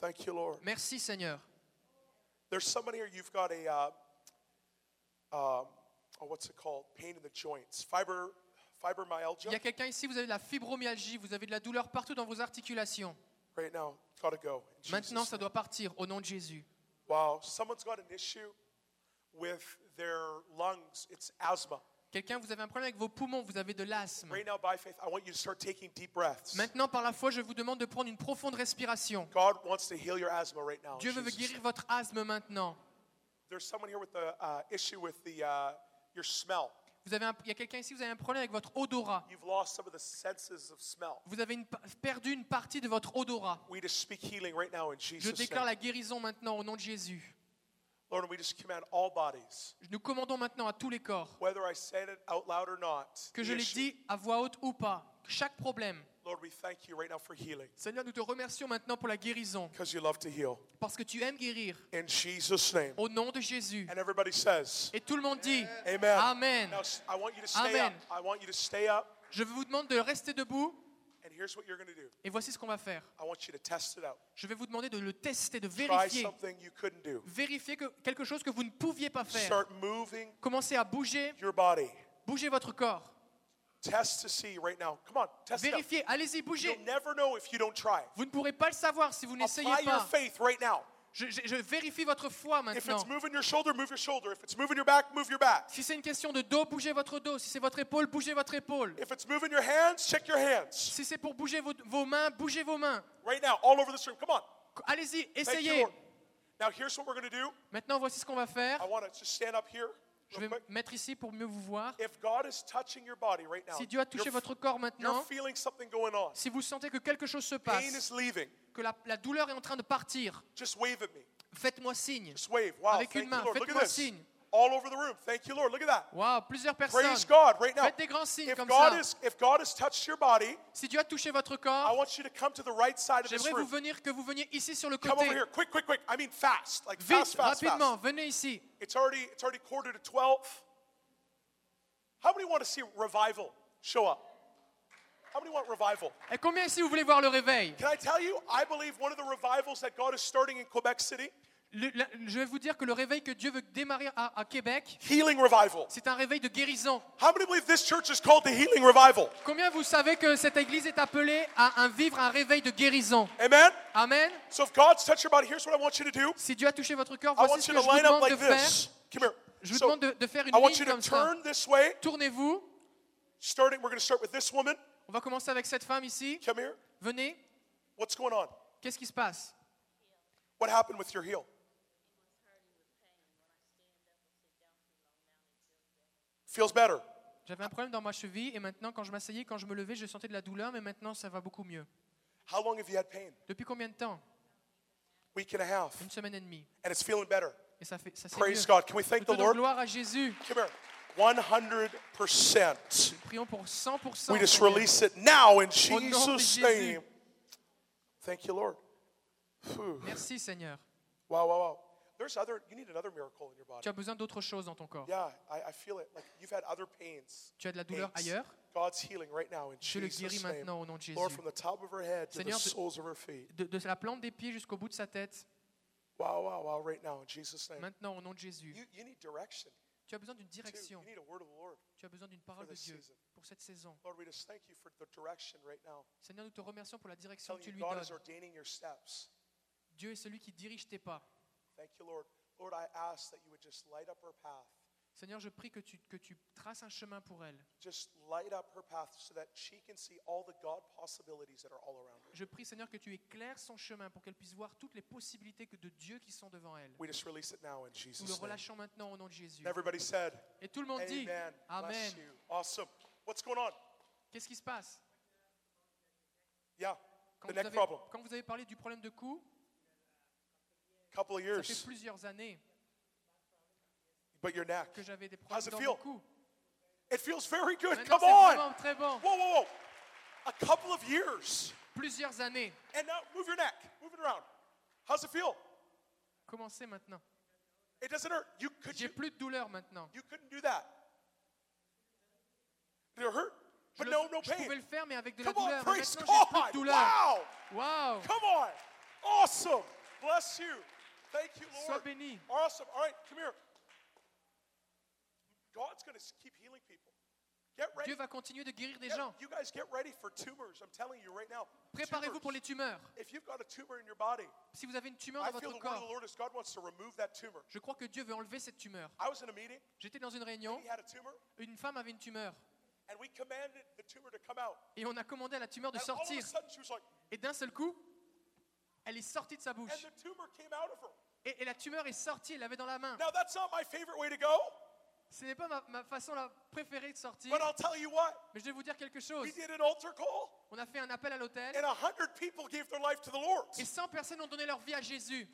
S2: Thank you, Lord.
S1: Merci Seigneur.
S2: There's someone here, you've got a, uh, um, oh, what's it called? Pain in the joints. Fiber, fibromyalgia.
S1: Il y a quelqu'un ici, vous avez de la fibromyalgie, vous avez de la douleur partout dans vos articulations.
S2: Right now, got to go. in Jesus'
S1: Maintenant, ça
S2: name.
S1: doit partir au nom de Jésus.
S2: Wow, someone's got an issue with their lungs. It's asthma.
S1: Quelqu'un, vous avez un problème avec vos poumons, vous avez de l'asthme.
S2: Right now, by faith, I want you to start taking deep breaths.
S1: Maintenant, par la foi, je vous demande de prendre une profonde respiration.
S2: God wants to heal your asthma right now. in
S1: Dieu veut
S2: Jesus'
S1: guérir
S2: name.
S1: votre asthme maintenant.
S2: There's someone here with the uh, issue with the uh, your smell.
S1: Vous avez un- il y a quelqu'un ici, vous avez un problème avec votre odorat.
S2: You've lost some of the senses of smell.
S1: Vous avez une pa- perdu une partie de votre odorat.
S2: We just speak healing right now in
S1: Je
S2: Jesus'
S1: déclare la
S2: name.
S1: guérison maintenant au nom de Jésus.
S2: Lord, we just command all bodies,
S1: Nous commandons maintenant à tous les corps,
S2: whether I said it out loud or not.
S1: que je
S2: the
S1: l'ai
S2: issue-
S1: dit à voix haute ou pas, chaque problème.
S2: Lord, we thank you right now for healing
S1: Seigneur, nous te remercions maintenant pour la guérison,
S2: because you love to heal.
S1: parce que tu aimes guérir.
S2: In Jesus' name.
S1: Au nom de Jésus.
S2: And everybody says,
S1: Et tout le monde dit
S2: Amen.
S1: Amen.
S2: Now, s- I want you to stay
S1: Amen.
S2: up. I want you to stay up.
S1: Je vous demande de rester debout
S2: And here's what you're going to do
S1: et voici ce qu'on va faire.
S2: I want you to test it out.
S1: Je vais vous demander de le tester, de
S2: Try
S1: vérifier.
S2: something you couldn't do.
S1: Vérifier que quelque chose que vous ne pouviez pas faire.
S2: Start moving
S1: Commencez à bouger,
S2: your body.
S1: bougez votre corps.
S2: Test to see right now. Come on, test it out.
S1: Vérifiez, allez-y, bougez.
S2: You'll never know if you don't try.
S1: Vous ne pourrez pas le savoir si vous n'essayez
S2: Apply your
S1: pas.
S2: faith right now.
S1: Je, je- je vérifie votre foi
S2: If
S1: maintenant.
S2: it's moving your shoulder, move your shoulder. If it's moving your back, move your back.
S1: Si c'est une question de dos, bougez votre dos. Si c'est votre épaule, bougez votre épaule.
S2: If it's moving your hands, check your hands.
S1: Si c'est pour bouger vos, vos mains, bougez vos mains.
S2: Right now, all over this room. Come on.
S1: Allez-y,
S2: Thank you,
S1: essayez.
S2: Lord. Now, here's what we're going to do.
S1: Maintenant, voici ce qu'on va faire.
S2: I want to just stand up here.
S1: Je
S2: real
S1: vais me
S2: quick.
S1: mettre ici pour mieux vous voir.
S2: If God is touching your body right now,
S1: Si Dieu a touché
S2: you're-
S1: votre corps
S2: you're
S1: maintenant,
S2: feeling something going on.
S1: si vous sentez que quelque chose se
S2: Pain
S1: passe,
S2: is leaving.
S1: que la, la douleur est en train de partir,
S2: Just wave at me.
S1: faites-moi signe.
S2: Just wave. Wow.
S1: Avec
S2: thank
S1: une
S2: you,
S1: main,
S2: Lord. Look at
S1: faites-moi
S2: this.
S1: signe.
S2: All over the room. Thank you, Lord. Look at that.
S1: Waouh, plusieurs
S2: Praise
S1: personnes.
S2: God right now.
S1: Faites des grands signes
S2: If
S1: comme
S2: God,
S1: ça.
S2: is, if God has touched your body,
S1: Si Dieu a touché votre
S2: I
S1: corps,
S2: want you to come to the right side of this
S1: j'aimerais vous
S2: room.
S1: venir que vous veniez ici sur le
S2: Come
S1: côté.
S2: over here, quick, quick, quick. I mean fast, like
S1: Vite,
S2: fast, fast,
S1: rapidement,
S2: fast.
S1: venez ici.
S2: It's already, it's already quarter to twelve. How many want to see revival show up? How many want revival?
S1: Et combien ici vous voulez voir le réveil
S2: Can I tell you? I believe one of the revivals that God is starting in Quebec City,
S1: Le- la- Je vais vous dire que le réveil que Dieu veut démarrer à, à Québec,
S2: healing revival.
S1: c'est un réveil de guérison.
S2: How many believe this church is called the healing revival?
S1: Combien vous savez que cette église est appelée à un- vivre un réveil de guérison
S2: Amen.
S1: Amen.
S2: So if God's touched your body, here's what I want you to do.
S1: Si Dieu a touché votre cœur,
S2: I
S1: voici
S2: want
S1: ce que
S2: you to
S1: je vous
S2: line up
S1: demande de
S2: like
S1: faire.
S2: this. Come here.
S1: Je vous
S2: So,
S1: demande de, de faire une
S2: I want
S1: ligne
S2: you to
S1: comme ça.
S2: turn this way.
S1: Tournez-vous.
S2: Starting, we're going to start with this woman.
S1: On va commencer avec cette femme ici.
S2: Come here.
S1: Venez.
S2: What's going on?
S1: Qu'est-ce qui se passe
S2: What happened with your heel? Feels better.
S1: J'avais un problème dans ma cheville et maintenant, quand je m'asseyais, quand je me levais, je sentais de la douleur, mais maintenant, ça va beaucoup mieux.
S2: How long have you had pain?
S1: Depuis combien de temps
S2: Week and a half.
S1: Une semaine et demie.
S2: And it's feeling better.
S1: Et ça fait ça c'est
S2: Praise
S1: mieux.
S2: God. Can we thank
S1: Nous
S2: the
S1: donnons
S2: Lord?
S1: gloire à Jésus.
S2: Come here. 100%.
S1: Prions pour 100%.
S2: We just
S1: Seigneur.
S2: release it now
S1: nom
S2: in
S1: de
S2: Jesus'
S1: Jésus.
S2: name. Thank you, Lord.
S1: Merci Seigneur.
S2: Wow, wow, wow. There's other, you need another miracle in your body.
S1: Tu as besoin d'autre chose dans ton corps.
S2: Yeah, I, I feel it. Like you've had other pains.
S1: Tu as de la douleur
S2: aches.
S1: ailleurs.
S2: God's healing right now in
S1: Je le guéris
S2: Jesus' name.
S1: maintenant au nom de Jésus.
S2: Lord, from the top of her head to the
S1: Seigneur, de-
S2: soles of her feet.
S1: De, de la plante des pieds jusqu'au bout de sa tête.
S2: Wow, wow, wow, right now in Jesus' name.
S1: Maintenant au nom de Jésus.
S2: You, you need direction.
S1: Tu as besoin d'une
S2: Too. You
S1: direction.
S2: need a word of the Lord.
S1: Tu as besoin d'une parole
S2: for
S1: de
S2: this
S1: Dieu
S2: season.
S1: pour cette saison.
S2: Lord, we just thank you for the direction right now.
S1: Seigneur, nous te remercions pour la direction
S2: Telling
S1: que tu
S2: you
S1: lui
S2: God
S1: donnes.
S2: is ordaining your steps.
S1: Dieu est celui qui dirige tes pas.
S2: Thank you, Lord. Lord, I ask that you would just light up her path.
S1: Seigneur, je prie que tu, que tu traces un chemin pour elle.
S2: Just light up her path so that she can see all the God possibilities that are all around her.
S1: Je prie, Seigneur, que tu éclaires son chemin pour qu'elle puisse voir toutes les possibilités que de Dieu qui sont devant elle.
S2: We just release it now
S1: Nous
S2: in
S1: le
S2: Jesus' name.
S1: relâchons maintenant au nom de Jésus.
S2: And everybody said,
S1: Et tout le monde dit
S2: Amen. Bless
S1: Amen.
S2: you. Awesome. What's going on?
S1: Qu'est-ce qui se passe
S2: Yeah.
S1: quand
S2: The
S1: vous,
S2: neck
S1: avez,
S2: problem.
S1: quand vous avez parlé du problème de cou,
S2: Couple of
S1: ça fait
S2: years,
S1: plusieurs années
S2: but your neck.
S1: que j'avais des problèmes
S2: How's it
S1: dans
S2: feel?
S1: mon cou.
S2: It feels very good.
S1: Maintenant,
S2: Come
S1: c'est
S2: on.
S1: vraiment très bon.
S2: Whoa, whoa, whoa. A couple of years.
S1: Plusieurs années.
S2: And now move your neck. Move it around. How's it feel?
S1: Commencez maintenant.
S2: It doesn't hurt. You could
S1: J'ai
S2: you,
S1: plus de douleur maintenant.
S2: you couldn't do that. Did it hurt?
S1: Je,
S2: But
S1: le-
S2: no, no
S1: je pouvais
S2: pain.
S1: le faire, mais avec de la
S2: Come on,
S1: douleur. Mais
S2: praise
S1: maintenant, j'ai plus de
S2: God.
S1: douleur.
S2: Wow.
S1: Wow.
S2: Come on. Awesome. Bless you. Thank you,
S1: Sois
S2: Lord.
S1: béni.
S2: Awesome. All right, come here. God's going to keep healing people. Get ready.
S1: Dieu va continuer de guérir des
S2: Get-
S1: gens.
S2: You guys get ready for tumors. I'm telling you right now.
S1: Préparez-vous
S2: Tumors.
S1: pour les tumeurs.
S2: If you've got a tumor in your body,
S1: Si vous avez une tumeur
S2: I
S1: dans
S2: feel the
S1: votre
S2: word of the
S1: corps,
S2: Lord is God wants to remove that tumor.
S1: je crois que Dieu veut enlever cette tumeur.
S2: I was in a meeting.
S1: J'étais dans une réunion,
S2: He had a tumor,
S1: une femme avait une tumeur,
S2: and we commanded the tumor to come out.
S1: et on a commandé à la tumeur de
S2: And all of a
S1: sortir.
S2: sudden, she was like,
S1: Et d'un seul coup, elle est sortie de sa
S2: and
S1: bouche.
S2: the tumor came out of her.
S1: Et, et la tumeur est sortie, elle l'avait dans la main.
S2: Now, that's not my favorite way to go.
S1: Ce n'est pas ma, ma façon la préférée de sortir,
S2: But I'll tell you what,
S1: mais je vais vous dire quelque chose.
S2: we did an altar call,
S1: On a fait un appel à l'hôtel
S2: and a hundred people gave their life to the Lord.
S1: et 100 personnes ont donné leur vie à Jésus.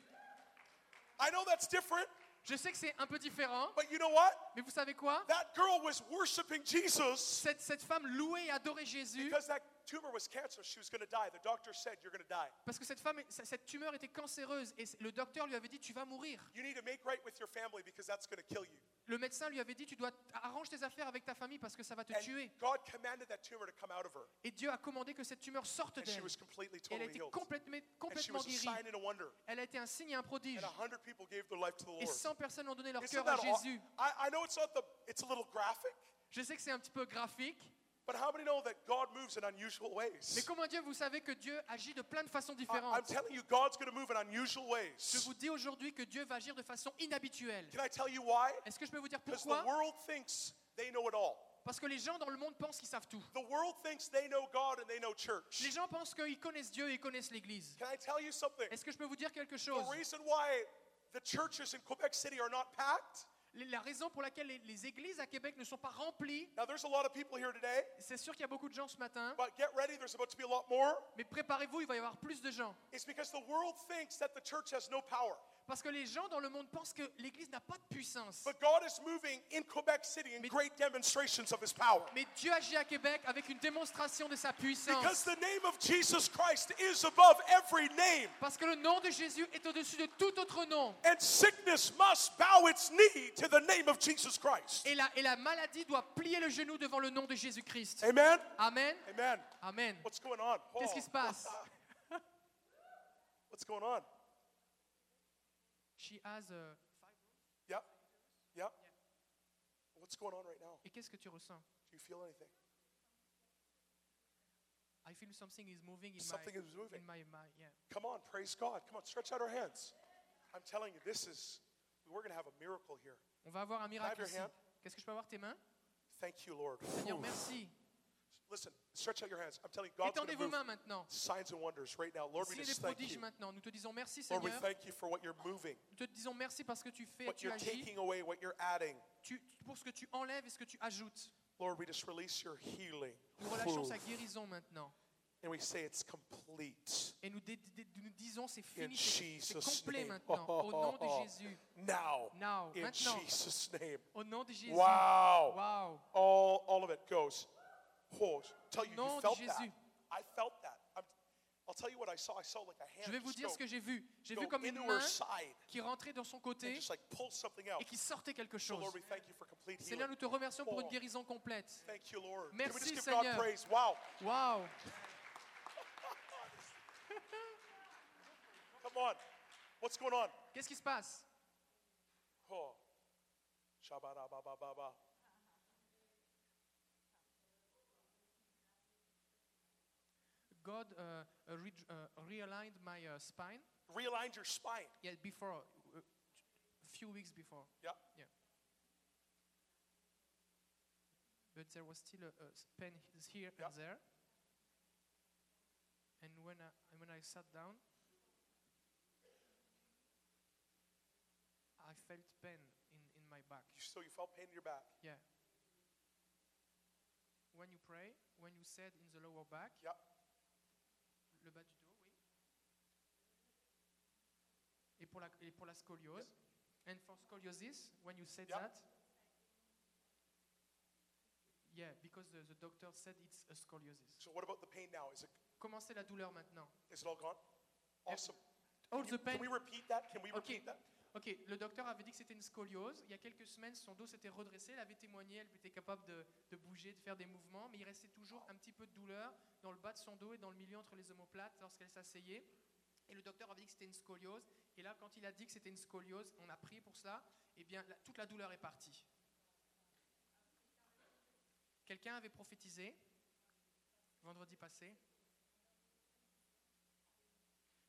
S2: I know that's different,
S1: Je sais que c'est un peu différent,
S2: but you know what?
S1: mais vous savez quoi
S2: That girl was worshiping Jesus
S1: cette, cette femme louait et adorait Jésus
S2: because that tumor was cancer. She was going to die. The doctor said, You're going to die.
S1: parce que cette femme, c- cette tumeur était cancéreuse et c- le docteur lui avait dit tu vas mourir.
S2: You need to make right with your family because that's going to kill you.
S1: Le médecin lui avait dit tu dois arrange tes affaires avec ta famille parce que ça va te
S2: And
S1: tuer.
S2: God commanded that tumor to come out of her,
S1: Et Dieu a commandé que cette tumeur sorte
S2: and she
S1: d'elle.
S2: was completely,
S1: Et Elle a
S2: totally
S1: été
S2: healed.
S1: complètement,
S2: And she
S1: complètement
S2: was a
S1: guérie.
S2: sign and a wonder.
S1: Elle a été un signe et un prodige.
S2: And a hundred people gave their life to the
S1: Et
S2: Lord.
S1: 100 personnes ont donné leur
S2: Isn't
S1: cœur à
S2: that aw-
S1: Jésus.
S2: I, I know it's not the. It's a little graphic,
S1: Je sais que c'est un petit peu graphique,
S2: but how many know that God moves in unusual
S1: mais
S2: ways?
S1: comment Dieu, vous savez que Dieu agit de plein de façons
S2: I, am
S1: différentes.
S2: telling you, God's going to move in unusual
S1: Je
S2: ways.
S1: vous dis aujourd'hui que Dieu va agir de façon inhabituelle.
S2: Can I tell you why?
S1: Est-ce que je peux vous dire
S2: Because the
S1: pourquoi
S2: world thinks they know it all.
S1: Parce que les gens dans le monde pensent qu'ils savent tout.
S2: The world thinks they know God and they know
S1: Les
S2: church.
S1: gens pensent qu'ils connaissent Dieu et ils connaissent l'Église.
S2: Can I tell you something?
S1: Est-ce que je peux vous dire quelque
S2: The
S1: chose
S2: reason why the churches in Quebec City are not packed.
S1: Les- La raison pour laquelle les, les églises à Québec ne sont pas remplies,
S2: Now, there's a lot of people here today,
S1: c'est sûr qu'il y a beaucoup de gens ce matin,
S2: but get ready, there's about to be a lot more.
S1: mais préparez-vous, il va y avoir plus de gens.
S2: It's because the world thinks that the church has no power.
S1: Parce que les gens dans le monde pensent que l'Église n'a pas de puissance.
S2: But God is moving in Quebec City in
S1: Mais-
S2: great demonstrations of his power.
S1: Mais Dieu agit à Québec avec une démonstration de sa
S2: Because
S1: puissance.
S2: the name of Jesus Christ is above every name,
S1: Parce que le nom de Jésus est au-dessus de tout autre nom.
S2: and sickness must bow its knee to the name of Jesus Christ.
S1: Et la, et la maladie doit plier le genou devant le nom de Jésus-Christ.
S2: Amen?
S1: Amen.
S2: Amen.
S1: Amen.
S2: What's going on?
S1: Qu'est-ce qui se passe
S2: What's going on?
S1: She has, euh,
S2: Yep. Yep. What's going on right now?
S1: Et qu'est-ce que tu ressens
S2: Do you feel anything?
S1: I feel something is moving in
S2: Something
S1: my,
S2: is moving.
S1: in my mind. yeah.
S2: Come on, praise God. Come on, stretch out our hands. I'm telling you, this is, we're going to have a miracle here.
S1: On va avoir un miracle
S2: your
S1: ici.
S2: hand.
S1: Qu'est-ce que je peux avoir tes mains
S2: Thank you, Lord.
S1: Seigneur,
S2: Oof.
S1: merci.
S2: Listen, stretch out your hands. I'm telling you, God's
S1: Étendez
S2: going
S1: vos
S2: to move
S1: mains maintenant.
S2: signs and wonders right now. Lord, we
S1: Signez des
S2: just thank you.
S1: prodiges maintenant. Nous te disons merci,
S2: Lord, we
S1: Seigneur.
S2: thank you for what you're moving,
S1: Nous te disons merci parce que tu fais,
S2: what
S1: tu
S2: you're
S1: agis,
S2: taking away, what you're adding.
S1: tu- pour ce que tu enlèves et ce que tu ajoutes.
S2: Lord, we just release your healing.
S1: Nous relâchons
S2: Oof.
S1: sa guérison maintenant.
S2: And we say it's complete
S1: Et nous, dé- dé- nous disons c'est
S2: in
S1: fini, c'est c'est
S2: Jesus'
S1: complet
S2: name.
S1: maintenant. Au nom
S2: [LAUGHS]
S1: de Jésus.
S2: Now.
S1: Now,
S2: In
S1: maintenant.
S2: Jesus' name.
S1: Au nom de Jésus.
S2: Wow.
S1: Wow.
S2: All, all of it goes. Oh, tell you,
S1: nom
S2: you
S1: de
S2: felt that.
S1: Jésus.
S2: I felt that. I'm, I'll tell you what I saw. I saw like a hand
S1: Je vais vous
S2: just
S1: dire
S2: go,
S1: ce que j'ai vu. J'ai
S2: go
S1: vu comme une
S2: into her
S1: main
S2: side
S1: qui rentrait dans son
S2: and
S1: côté
S2: just like pull something out.
S1: et qui sortait quelque
S2: So,
S1: chose.
S2: Lord, we thank you for complete
S1: Seigneur,
S2: healing.
S1: nous te remercions pour une
S2: Oh.
S1: guérison complète.
S2: Thank you, Lord. Can we
S1: Merci,
S2: just give God
S1: Seigneur.
S2: praise? Wow.
S1: Wow.
S2: Come on. What's going on?
S1: Qu'est-ce qui se passe
S2: Oh. Shabba-da-ba-ba-ba-ba.
S1: God uh, uh, re- uh, realigned my uh, spine.
S2: Realigned your spine.
S1: Yeah, before, uh, few weeks before.
S2: Yeah.
S1: Yeah. But there was still a, a s- pain is here
S2: Yeah.
S1: and there. And when I and when I sat down, I felt pain in, in my back.
S2: You- So you felt pain in your back.
S1: Yeah. When you pray, when you said in the lower back,
S2: Yeah.
S1: le bas du dos, oui. Et pour la, et pour la scoliose. And for scoliosis, when you said
S2: Yeah.
S1: that. Yeah, because the, the doctor said it's a scoliosis.
S2: So what about the pain now? Is it,
S1: Comment c'est la douleur maintenant
S2: is it all gone? Awesome.
S1: All
S2: Can, you-
S1: the pain.
S2: can we repeat that? Can we
S1: Ok.
S2: repeat that?
S1: Ok, le docteur avait dit que c'était une scoliose. Il y a quelques semaines, son dos s'était redressé. Elle avait témoigné, elle était capable de, de bouger, de faire des mouvements, mais il restait toujours un petit peu de douleur dans le bas de son dos et dans le milieu entre les omoplates lorsqu'elle s'asseyait. Et le docteur avait dit que c'était une scoliose. Et là, quand il a dit que c'était une scoliose, on a prié pour cela. Et bien, la- toute la douleur est partie. Quelqu'un avait prophétisé vendredi passé.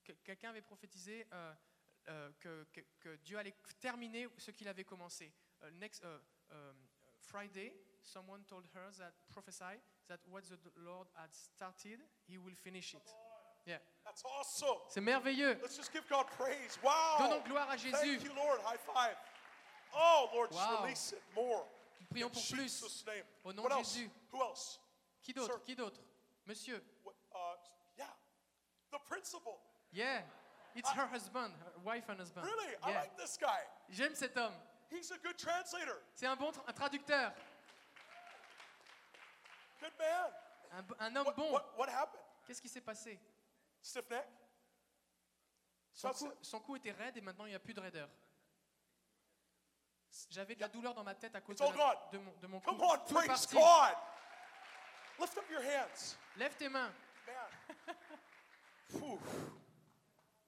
S1: Que- Quelqu'un avait prophétisé. euh, euh, que, que- que Dieu allait terminer ce qu'il avait commencé. Uh, next uh, um, Friday, someone told her that prophesy that what the Lord had started, he will finish it. Yeah.
S2: That's awesome.
S1: C'est merveilleux.
S2: Let's just give God praise. Wow.
S1: Donnons gloire à Jésus.
S2: Thank you, Lord. High five. Oh, Lord,
S1: Wow.
S2: just release it more.
S1: Prions pour
S2: In
S1: plus.
S2: Jesus' name.
S1: Au nom
S2: what
S1: de
S2: else?
S1: Jésus.
S2: Who else?
S1: Qui d'autre
S2: Sir.
S1: Qui d'autre Monsieur.
S2: What, uh, yeah, the principal.
S1: Yeah. It's her husband, her wife and husband.
S2: Really, I
S1: Yeah.
S2: like this guy.
S1: J'aime cet homme.
S2: He's a good translator.
S1: C'est un bon tra- un traducteur.
S2: Good man.
S1: Un, b- un homme
S2: What,
S1: bon.
S2: what, what happened?
S1: Qu'est-ce qui s'est passé
S2: Stiff neck?
S1: son
S2: That's
S1: cou,
S2: it.
S1: son cou était raide et maintenant il n'y a plus de raideur. J'avais de la douleur dans ma tête à cause
S2: It's
S1: de,
S2: all
S1: la-
S2: gone.
S1: de mon, de mon cou.
S2: Come on,
S1: Tout est
S2: praise
S1: parti.
S2: God. Lift up your hands.
S1: Lève tes mains.
S2: Man.
S1: [LAUGHS]
S2: Whew.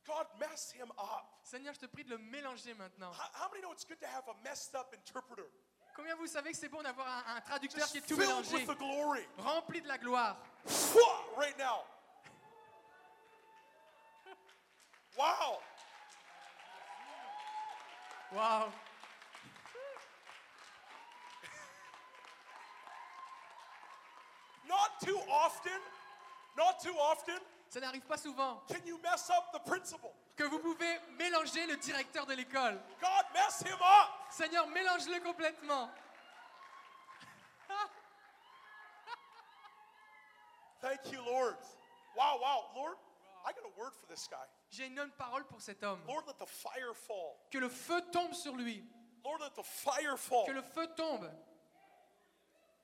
S2: God messed him up.
S1: Seigneur, je te prie de le mélanger maintenant.
S2: How, how many know it's good to have a messed up interpreter?
S1: Combien vous savez que c'est bon d'avoir un, un traducteur
S2: Just
S1: qui est tout
S2: filled
S1: mélangé,
S2: with the glory.
S1: rempli de la gloire
S2: Fwa! Right now.
S1: [LAUGHS]
S2: Wow.
S1: Waouh
S2: Not too often, not too often
S1: Ça n'arrive pas souvent
S2: can you mess up the principal.
S1: que vous pouvez mélanger le directeur de l'école.
S2: God mess him up.
S1: Seigneur, mélange-le complètement.
S2: Thank you, Lord. Wow, wow. Lord, I got a word for this guy.
S1: J'ai une bonne parole pour cet homme.
S2: Lord, let the fire fall.
S1: Que le feu tombe sur lui.
S2: Lord, let the fire fall.
S1: Que le feu tombe.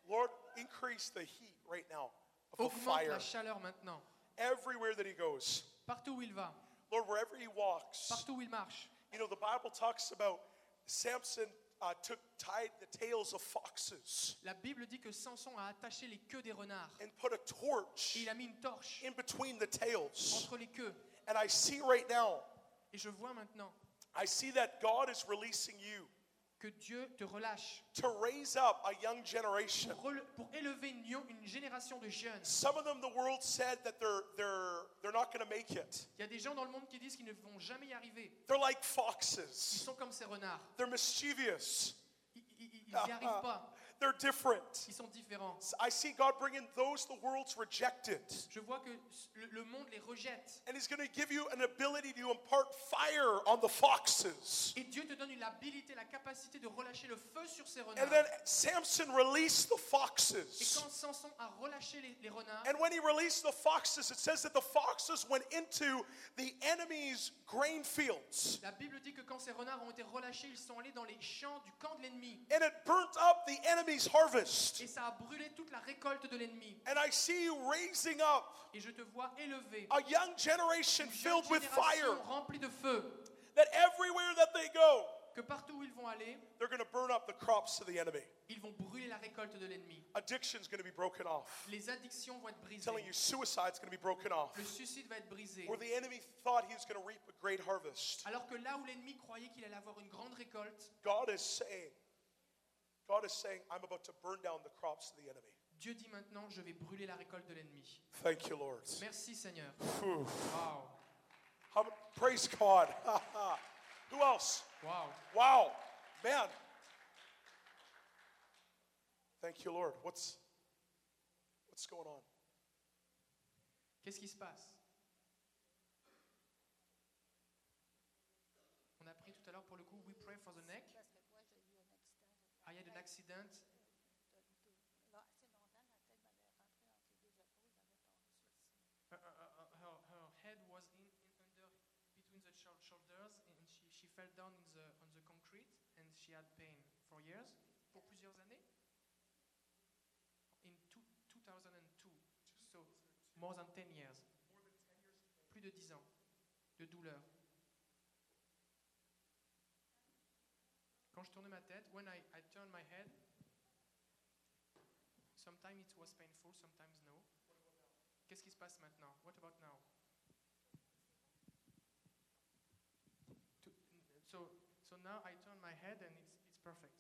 S2: Lord, increase the heat right now of the
S1: Augmente
S2: fire
S1: la chaleur maintenant.
S2: everywhere that he goes.
S1: Partout où il va,
S2: Lord, wherever he walks.
S1: partout où il marche.
S2: You know, the Bible talks about Samson uh, took tied the tails of foxes
S1: La Bible dit que Samson a attaché les queues des renards.
S2: and put a torch
S1: Et il a mis une torche
S2: in between the tails.
S1: entre les queues.
S2: And I see right now,
S1: Et je vois maintenant
S2: I see that God is releasing you
S1: que Dieu te relâche
S2: to raise up a young generation.
S1: pour, rele- pour élever une, lion- une génération de jeunes.
S2: Some of them, the world said that they're they're they're not going to make it.
S1: Il y a des gens dans le monde qui disent qu'ils ne vont jamais y arriver.
S2: They're like
S1: Ils
S2: foxes.
S1: sont comme ces renards.
S2: They're mischievous.
S1: Ils n'y arrivent pas.
S2: They're different.
S1: Ils sont différents.
S2: I see God bringing those the world's rejected,
S1: Je vois que s- le, le monde les rejette.
S2: and He's going to give you an ability to impart fire on the foxes.
S1: Et Dieu te donne l'habilité, la capacité de relâcher le feu sur ces renards.
S2: And then Samson released the
S1: Et
S2: foxes.
S1: quand Samson a relâché les, les renards,
S2: And when he released the foxes, it says that the foxes went into the enemy's grain fields.
S1: la Bible dit que quand ces renards ont été relâchés, ils sont allés dans les champs du camp de l'ennemi.
S2: And it burnt up the enemy's harvest.
S1: Et ça a brûlé toute la récolte de l'ennemi.
S2: And I see you raising up
S1: Et je te vois élevé.
S2: a young generation
S1: Une
S2: filled with
S1: génération
S2: fire
S1: Remplie de feu.
S2: that everywhere that they go,
S1: Que partout où ils vont aller,
S2: they're going to burn up the crops of the enemy.
S1: ils vont brûler la récolte de l'ennemi.
S2: Addiction's going to be broken off.
S1: Les addictions vont être
S2: I'm telling you,
S1: brisées.
S2: suicide's going to be broken off.
S1: Le suicide va être brisé.
S2: Where the enemy thought he was going to reap a great harvest,
S1: Alors que là où l'ennemi croyait qu'il allait avoir une grande récolte,
S2: God is saying, God is saying, I'm about to burn down the crops of the enemy.
S1: Dieu dit maintenant, je vais brûler la récolte de l'ennemi.
S2: Thank you, Lord.
S1: Merci Seigneur.
S2: Phew.
S1: Wow.
S2: How, praise God. [LAUGHS] Who else?
S1: Wow.
S2: Wow, man. Thank you, Lord. What's what's going on?
S1: Qu'est-ce qui se passe On a pris tout à l'heure pour le coup, we pray for the neck.
S3: Parce que toi, j'ai eu un accident.
S1: Ah, il y a eu un accident.
S3: Là, assez longtemps, ma tête m'avait rentré entre les deux épaules, j'avais tordu ceci.
S1: Her, her- her- her- her head was in, in under between the shou- shoulders and she, she fell down in the, on the concrete and she had pain for years, pour plusieurs années. In two- 2002, so more than 10 years. Plus de 10 ans de douleur. Quand je tournais ma tête, when I, I turned my head, sometimes it was painful, sometimes no. Qu'est-ce qui se passe maintenant? What about now? To- so, so now I turn my head and it's, it's perfect.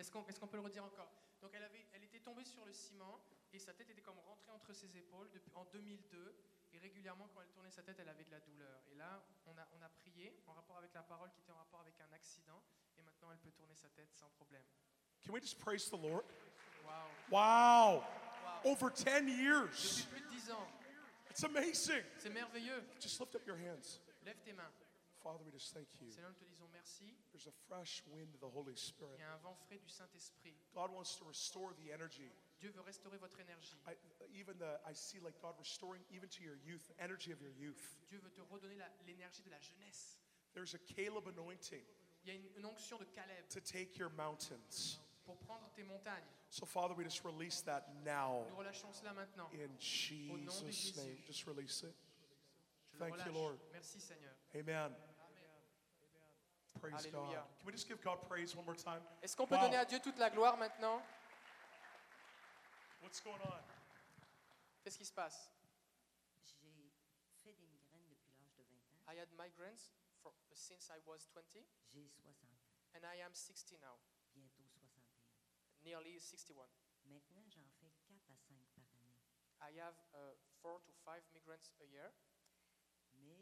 S1: Est-ce qu'on est-ce qu'on peut le redire encore? Donc elle, avait, elle était tombée sur le ciment et sa tête était comme rentrée entre ses épaules depuis, en 2002 et régulièrement quand elle tournait sa tête elle avait de la douleur. Et là on a, on a prié en rapport avec la parole qui était en rapport avec un accident et maintenant elle peut tourner sa tête sans problème.
S2: Can we just praise the Lord?
S1: Waouh!
S2: Wow.
S1: Wow.
S2: Over 10 years.
S1: Depuis plus de 10 ans,
S2: It's amazing.
S1: c'est merveilleux.
S2: Just lift up your hands.
S1: Lève tes mains.
S2: Father, we just thank you.
S1: Seigneur, nous te disons merci.
S2: There's a fresh wind of the Holy Spirit.
S1: Il y a un vent frais du Saint-Esprit.
S2: God wants to restore the energy.
S1: Dieu veut restaurer votre énergie.
S2: I, even the, I see like God restoring even to your youth, the energy of your youth.
S1: Dieu veut te redonner la- l'énergie de la jeunesse.
S2: There's a Caleb anointing
S1: Il y a une, une onction de Caleb
S2: to take your mountains.
S1: pour prendre tes montagnes.
S2: So, Father, we just release that now
S1: Nous relâchons cela maintenant.
S2: in Jesus' name. Just release it.
S1: Je le
S2: Thank you,
S1: relâche.
S2: Lord.
S1: Merci Seigneur.
S2: Amen. Praise God.
S1: Alléluia.
S2: Can we just give God praise one more time?
S1: Est-ce qu'on peut
S2: Wow.
S1: donner à Dieu toute la gloire maintenant
S2: What's going on?
S1: Qu'est-ce qui se passe
S4: J'ai fait des migraines depuis l'âge de 20 ans.
S1: I had migraines for, since I was 20
S4: J'ai 60 ans,
S1: and I am 60 now,
S4: bientôt 61.
S1: nearly 61.
S4: Maintenant, j'en fais 4 à 5 par année.
S1: I have uh, four to five migrants a year,
S4: Mais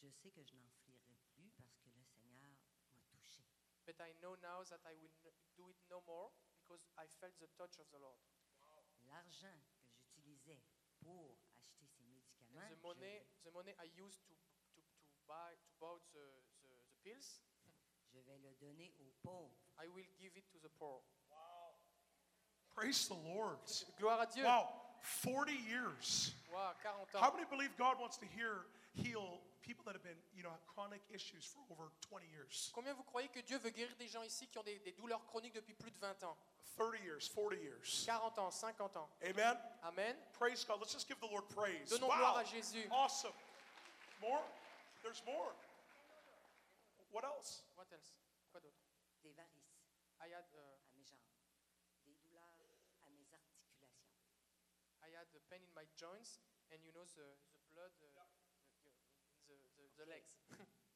S4: je sais que je n'en flirai plus parce que le Seigneur m'a touché.
S1: but I know now that I will n- do it no more because I felt the touch of the Lord.
S4: L'argent que j'utilisais pour acheter ces
S1: And
S4: médicaments,
S1: the
S4: je-
S1: money, the money I used to, to, to buy to buy the, the, the pills,
S4: je vais le donner aux pauvres.
S1: I will give it to the poor.
S2: Praise the Lord.
S1: Gloire à Dieu.
S2: Wow, 40 years.
S1: Wow, 40
S2: How
S1: ans.
S2: many believe God wants to hear, heal people that have been, you know, have chronic issues for over 20 years,
S1: Combien vous croyez que Dieu veut guérir des gens ici qui ont des, des douleurs chroniques depuis plus de 20 ans
S2: 30 years, 40 years?
S1: 40 ans, 50 ans.
S2: Amen.
S1: Amen.
S2: Praise God. Let's just give the Lord praise.
S1: Donnons gloire
S2: wow.
S1: à Jésus.
S2: Awesome. More? There's more. What else?
S1: What else? Quoi d'autre
S4: Des varices
S1: I had, uh,
S4: à mes jambes, des douleurs à mes articulations.
S1: I had the pain in my joints and you know the, the blood uh, the, the, the legs.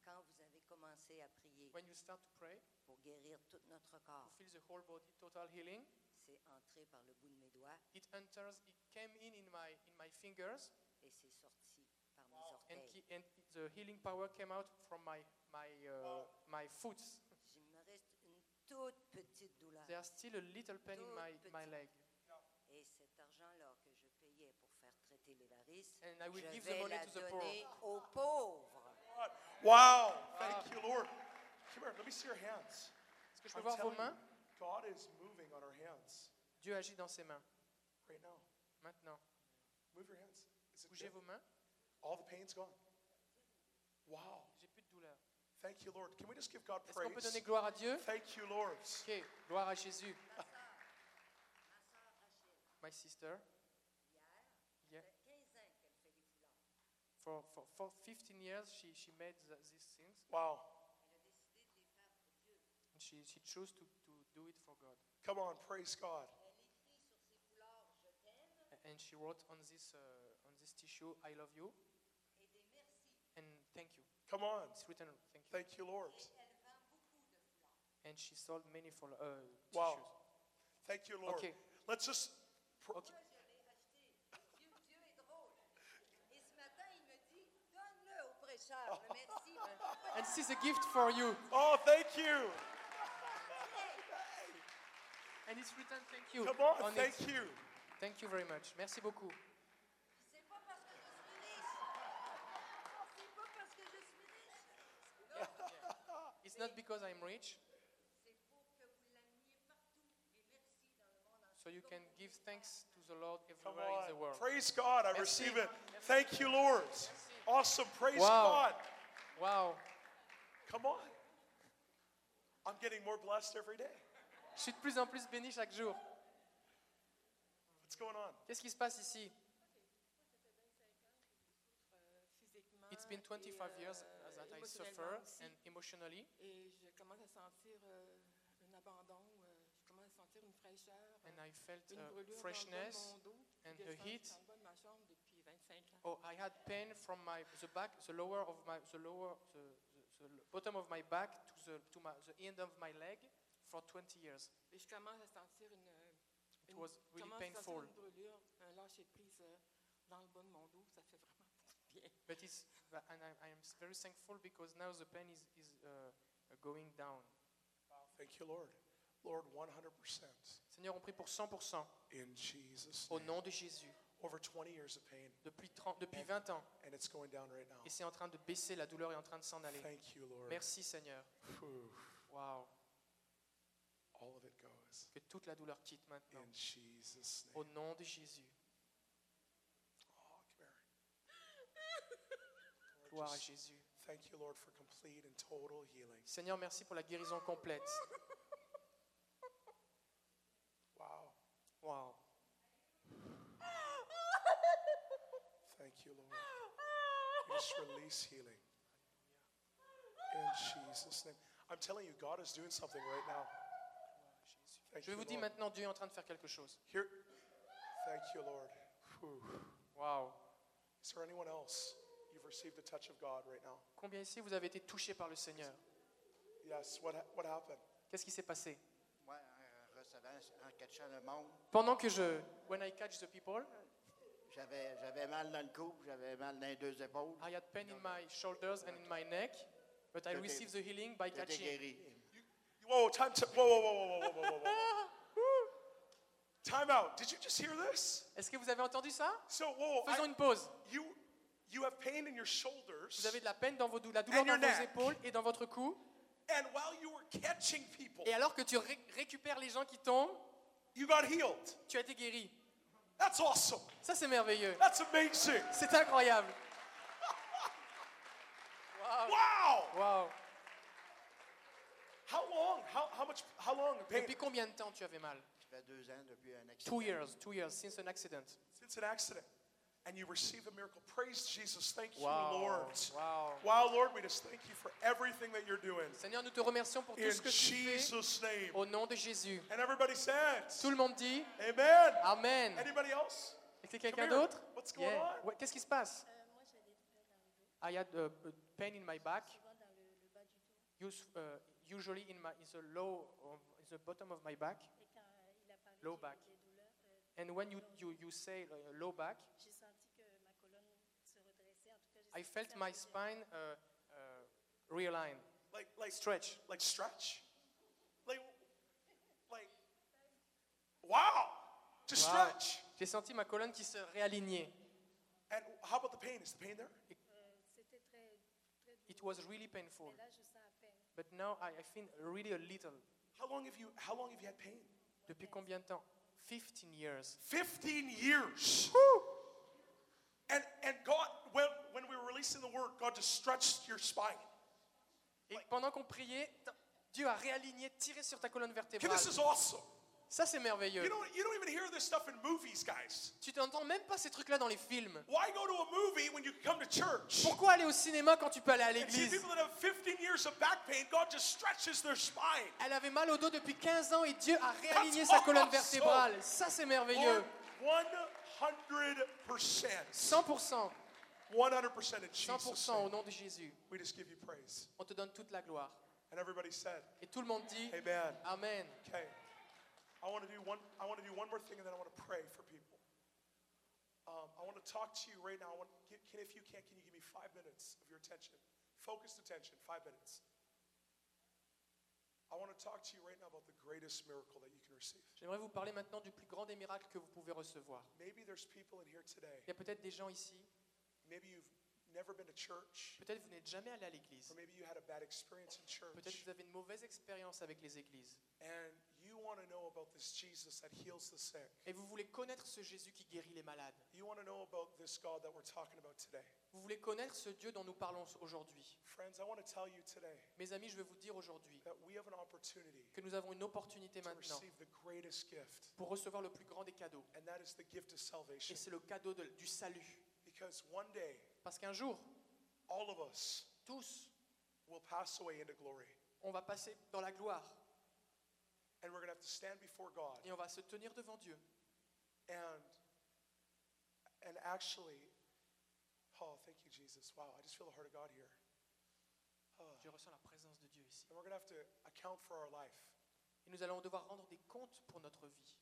S4: Quand vous avez commencé à prier
S1: When you start to pray,
S4: pour guérir tout notre
S1: you
S4: corps,
S1: feel the whole body total healing.
S4: c'est entré par le bout de mes doigts
S1: It enters, it came in in my, in my fingers
S4: et c'est sorti par mes orteils.
S1: and, ki- and the healing power came out from my, my, uh, my foot.
S4: Il me reste une toute petite douleur.
S1: There's still a little pain in my, my leg.
S4: Et cet argent-là que je payais pour faire traiter les varices,
S1: And I will
S4: je
S1: give the
S4: vais
S1: money
S4: la
S1: to the poor.
S4: donner aux pauvres.
S2: Wow. Thank you, Lord. Come here. Let me see your hands.
S1: Est-ce que je peux
S2: I'm
S1: voir vos
S2: telling you,
S1: mains
S2: God is moving on our hands
S1: Dieu agit dans ses mains.
S2: right now.
S1: Maintenant,
S2: Move your hands. Is it
S1: bougez
S2: good?
S1: vos mains.
S2: All the pain's gone. Wow.
S1: J'ai plus de douleur.
S2: Thank you, Lord. Can we just give God
S1: Est-ce qu'on peut
S2: praise?
S1: donner gloire à Dieu
S2: Thank you, Lord.
S1: Ok, gloire à Jésus.
S4: Ma soeur Rachel,
S1: My sister, yeah,
S4: hier, ça fait 15 ans qu'elle fait des foulards.
S1: for, for, for 15 years she, she made the, these things
S2: Wow.
S4: Elle a décidé de les faire pour Dieu.
S1: and she, she chose to, to do it for God.
S2: Come on, praise God.
S4: Elle écrit sur ses foulards « Je t'aime
S1: A- And she wrote on this, uh, on this tissue, I love you
S4: et des merci.
S1: and thank you.
S2: Come on.
S1: It's written, thank you.
S2: Thank you, Lord.
S4: Et elle vend beaucoup de foulards.
S1: And she sold many for, uh, tissues.
S2: Wow. Thank you, Lord.
S1: Okay.
S2: Let's just. pr-
S1: Okay.
S4: Moi, je l'ai acheté. Dieu, Dieu est drôle. Et ce matin, il me dit Donne-le au prêcheur. Le merci. me-
S1: And this is a gift for you.
S2: Oh, thank you.
S1: And it's written, thank you.
S2: Come on,
S1: on
S2: thank
S1: it.
S2: you.
S1: Thank you very much. Merci beaucoup.
S4: C'est pas parce que je suis riche. C'est pas parce que je suis riche. Non,
S1: It's not because I'm rich,
S4: c'est pour que vous l'ameniez partout. Et merci dans le monde entier.
S1: so you can give thanks to the Lord
S2: Come
S1: everywhere in the
S2: on.
S1: world.
S2: Praise God. I
S1: Merci.
S2: receive it. Thank you, Lord. Awesome. Praise
S1: Wow.
S2: God.
S1: Wow.
S2: Come on. I'm getting more blessed every day.
S1: Je suis de plus en plus béni chaque jour.
S2: What's going on?
S1: Qu'est-ce qui se passe ici
S5: physiquement
S1: It's been 25
S5: et,
S1: years
S5: euh,
S1: that I
S5: émotionnellement
S1: suffer
S5: aussi.
S1: and emotionally
S5: et je commence à sentir euh, un abandon, euh, je commence à sentir une fraîcheur,
S1: and
S5: euh,
S1: I felt
S5: une
S1: uh,
S5: brûlure
S1: freshness
S5: dans le bas
S1: and
S5: de mon dos, que
S1: a
S5: je sens- je
S1: heat.
S5: suis en bas de ma chambre depuis 25 ans.
S1: Oh, I had pain from my the back, the lower of my the lower the, the, the bottom of my back to the to my the end of my leg for 20 years.
S5: Et je commence à sentir une,
S1: It
S5: une-
S1: was
S5: je
S1: really
S5: commence à sentir
S1: painful,
S5: une brûlure, un lâcher prise euh, dans le bas de mon dos, ça fait vraiment beaucoup de bien.
S1: but it's but- and I, I am s- very thankful because now the pain is is uh, uh, going down.
S2: Thank you, Lord. Lord, 100%
S1: Seigneur, on prie pour 100%
S2: in Jesus'
S1: au
S2: name.
S1: nom de Jésus.
S2: over 20 years of pain,
S1: depuis, 30 depuis 20 ans.
S2: and it's going down right now.
S1: Et c'est en train de baisser, la douleur est en train de s'en aller.
S2: Thank you, Lord.
S1: Merci Seigneur.
S2: Whew.
S1: Waouh.
S2: All of it goes
S1: Que toute la douleur quitte maintenant.
S2: in Jesus' name.
S1: Au nom de Jésus.
S2: Oh, come here.
S1: [LAUGHS]
S2: Lord,
S1: Gloire à
S2: just
S1: Jésus.
S2: Thank you, Lord, for complete and total healing.
S1: Seigneur, merci pour la guérison complète.
S2: [LAUGHS] Wow.
S1: Waouh.
S2: Thank you,
S1: [LAUGHS]
S2: Lord. We Just release healing. In Jesus' name. I'm telling you, God is doing something right now. Thank
S1: Je
S2: you,
S1: vous dis
S2: Lord.
S1: maintenant, Dieu est en train de faire quelque chose.
S2: Here. Thank you, Lord. Whew.
S1: Waouh.
S2: Is there anyone else? You've received a touch of God right now.
S1: Combien ici vous avez été touchés par le Seigneur
S2: Yes. What, ha- what happened?
S1: Qu'est-ce qui s'est passé
S6: Moi, en recevant, en catchant le monde,
S1: Pendant que je. When I catch the people,
S6: j'avais j'avais mal dans le cou, j'avais mal dans les deux épaules.
S1: I had pain in my shoulders and in my neck, but I
S6: J'étais-
S1: received the healing by
S6: J'étais
S1: catching.
S6: guéri.
S2: Whoa, time to. Whoa, whoa, whoa, whoa, whoa, whoa, whoa, whoa, whoa.
S1: [LAUGHS]
S2: Time out. Did you just hear this?
S1: Est-ce que vous avez entendu ça
S2: So, whoa, I-
S1: Faisons une pause.
S2: you, you have pain in your shoulders.
S1: Vous avez de la peine dans vos dou- la douleur
S2: And your
S1: dans vos
S2: neck.
S1: épaules et dans votre cou.
S2: And while you were catching people,
S1: Et alors que tu ré- récupères les gens qui tombent,
S2: you got healed.
S1: tu as été guéri.
S2: That's awesome.
S1: Ça, c'est merveilleux.
S2: That's amazing.
S1: C'est incroyable. Waouh.
S2: Wow.
S1: Waouh.
S2: How long? How, how much? How long pain?
S1: Depuis combien de temps tu avais mal
S6: Ça fait deux ans depuis un accident.
S1: Two years, two years since an accident.
S2: Since an accident. And you receive a miracle. Praise Jesus. Thank you,
S1: Wow.
S2: Lord.
S1: Wow.
S2: Wow, Lord, we just thank you for everything that you're doing.
S1: Seigneur, nous te remercions pour tout
S2: In
S1: ce que tu fais
S2: Jesus' name.
S1: au nom de Jésus.
S2: And everybody says,
S1: Tout le monde dit
S2: Amen.
S1: Amen.
S2: Anybody else?
S1: Est-ce qu'il y a quelqu'un
S2: Come here.
S1: d'autre
S2: What's going on?
S1: Ouais, Qu'est-ce qui se passe
S3: Euh, moi, j'ai des douleurs dans le dos,
S1: I had a pain in my back,
S3: souvent dans le, le bas du dos.
S1: us- uh, usually in, my, in the low, of, in the bottom of my back.
S3: Et quand euh, il a parlé
S1: Low
S3: j'ai-
S1: back.
S3: des douleurs, euh,
S1: And when you, you, you say uh, low back,
S3: j'ai senti que ma colonne se redressait. En tout cas, j'ai
S1: I
S3: senti
S1: felt
S3: que ça
S1: my
S3: faisait-
S1: spine uh, uh, realign,
S2: Like, like,
S1: stretch.
S2: like stretch? Like, like, wow. Just
S1: Wow.
S2: stretch.
S1: J'ai senti ma colonne qui se réalignait.
S2: And how about the pain? Is the pain there?
S3: euh, C'était très, très douloureux.
S1: It was really painful,
S3: Mais là, je sens à peine.
S1: but now I, I feel really a little.
S2: How long have you, how long have you had pain?
S1: Depuis combien de temps 15 years.
S2: 15 years. And, and God, when, when we were releasing the word, God just stretched your spine.
S1: Et pendant qu'on priait, t- Dieu a réaligné, tiré sur ta colonne
S2: Okay,
S1: vertébrale.
S2: this is awesome.
S1: Ça, c'est merveilleux.
S2: You don't, you don't even hear this stuff in movies, guys.
S1: Tu t'entends même pas ces trucs-là dans les films.
S2: Why go to a movie when you can come to church?
S1: Pourquoi aller au cinéma quand tu peux aller à
S2: And see
S1: l'église
S2: people that have 15 years of back pain, God just stretches their spine.
S1: Elle avait mal au dos depuis 15 ans et Dieu a réaligné sa colonne vertébrale. Ça, c'est merveilleux.
S2: Lord,
S1: 100%,
S2: 100%. 100% in Jesus.
S1: 100% au
S2: name.
S1: nom de Jésus.
S2: We just give you praise.
S1: On te donne toute la gloire.
S2: And everybody said,
S1: Et tout le monde dit
S2: Amen.
S1: Amen.
S2: Okay. I want to do one. I want to do one more thing, and then I want to pray for people. Um, I want to talk to you right now. I want, can, can, if you can, can you give me five minutes of your attention, focused attention, five minutes. I want to talk to you right now about the greatest miracle that you can receive.
S1: J'aimerais vous parler maintenant du plus grand des miracles que vous pouvez recevoir.
S2: Maybe there's people in here today.
S1: Il y a peut-être des gens ici,
S2: Maybe you've never been to church,
S1: peut-être vous n'êtes jamais allé à l'église,
S2: or maybe you had a bad experience in
S1: peut-être
S2: church,
S1: vous avez une mauvaise expérience avec les églises,
S2: and you want to know about this Jesus that heals the sick.
S1: et vous voulez connaître ce Jésus qui guérit les malades.
S2: You want to know about this God that we're talking about today.
S1: Vous voulez connaître ce Dieu dont nous parlons aujourd'hui.
S2: Friends, I want to tell you today.
S1: Mes amis, je veux vous dire aujourd'hui
S2: that we have an opportunity
S1: que nous avons une opportunité
S2: to
S1: maintenant
S2: receive the greatest gift,
S1: pour recevoir le plus grand des cadeaux.
S2: and that is the gift of salvation.
S1: Et c'est le cadeau de- du salut.
S2: Because one day,
S1: Parce qu'un jour,
S2: all of us
S1: tous,
S2: will pass away into glory,
S1: on va passer dans la gloire
S2: and we're going to have to stand before God.
S1: et on va se tenir devant Dieu.
S2: And and actually, oh, thank you, Jesus. Wow, I just feel the heart of God here. Oh.
S1: Je ressens la présence de Dieu ici.
S2: And we're going to have to account for our life,
S1: Et nous allons devoir rendre des comptes pour notre vie.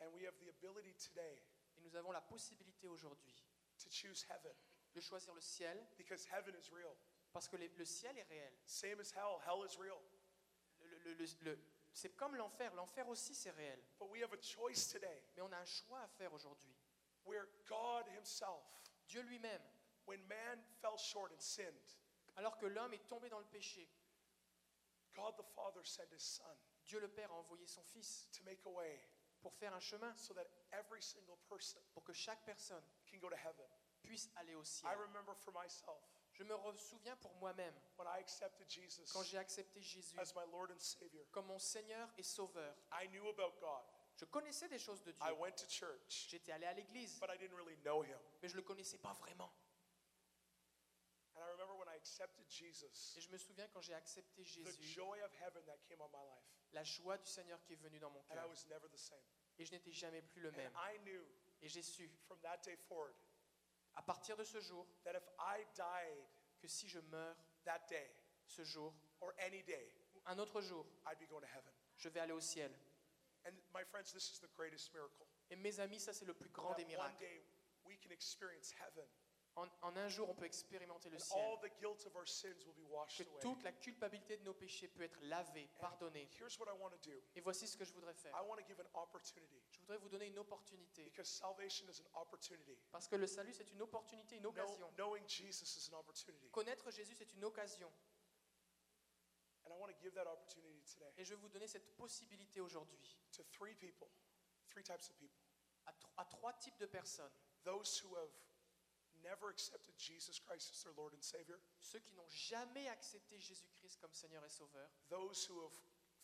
S2: and we have the ability today
S1: Et nous avons la possibilité aujourd'hui
S2: to choose heaven
S1: de choisir le ciel
S2: because heaven is real.
S1: parce que les- le ciel est réel.
S2: Same as hell, hell is real.
S1: Le- le- le- le- c'est comme l'enfer. L'enfer aussi, c'est réel.
S2: But we have a choice today
S1: Mais on a un choix à faire aujourd'hui.
S2: where God Himself,
S1: Dieu lui-même,
S2: when man fell short and sinned,
S1: alors que l'homme est tombé dans le péché,
S2: God the Father sent His Son
S1: Dieu le Père a envoyé son Fils
S2: to make a way
S1: pour faire un chemin,
S2: so that every single person
S1: pour que chaque personne
S2: can go to heaven.
S1: puisse aller au ciel.
S2: I remember for myself
S1: Je me re- souviens pour moi-même,
S2: when I accepted Jesus
S1: quand j'ai accepté Jésus
S2: as my Lord and Savior,
S1: comme mon Seigneur et Sauveur,
S2: I knew about God.
S1: je connaissais des choses de Dieu.
S2: I went to church,
S1: J'étais allé à l'église,
S2: but I didn't really know Him.
S1: mais je ne le connaissais pas vraiment.
S2: And I remember when I accepted Jesus,
S1: Et je me souviens quand j'ai accepté
S2: the
S1: Jésus,
S2: joy of heaven that came on my life,
S1: la joie du Seigneur qui est venue dans mon
S2: and I
S1: cœur.
S2: was never the same.
S1: Et je n'étais jamais plus le
S2: And
S1: même.
S2: I knew
S1: Et j'ai su,
S2: from that day forward
S1: à partir de ce jour,
S2: that if I died
S1: que si je meurs
S2: that day
S1: ce jour,
S2: or any day,
S1: ou un autre jour,
S2: I'd be going to heaven.
S1: je vais aller au ciel.
S2: And my friends, this is the greatest miracle.
S1: Et mes amis, ça c'est le plus grand des
S2: That one
S1: miracles.
S2: day we can experience heaven,
S1: En, en un jour, on peut expérimenter le
S2: and
S1: ciel.
S2: all the guilt of our sins will be washed
S1: Que
S2: away.
S1: toute la culpabilité de nos péchés peut être lavée, pardonnée.
S2: Here's what I want to do
S1: Et voici ce que je voudrais faire.
S2: I want to give an opportunity
S1: Je voudrais vous donner une opportunité.
S2: because salvation is an opportunity.
S1: Parce que le salut, c'est une opportunité, une
S2: Know-
S1: occasion.
S2: knowing Jesus is an opportunity.
S1: Connaître Jésus, c'est une occasion.
S2: And I want to give that opportunity today
S1: Et je vais vous donner cette possibilité aujourd'hui
S2: to three people, three types of people.
S1: à, tro- à trois types de personnes.
S2: Those who have never accepted Jesus Christ as their Lord and Savior,
S1: Ceux qui n'ont jamais accepté Jésus-Christ comme Seigneur et Sauveur.
S2: those who have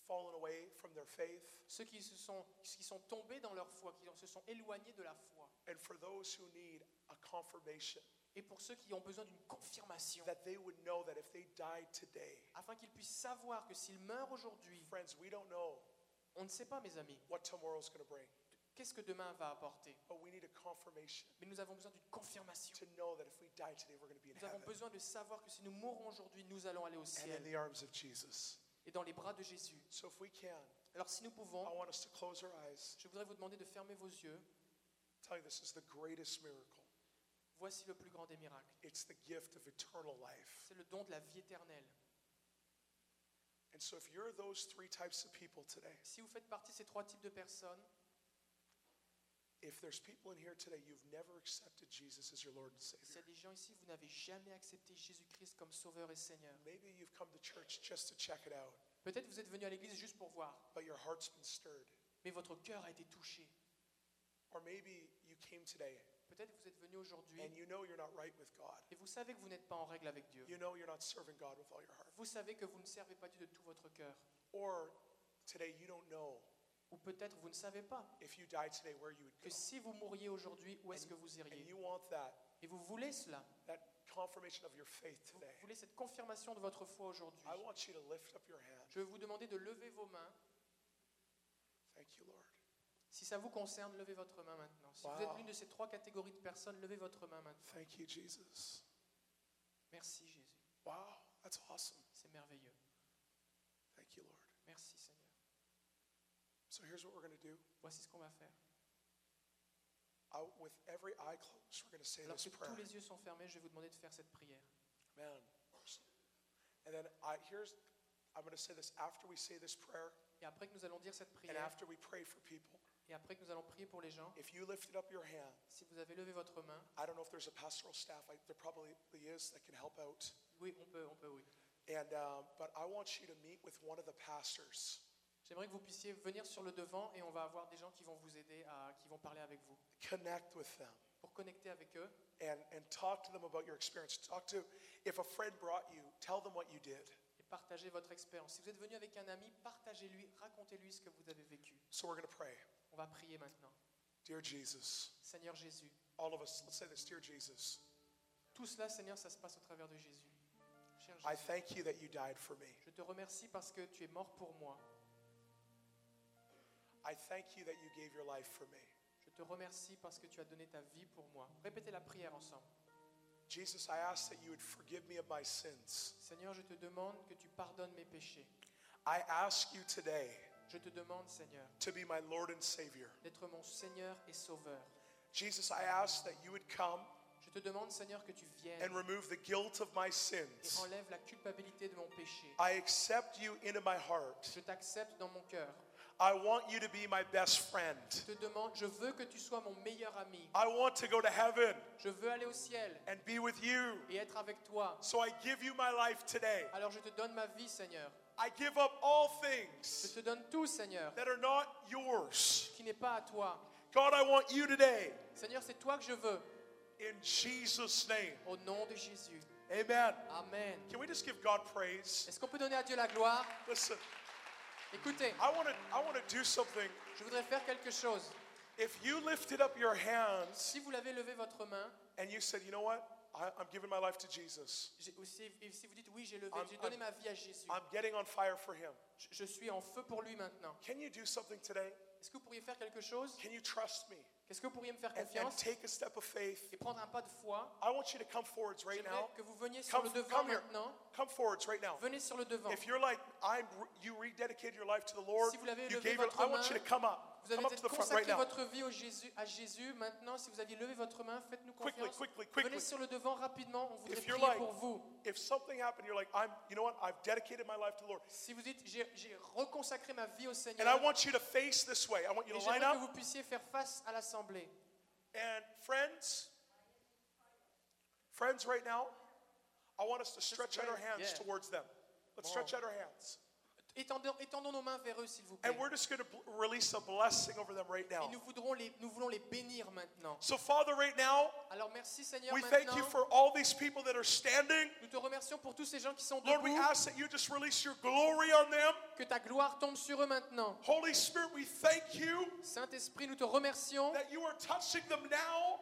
S2: fallen away from their faith,
S1: Ceux qui, se sont, qui sont tombés dans leur foi, qui se sont éloignés de la foi.
S2: and for those who need a confirmation
S1: Et pour ceux qui ont besoin d'une confirmation.
S2: that they would know that if they died today,
S1: Afin qu'ils puissent savoir que s'ils meurent aujourd'hui,
S2: friends, we don't know
S1: on ne sait pas, mes amis,
S2: what tomorrow's going to bring,
S1: qu'est-ce que demain va apporter.
S2: but we need a confirmation
S1: Mais nous avons besoin d'une confirmation.
S2: to know that if we die today, we're going to be in
S1: Nous avons
S2: heaven
S1: besoin de savoir que si nous mourons aujourd'hui, nous allons aller au
S2: and in
S1: ciel
S2: the arms of Jesus.
S1: et dans les bras de Jésus.
S2: So if we can,
S1: Alors si nous pouvons,
S2: I want us to close our eyes.
S1: je voudrais vous demander de fermer vos yeux.
S2: Tell you this is the greatest miracle.
S1: Voici le plus grand des miracles.
S2: It's the gift of eternal life.
S1: C'est le don de la vie éternelle.
S2: And so if you're those three types of people today,
S1: Si vous faites partie de ces trois types de personnes,
S2: if there's people in here today you've never accepted Jesus as your Lord and
S1: s'il y a
S2: Savior,
S1: des gens ici, vous n'avez jamais accepté Jésus-Christ comme Sauveur et Seigneur.
S2: maybe you've come to church just to check it out,
S1: Peut-être vous êtes venu à l'église juste pour voir,
S2: but your heart's been stirred.
S1: mais votre cœur a été touché.
S2: Or maybe you came today
S1: Peut-être vous êtes venu aujourd'hui
S2: and you know you're not right with God.
S1: et vous savez que vous n'êtes pas en règle avec Dieu.
S2: You know you're not serving God with all your heart.
S1: Vous savez que vous ne servez pas Dieu de tout votre cœur.
S2: Or today you don't know
S1: Ou peut-être vous ne savez pas
S2: if you die today where you would
S1: que
S2: go.
S1: si vous mouriez aujourd'hui, où est-ce que vous
S2: And
S1: iriez
S2: you want that,
S1: Et vous voulez cela.
S2: that confirmation of your faith
S1: Vous
S2: today.
S1: voulez cette confirmation de votre foi aujourd'hui.
S2: I want you to lift up your hand.
S1: Je vais vous demander de lever vos mains.
S2: Thank you, Lord.
S1: Si ça vous concerne, levez votre main maintenant. Si
S2: Wow.
S1: vous êtes l'une de ces trois catégories de personnes, levez votre main maintenant.
S2: Thank you, Jesus.
S1: Merci Jésus.
S2: Wow, that's awesome.
S1: C'est merveilleux.
S2: Thank you, Lord.
S1: Merci Seigneur.
S2: So here's what we're going to do.
S1: Voici ce qu'on va faire.
S2: I, with every eye closed, we're going to say
S1: Alors
S2: this
S1: que
S2: prayer.
S1: tous les yeux sont fermés, je vais vous demander de faire cette prière.
S2: Man. And then I, here's, I'm going to say this after we say this prayer
S1: Et après que nous allons dire cette
S2: and
S1: prière,
S2: after we pray for people.
S1: et après que nous allons prier pour les gens,
S2: If you lifted up your hand,
S1: si vous avez levé votre main,
S2: I don't know if there's a pastoral staff. I, there probably is that can help out.
S1: oui, on peut, on peut, oui.
S2: And um, but I want you to meet with one of the pastors.
S1: J'aimerais que vous puissiez venir sur le devant et on va avoir des gens qui vont vous aider, à, qui vont parler avec vous,
S2: Connect with them
S1: pour connecter avec eux
S2: and and talk to them about your experience. Talk to if a friend brought you, tell them what you did.
S1: et partager votre expérience. Si vous êtes venu avec un ami, partagez-lui, racontez-lui ce que vous avez vécu.
S2: So we're going to pray.
S1: On va prier maintenant.
S2: Dear Jesus,
S1: Seigneur Jésus,
S2: all of us, let's say this, dear Jesus,
S1: tout cela, Seigneur, ça se passe au travers de Jésus. Cher
S2: I
S1: Jésus,
S2: thank you that you died for me.
S1: je te remercie parce que tu es mort pour moi.
S2: I thank you that you gave your life for me.
S1: Je te remercie parce que tu as donné ta vie pour moi. Répétez la prière ensemble.
S2: Jesus, I ask that you would forgive me of my sins.
S1: Seigneur, je te demande que tu pardonnes mes péchés.
S2: I ask you today
S1: Je te demande, Seigneur,
S2: to be my Lord and Savior.
S1: d'être mon Seigneur et Sauveur.
S2: Jesus, I ask that you would come
S1: Je te demande, Seigneur, que tu viennes
S2: and remove the guilt of my
S1: et
S2: sins.
S1: enlève la culpabilité de mon péché.
S2: I accept you into my heart.
S1: Je t'accepte dans mon cœur.
S2: I want you to be my best friend.
S1: Je te demande, je veux que tu sois mon meilleur ami.
S2: I want to go to heaven
S1: Je veux aller au ciel
S2: and be with you.
S1: et être avec toi.
S2: So I give you my life today.
S1: Alors je te donne ma vie, Seigneur.
S2: I give up all
S1: Je
S2: things
S1: te donne tout, Seigneur,
S2: that are not yours.
S1: qui n'est pas à toi.
S2: God, I want you today
S1: Seigneur, c'est toi que je veux.
S2: in Jesus' name.
S1: Au nom de Jésus.
S2: Amen.
S1: Amen.
S2: Can we just give God praise?
S1: Est-ce qu'on peut donner à Dieu la gloire
S2: Listen,
S1: Écoutez,
S2: I want to I want to do something.
S1: je voudrais faire quelque chose.
S2: If you lifted up your hands
S1: Si vous l'avez levé votre main,
S2: and you said, you know what, I, I'm giving my life to Jesus.
S1: j'ai- ou si, et si vous dites oui, j'ai levé,
S2: I'm-
S1: j'ai donné
S2: I'm-
S1: ma vie à Jésus,
S2: I'm getting on fire for Him.
S1: je, je suis en feu pour lui maintenant.
S2: Can you do something today?
S1: Est-ce que vous pourriez faire quelque chose
S2: Can you trust me
S1: Est-ce que vous pourriez me faire
S2: and, and
S1: confiance
S2: take a step of faith?
S1: et prendre un pas de foi
S2: I want you to come forwards right now.
S1: J'aimerais que vous veniez sur
S2: Come,
S1: le devant
S2: come here.
S1: maintenant.
S2: Come forwards right now.
S1: Venez sur le devant.
S2: If you're like I'm, you rededicated your life to the Lord.
S1: Si vous l'avez
S2: you
S1: levé
S2: gave your,
S1: votre
S2: I want
S1: main,
S2: you to come up.
S1: Vous avez
S2: Come up to
S1: peut-être
S2: the front right
S1: consacré
S2: now.
S1: votre vie au Jésus, à Jésus. Maintenant, si vous aviez levé votre main, faites-nous confiance.
S2: Quickly, quickly, quickly.
S1: Venez sur le devant rapidement. On voudrait
S2: If you're
S1: prier
S2: like-
S1: pour vous.
S2: If something happened, you're like, I'm. You know what? I've dedicated my life to the Lord,
S1: Si vous dites, j'ai j'ai reconsacré ma vie au
S2: and I
S1: Seigneur,
S2: want you to face this way. I want you
S1: et
S2: to
S1: j'aimerais
S2: line
S1: que
S2: up.
S1: vous puissiez faire face à l'assemblée.
S2: And friends, friends, right now, I want us to stretch out our
S1: friends,
S2: hands
S1: yeah.
S2: towards them. Let's stretch out our hands,
S1: Étendons, étendons nos mains vers eux, s'il vous plaît.
S2: and we're just going to release a blessing over them right now.
S1: Et nous, voudrons les, nous voulons les bénir maintenant.
S2: So, Father, right now,
S1: Alors merci Seigneur
S2: we thank
S1: maintenant.
S2: you for all these people that are standing.
S1: Nous te remercions pour tous ces gens qui sont
S2: Lord, we
S1: debout.
S2: ask that you just release your glory on them.
S1: Que ta gloire tombe sur eux maintenant.
S2: Holy Spirit, we thank you
S1: Saint-Esprit, nous te remercions
S2: that you are touching them now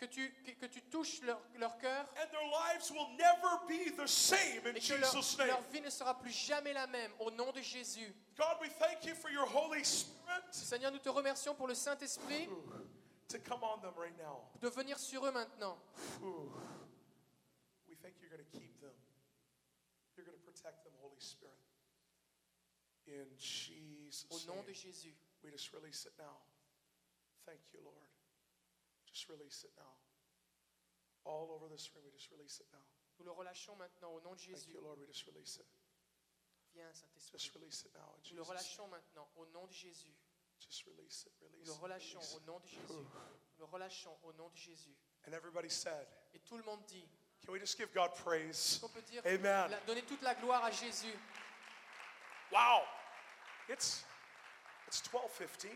S1: que tu, que, que tu touches leur, leur cœur
S2: and their lives will never be the same in
S1: et que leur,
S2: Jesus' name.
S1: leur vie ne sera plus jamais la même au nom de Jésus.
S2: God, we thank you for your Holy Spirit
S1: Seigneur, nous te remercions pour le Saint-Esprit
S2: to come on them right now.
S1: de venir sur eux maintenant.
S2: Ooh. We think you're going to keep them. You're going to protect them, Holy Spirit. In Jesus'
S1: Au nom de
S2: name.
S1: Jésus.
S2: We just release it now. Thank you, Lord. Just release it now. All over this room, we just release it now.
S1: Nous le relâchons maintenant au nom de
S2: Thank
S1: Jésus.
S2: you, Lord. We just release it.
S1: Viens, Saint-Esprit.
S2: Just release it now. In
S1: Nous le
S2: Jesus' name.
S1: relâchons maintenant au nom de Jésus.
S2: Just release it. Release
S1: Nous le
S2: it,
S1: relâchons
S2: release
S1: au nom de Jésus. Nous le relâchons au nom de Jésus.
S2: it. And everybody said,
S1: Et tout le monde dit,
S2: Can we just give God praise?
S1: on peut dire,
S2: Amen.
S1: la- donner toute la gloire à Jésus.
S2: Wow. It's it's 12:15.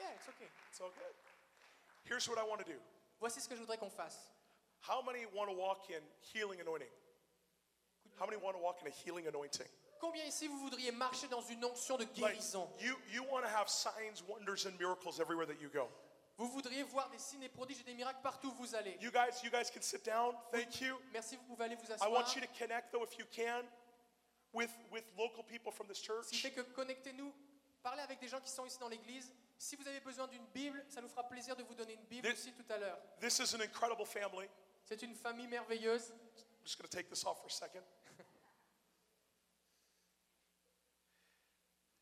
S1: Yeah, it's okay.
S2: It's all good. Here's what I want to do.
S1: Voici ce que je voudrais qu'on fasse.
S2: How many want to walk in healing anointing? How many want to walk in a healing anointing?
S1: Combien ici vous voudriez marcher dans une onction de
S2: Like,
S1: guérison
S2: you you want to have signs, wonders, and miracles everywhere that you go.
S1: Vous voudriez voir des signes, des prodiges et des miracles partout où vous allez.
S2: You guys, you guys can sit down. Thank you.
S1: Merci, vous pouvez aller vous
S2: I
S1: asseoir.
S2: want you to connect though, if you can, with with local people from this
S1: Ce qui
S2: church.
S1: fait que connectez-nous, parlez avec des gens qui sont ici dans l'église. Si vous avez besoin d'une Bible, ça nous fera plaisir de vous donner une Bible
S2: Des-
S1: aussi tout à l'heure.
S2: This is an incredible family. I'm
S1: C'est une famille merveilleuse.
S2: just going to take this off for a second.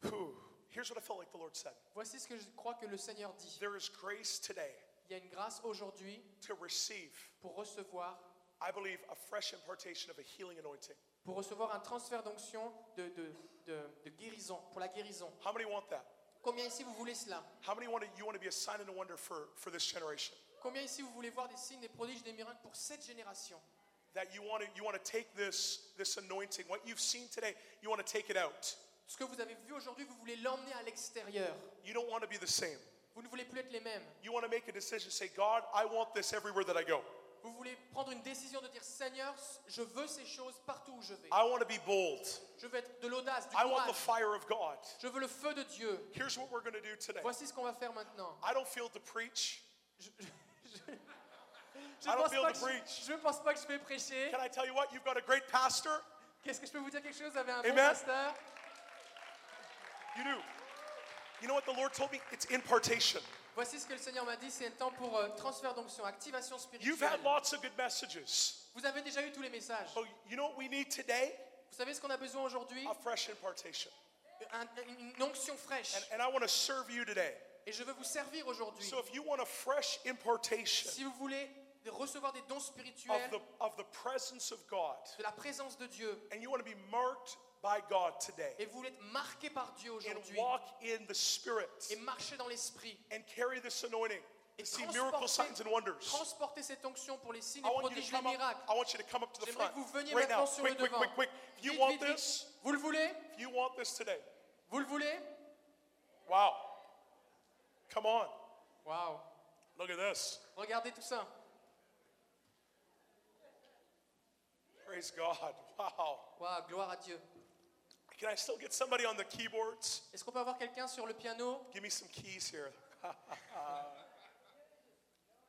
S2: Whew. Here's what I felt like the Lord said.
S1: Voici ce que je crois que le Seigneur dit.
S2: There is grace today
S1: Il y a une grâce aujourd'hui
S2: to receive,
S1: pour recevoir,
S2: I believe, a fresh impartation of a healing anointing.
S1: pour recevoir un transfert d'onction de, de, de- de guérison, pour la guérison.
S2: How many want that?
S1: Combien ici vous voulez cela
S2: How many want to, you want to be a sign and a wonder for, for this generation?
S1: Combien ici vous voulez voir des signes, des prodiges, des miracles pour cette génération
S2: That you want to, you want to take this, this anointing, what you've seen today, you want to take it out.
S1: Ce que vous avez vu aujourd'hui, vous voulez l'emmener à l'extérieur.
S2: You don't want to be the same.
S1: Vous ne voulez plus être les mêmes.
S2: You want to make a decision, say, God, I want this everywhere that I go.
S1: Vous voulez prendre une décision de dire Seigneur, je veux ces choses partout où je vais.
S2: I want to be bold.
S1: Je veux être de l'audace, du
S2: I want the
S1: courage.
S2: fire of God.
S1: Je veux le feu de Dieu.
S2: Here's what we're going to do today.
S1: Voici ce qu'on va faire maintenant.
S2: I don't feel to preach.
S1: Je, je- je- je
S2: don't
S1: pense
S2: feel
S1: pas
S2: the
S1: que je-
S2: preach.
S1: je ne pense pas que je vais prêcher.
S2: Can I tell you what? You've got a great pastor.
S1: Qu'est-ce que je peux vous dire quelque chose Vous avez un bon
S2: Amen.
S1: pasteur.
S2: You do. You know what the Lord told me? It's impartation.
S1: Voici ce que le Seigneur m'a dit, c'est un temps pour euh, transfert d'onction, activation
S2: You've had Oh.
S1: spirituelle.
S2: lots of good messages.
S1: Vous avez déjà eu tous les messages.
S2: So you know what we need today?
S1: Vous savez ce qu'on a besoin aujourd'hui
S2: A fresh impartation.
S1: Un- Une onction fraîche.
S2: And, and I want to serve you today.
S1: Et je veux vous servir aujourd'hui.
S2: So if you want a fresh impartation
S1: Si vous voulez recevoir des dons
S2: of
S1: spirituels
S2: the, of the presence of God
S1: de la présence de Dieu
S2: and you want to be marked by God today
S1: et vous voulez être marqué par Dieu
S2: and
S1: aujourd'hui
S2: walk in the Spirit
S1: et marcher dans l'esprit
S2: and carry this anointing
S1: et
S2: and see miracle signs and wonders.
S1: transporter cette onction pour les signes
S2: I
S1: et
S2: want, you to
S1: prodiges les
S2: come up,
S1: miracles.
S2: I want you to come up to the
S1: J'aimerais
S2: front
S1: que vous veniez
S2: right now.
S1: maintenant sur le
S2: Quick, quick,
S1: devant.
S2: quick, quick. If you
S1: Vite,
S2: want
S1: vite, vite.
S2: this,
S1: Vous le voulez
S2: if you want this today,
S1: Vous le voulez
S2: wow. Come on.
S1: Waouh
S2: Look at this.
S1: Regardez tout ça.
S2: Praise God. Wow.
S1: Waouh, gloire à Dieu.
S2: Can I still get somebody on the keyboards?
S1: Est-ce qu'on peut avoir quelqu'un sur le piano
S2: Give me some keys here. [LAUGHS]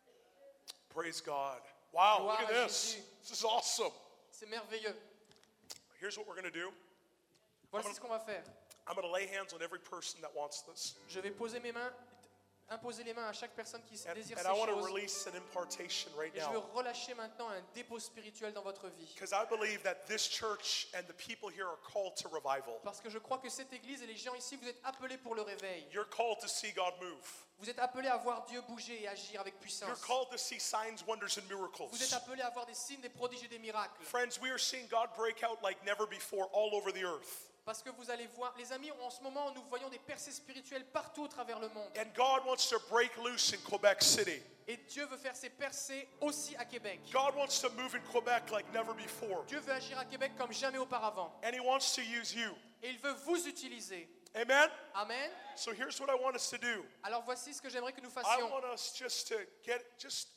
S2: Praise God. Wow,
S1: Gloire
S2: look at
S1: à
S2: this.
S1: Jésus.
S2: This is awesome.
S1: C'est merveilleux.
S2: Here's what we're going to do
S1: Voici ce qu'on va faire.
S2: I'm going to lay hands on every person that wants this.
S1: Je vais poser mes mains, imposer les mains à chaque personne qui
S2: And,
S1: désire
S2: and
S1: ces
S2: I want to
S1: choses.
S2: release an impartation right
S1: Et je veux
S2: now.
S1: relâcher maintenant un dépôt spirituel dans votre vie.
S2: Because I believe that this church and the people here are called to revival.
S1: Parce que je crois que cette église et les gens ici, vous êtes appelés pour le réveil.
S2: You're called to see God move.
S1: Vous êtes appelés à voir Dieu bouger et agir avec
S2: You're
S1: puissance.
S2: called to see signs, wonders,
S1: Vous
S2: and
S1: êtes
S2: miracles.
S1: appelés à voir des signes, des prodiges et des miracles.
S2: Friends, we are seeing God break out like never before all over the earth.
S1: Parce que vous allez voir, les amis, en ce moment, nous voyons des percées spirituelles partout au travers le monde.
S2: And God wants to break loose in Quebec City.
S1: Et Dieu veut faire ses percées aussi à Québec.
S2: God wants to move in Quebec like never before.
S1: Dieu veut agir à Québec comme jamais auparavant.
S2: And He wants to use you.
S1: Et il veut vous utiliser.
S2: Amen?
S1: Amen.
S2: So here's what I want us to do
S1: Alors voici ce que j'aimerais que nous
S2: I
S1: fassions.
S2: want us just to get, just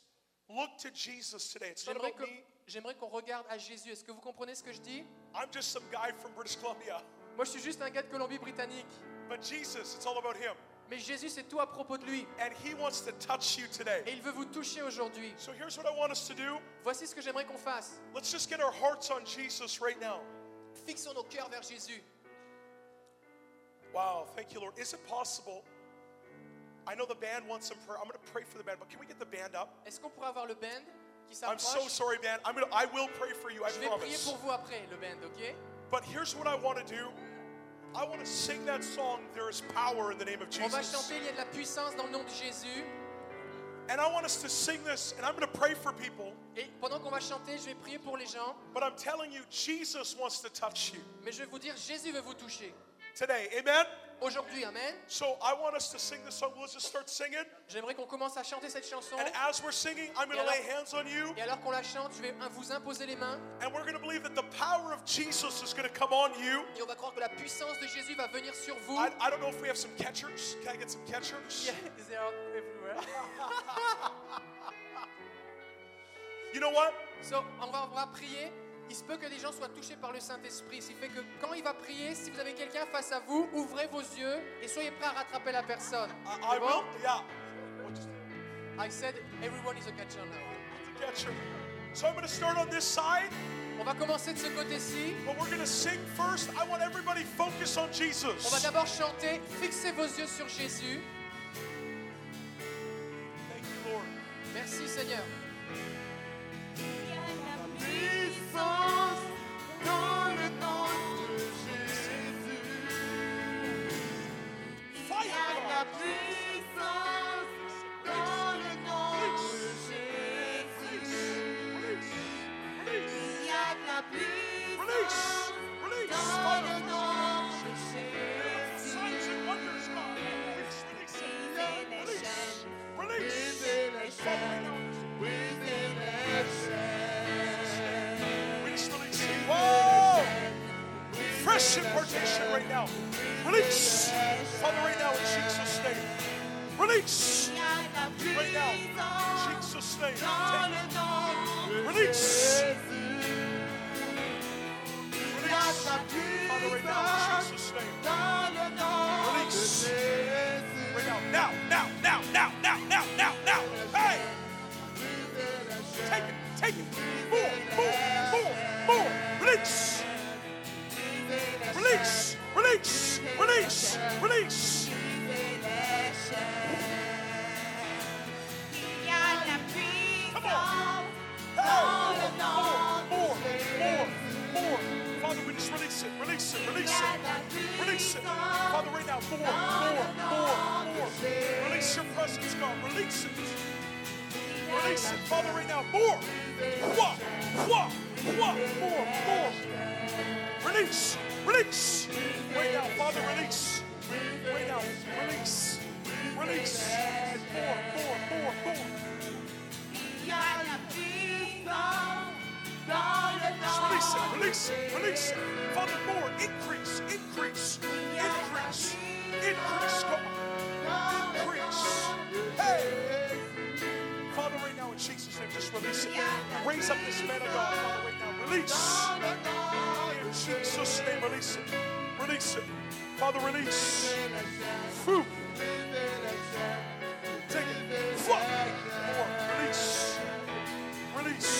S2: look to Jesus today. It's not
S1: J'aimerais
S2: about
S1: que-
S2: me.
S1: J'aimerais qu'on regarde à Jésus. Est-ce que vous comprenez ce que je dis
S2: I'm just some guy from British Columbia.
S1: Moi, je suis juste un gars de Colombie-Britannique.
S2: But Jesus, it's all about Him.
S1: Mais Jésus, c'est tout à propos de lui.
S2: And He wants to touch you today.
S1: Et il veut vous toucher aujourd'hui.
S2: So here's what I want us to do.
S1: Voici ce que j'aimerais qu'on fasse.
S2: Let's just get our hearts on Jesus right now.
S1: Fixons nos cœurs vers Jésus.
S2: Wow, thank you, Lord. Is it possible? I know the band wants some prayer. I'm going to pray for the band, but can we get the band up?
S1: Est-ce qu'on pourrait avoir le band qui
S2: I'm so
S1: s'approche
S2: sorry, man. I'm gonna, I will pray for you, I
S1: Je vais prier
S2: promise.
S1: pour vous après, le band, ok
S2: But here's what I want to do I want to sing that song, There is Power in the Name of
S1: On va
S2: Jesus.
S1: chanter, il y a de la puissance dans le nom de Jésus.
S2: And I want us to sing this, and I'm going to pray for people,
S1: Et pendant qu'on va chanter, je vais prier pour les gens.
S2: but I'm telling you, Jesus wants to touch you
S1: Mais je vais vous dire, Jésus veut vous toucher.
S2: today. Amen?
S1: Aujourd'hui, Amen.
S2: So I want us to sing this song. We'll just start singing.
S1: J'aimerais qu'on commence à chanter cette chanson.
S2: And as we're singing, I'm going
S1: Et
S2: to lay
S1: alors-
S2: hands on you,
S1: Et alors qu'on la chante, je vais vous imposer les mains.
S2: and we're going to believe that the power of Jesus is going to come on you.
S1: Et on va croire que la puissance de Jésus va venir sur vous.
S2: I, I don't know if we have some catchers. Can I get some catchers?
S1: [LAUGHS]
S2: [LAUGHS]
S1: Yes, they are everywhere.
S2: You know what?
S1: So, on va, on va prier. Il se peut que les gens soient touchés par le Saint-Esprit. Ce qui fait que quand il va prier, si vous avez quelqu'un face à vous, ouvrez vos yeux et soyez prêts à rattraper la personne.
S2: I,
S1: C'est
S2: Ah, I
S1: bon?
S2: will. Yeah. What just-
S1: I said everyone is a catcher now.
S2: Catcher. So I'm going to start on this side,
S1: On va commencer de ce côté-ci.
S2: but we're going to sing first. I want everybody focus on
S1: On va
S2: Jesus.
S1: d'abord chanter. Fixez vos yeux sur Jésus.
S2: Thank you, Lord.
S1: Merci Seigneur.
S2: Fire, God. Release. Release. Fire. Signs and wonders, God. Release, release it. Release. Release. Release, release it. Whoa! Fresh impartation right now. Release. Father, right now in Jesus' name. Release. Right now. in Jesus' name. Take it. Release. Release. Father, right now in Jesus' name. Release. Right now. Now, now, now, now, now, now, now, now. Hey! Take it. Take it. More, more, more, more. Release. Release! Release! Release! Release! Come on! Hey! More! More! More! More! Father, we just release it, release it, release it, release it. Father, right now, more, more, more, more. Release your presence, God. Release it. Release it. Father, right now, more. Wah, wah, wah, more, more. Release. Release. Right now, Father, release. Right now, release. Release. More, more, more, more. Release it, release it, release it. Father, more. Increase, increase, increase, increase. Come on. Increase. Hey. Father, right now in Jesus' name, just release it. Raise up this man of God, Father, right now. Release. In Jesus' name, release it. Release it. Father, release. Phew. Take it. Fuck. More. Release. Release.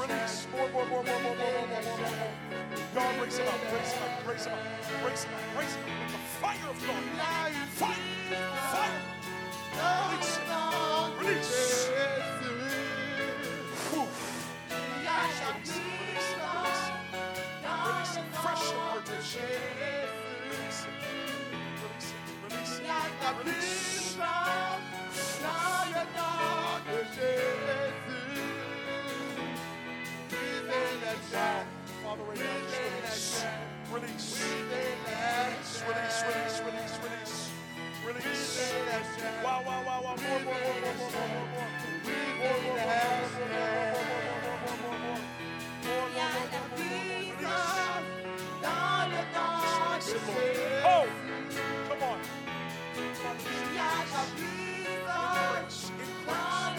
S2: Release. More, more, more, more, more, more, more, more, more, more, more. God, raise him up. Raise him up. Raise him up. Raise him up. Raise him up. With the fire of God. Fire. Fire. Release. it. Release. Phew. Release. Release. Release. Release it. Fresh impartation. Release it. Release it. Release it. Release. Father, right now, just release. Release. Release. Release. Release. Release. Release. Release. Wow, wow, wow, wow. More, more, more, more, more, more, more, more. More, more, more, more, more, more, more, more, more, more, more, more, more, more. More, more, more, more, more, more, more. Release. Just release it, Lord. Oh, come on. Increase, increase, increase, God.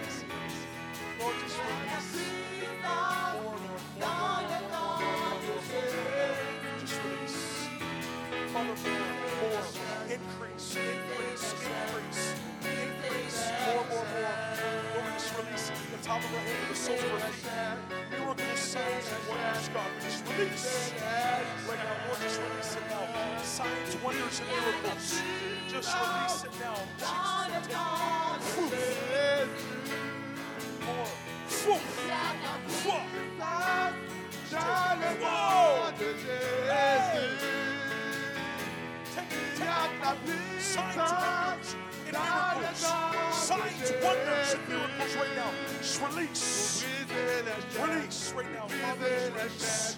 S2: Lord, just release. More, Lord, more, Lord, more, Lord, more, Lord, more. Just release. Father, more, more, increase, increase, increase, increase, more, more, more. Lord, we just release it. the top of our head to the soles of our feet. Miracles, signs, and wonders, God, we just release. Right now, Lord, just release it now. Signs, wonders, and miracles. Just release it now. Jesus, take it. Whew. More. Whew. Whew. Whoa. Signs, wonders, and miracles. Signs, wonders, and miracles right now. Just release. Release right now. Father, release.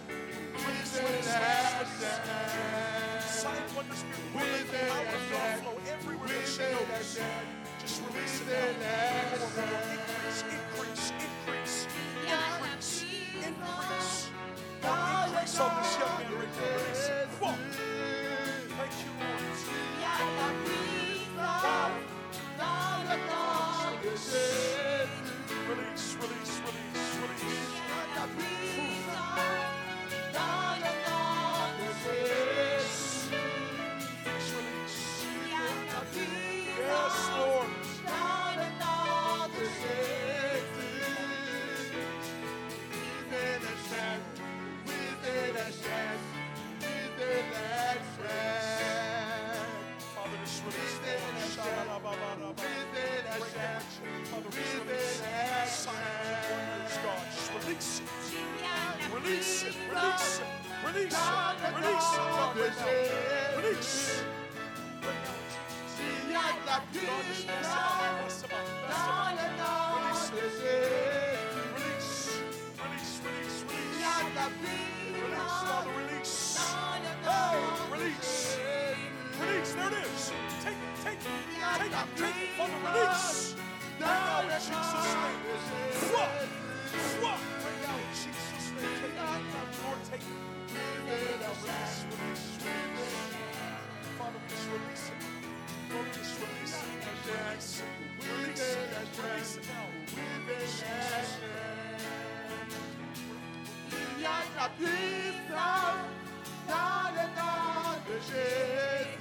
S2: Release, release, release, release. Signs, wonders, miracles. Let the power of God flow everywhere that she goes. Just release it now. More, more, more. Increase, increase, increase, increase, increase. Lord, increase on this young man right now. Release it. Whoa. Thank you, Lord. Wow. Release, release, release, release. Release, release. Yes, Lord. Father, just release. Lord. Sha-la-la-ba-ba-da-ba. Break down the chain. Father, just release. Signs and wonders, God. Just release it. Release it. Release it. Release it. Release it, God, right now. Release. Right now, Jesus. God, just bless him up. Bless him up. Bless him up. Release it. Release. Release, release, release. Release, Father, release. Hey, release. Release, there it is. Take it, take it, take it, take it, Father, release. Right now, in Jesus' name. Whoa, whoa. Right now, in Jesus' name. Take it, Lord, take it. Release, release, release. Father, we just release it. Lord, we just release it. Release it. Release it. Release it now.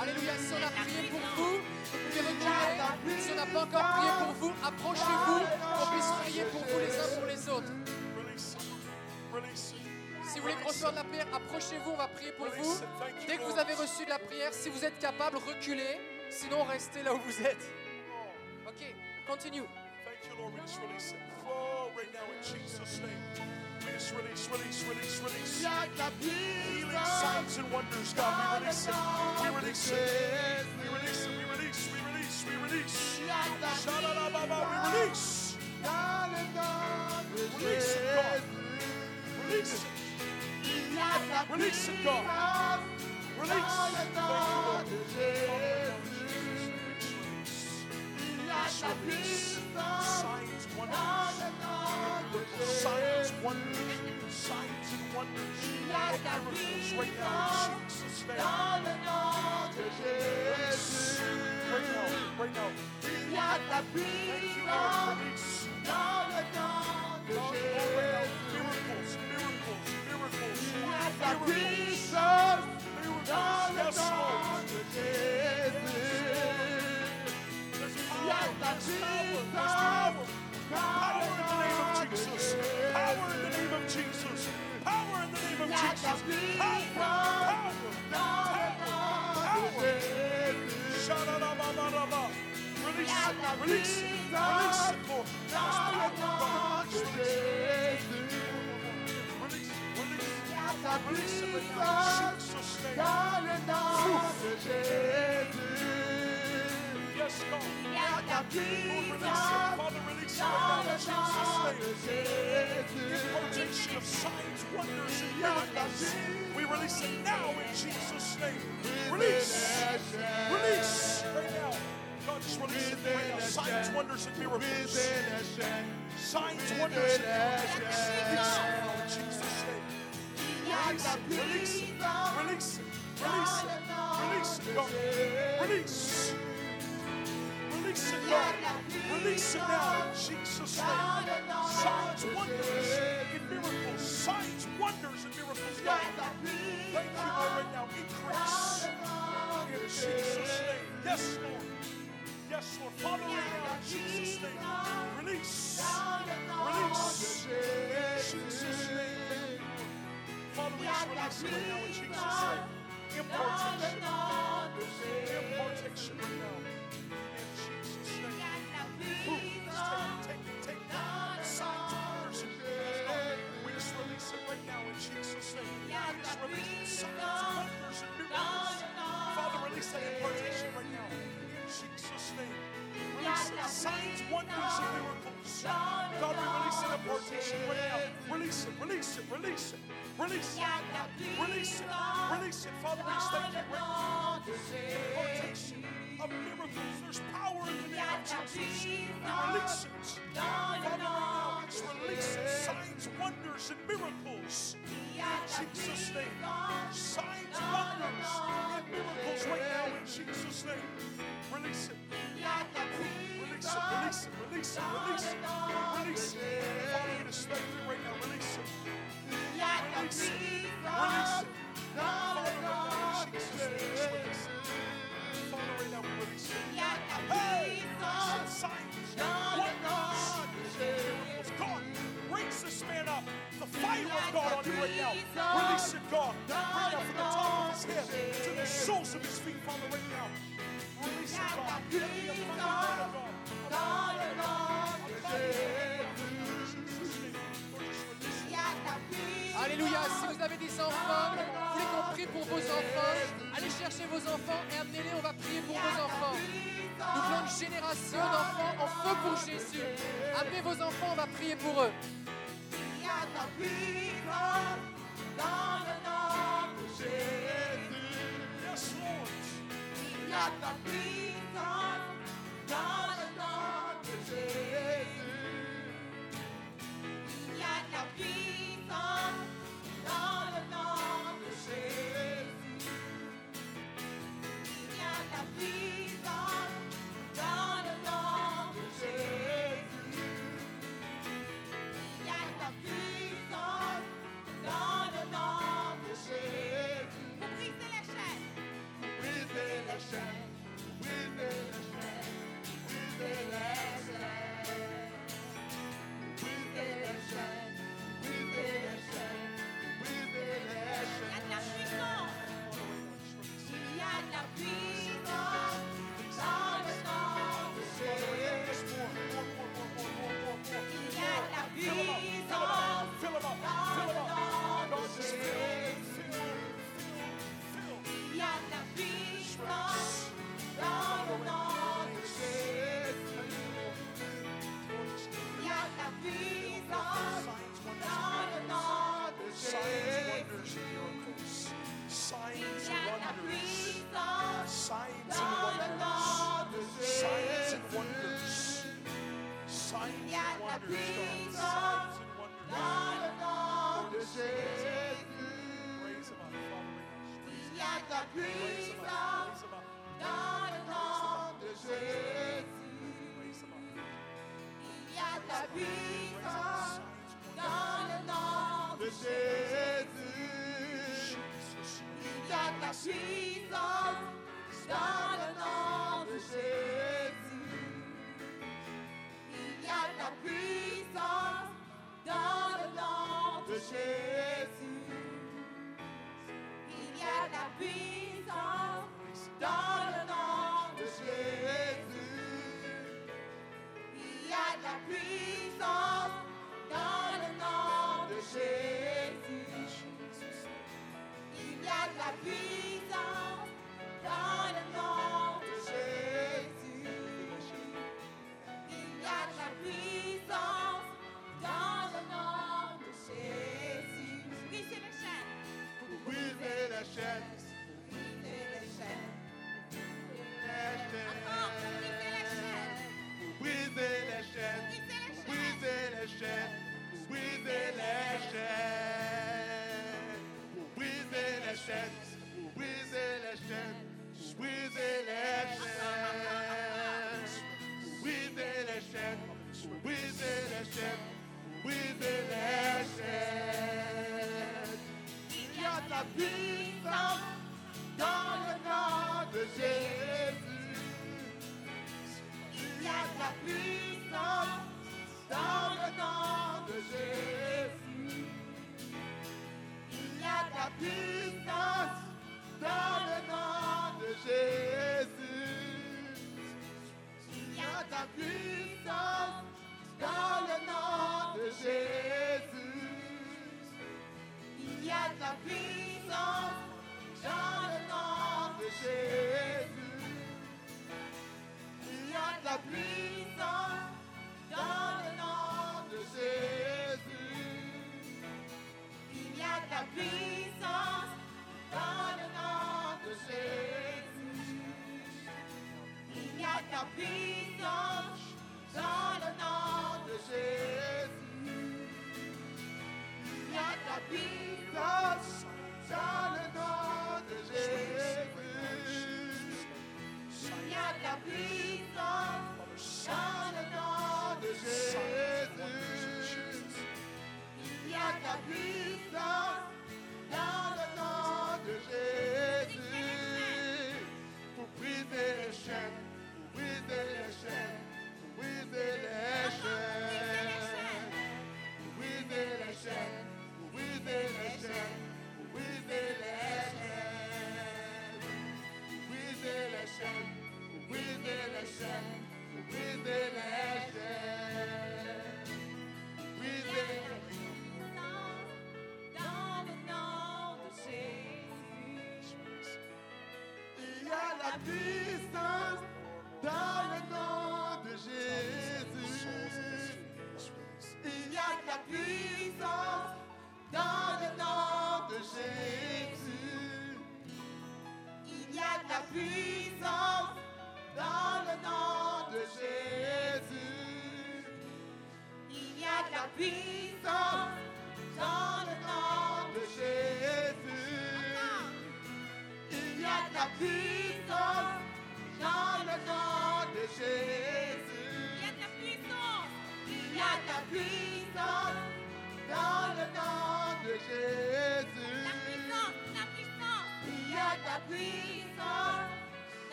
S1: Alléluia, si on a prié pour vous, vous pouvez retourner. Si on n'a pas encore prié pour vous, approchez-vous, qu'on puisse prier pour vous les uns pour les autres.
S2: Release it. Release it.
S1: Si vous voulez qu'on reçoive de la prière, approchez-vous, on va prier pour vous. Dès que vous avez reçu de la prière, si vous êtes capable, reculez. Sinon, restez là où vous êtes. Ok, continue.
S2: Thank you, Lord. We just release it. Flow right now in Jesus' name. We just release, release, release, release. Healing signs and wonders, God. We release it. We release it. We release it. We release. We release. Shalalababa, we release. Release it, God. Release it. Release it, God. Release. Thank you, Lord. Release. Signs, wonders. Signs, wonders. Signs and wonders. Miracles right now. in Jesus' name. Release. Right now. Right now. Thank you, Lord. Release. Lord, Lord, right now. Miracles. Miracles. Miracles. Miracles. Miracles. Yes, Lord. There's power, there's power, there's power. Power in the name of Jesus. Power in the name of Jesus. Power in the name of Jesus. Power, power, power, power. Sha-da-da-ba-ba-da-ba. Release, release, release it, Lord. There's power, God. Just release it. Release, release, release it right now. Jesus' name. Yes, God. Lord, release it. Father, release it right now. in Jesus' name. impartation of signs, wonders, and miracles. We release it now in Jesus' name. Release. Release. Right now. God, just release it right now. Signs, wonders, and miracles. Signs, wonders, and miracles. Yes, Lord, in Jesus' name. Release it. Release it. Release it. Release it. Release it, God. Release. Release it, God. Release it now in Jesus' name. Signs, wonders, and miracles. Signs, wonders, and miracles. God. Thank you, Lord, right now. Increase. In Jesus' name. Yes, Lord. Yes, Lord. Father, right now, in Jesus' name. Release. Release. In Jesus' name. Father, we just release it right now in Jesus' name. Impartation. Impartation right now. In Jesus' name. Take, take, take that signs and wonders and miracles, God. We just release it right now in Jesus' name. We just release the signs, wonders, and miracles. Father, release that impartation right now in Jesus' name. Release the signs, wonders, and miracles. God, we release that impartation right now. Release it, release it, release it. Release it. Release it. Release it. Father, we just thank you right now. Impartation of miracles. There's power in the name of Jesus. We release it. Father, right now, we just release it. Signs, wonders, and miracles. In Jesus' name. Signs, wonders, and miracles right now in Jesus' name. Release it. Release it, release it, release it, release it, release it. Father, we just thank you right now. Release it. Release it. Release it. Father, right now, in Jesus' name, just release it. Father, right now, we release it. Hey! Release it. Signs, wonders, miracles. God, raise this man up. The fire of God on you right now. Release it, God. Right now, from the top of his head to the soles of his feet, Father, right now. Release it, God. Let it be a fire of God. A fire of God. A fire of God. In Jesus' name, Lord, just release it.
S1: Alléluia. Si vous avez des enfants, vous voulez qu'on prie pour vos enfants, allez chercher vos enfants et amenez-les. On va prier pour vos enfants. Nous voulons une génération d'enfants en feu pour Jésus. Amenez vos enfants, on va prier pour eux.
S2: Yes, Lord.
S3: Thank you.
S7: Brisez la chaîne, brisez la chaîne, brisez la chaîne.
S2: wonders, God. Signs and wonders. Wonders, Raise him up, Father. Raise him up. Raise him up. Raise him up. Raise him up. Raise him up. Raise him up. Signs, wonders. Jesus.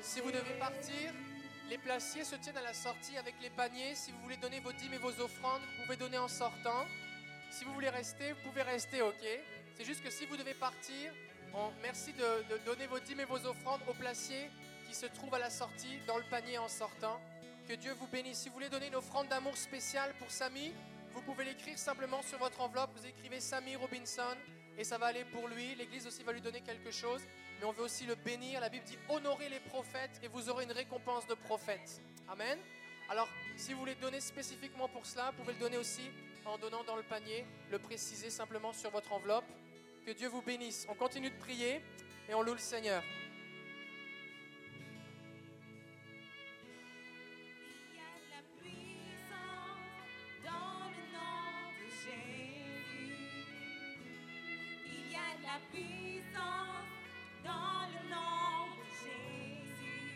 S4: Si vous devez partir, les placiers se tiennent à la sortie avec les paniers. Si vous voulez donner vos dîmes et vos offrandes, vous pouvez donner en sortant. Si vous voulez rester, vous pouvez rester, ok C'est juste que si vous devez partir,
S1: On- merci de, de donner vos dîmes et vos offrandes aux placiers qui se trouvent à la sortie, dans le panier en sortant. Que Dieu vous bénisse. Si vous voulez donner une offrande d'amour spéciale pour Samy, vous pouvez l'écrire simplement sur votre enveloppe. Vous écrivez Samy Robinson et ça va aller pour lui. L'Église aussi va lui donner quelque chose. Mais on veut aussi le bénir. La Bible dit honorez les prophètes et vous aurez une récompense de prophète. Amen. Alors, si vous voulez donner spécifiquement pour cela, vous pouvez le donner aussi en donnant dans le panier, le préciser simplement sur votre enveloppe. Que Dieu vous bénisse. On continue de prier et on loue le Seigneur.
S7: Il y a de la puissance dans le nom de Jésus. Il y a de la puissance dans le nom de Jésus.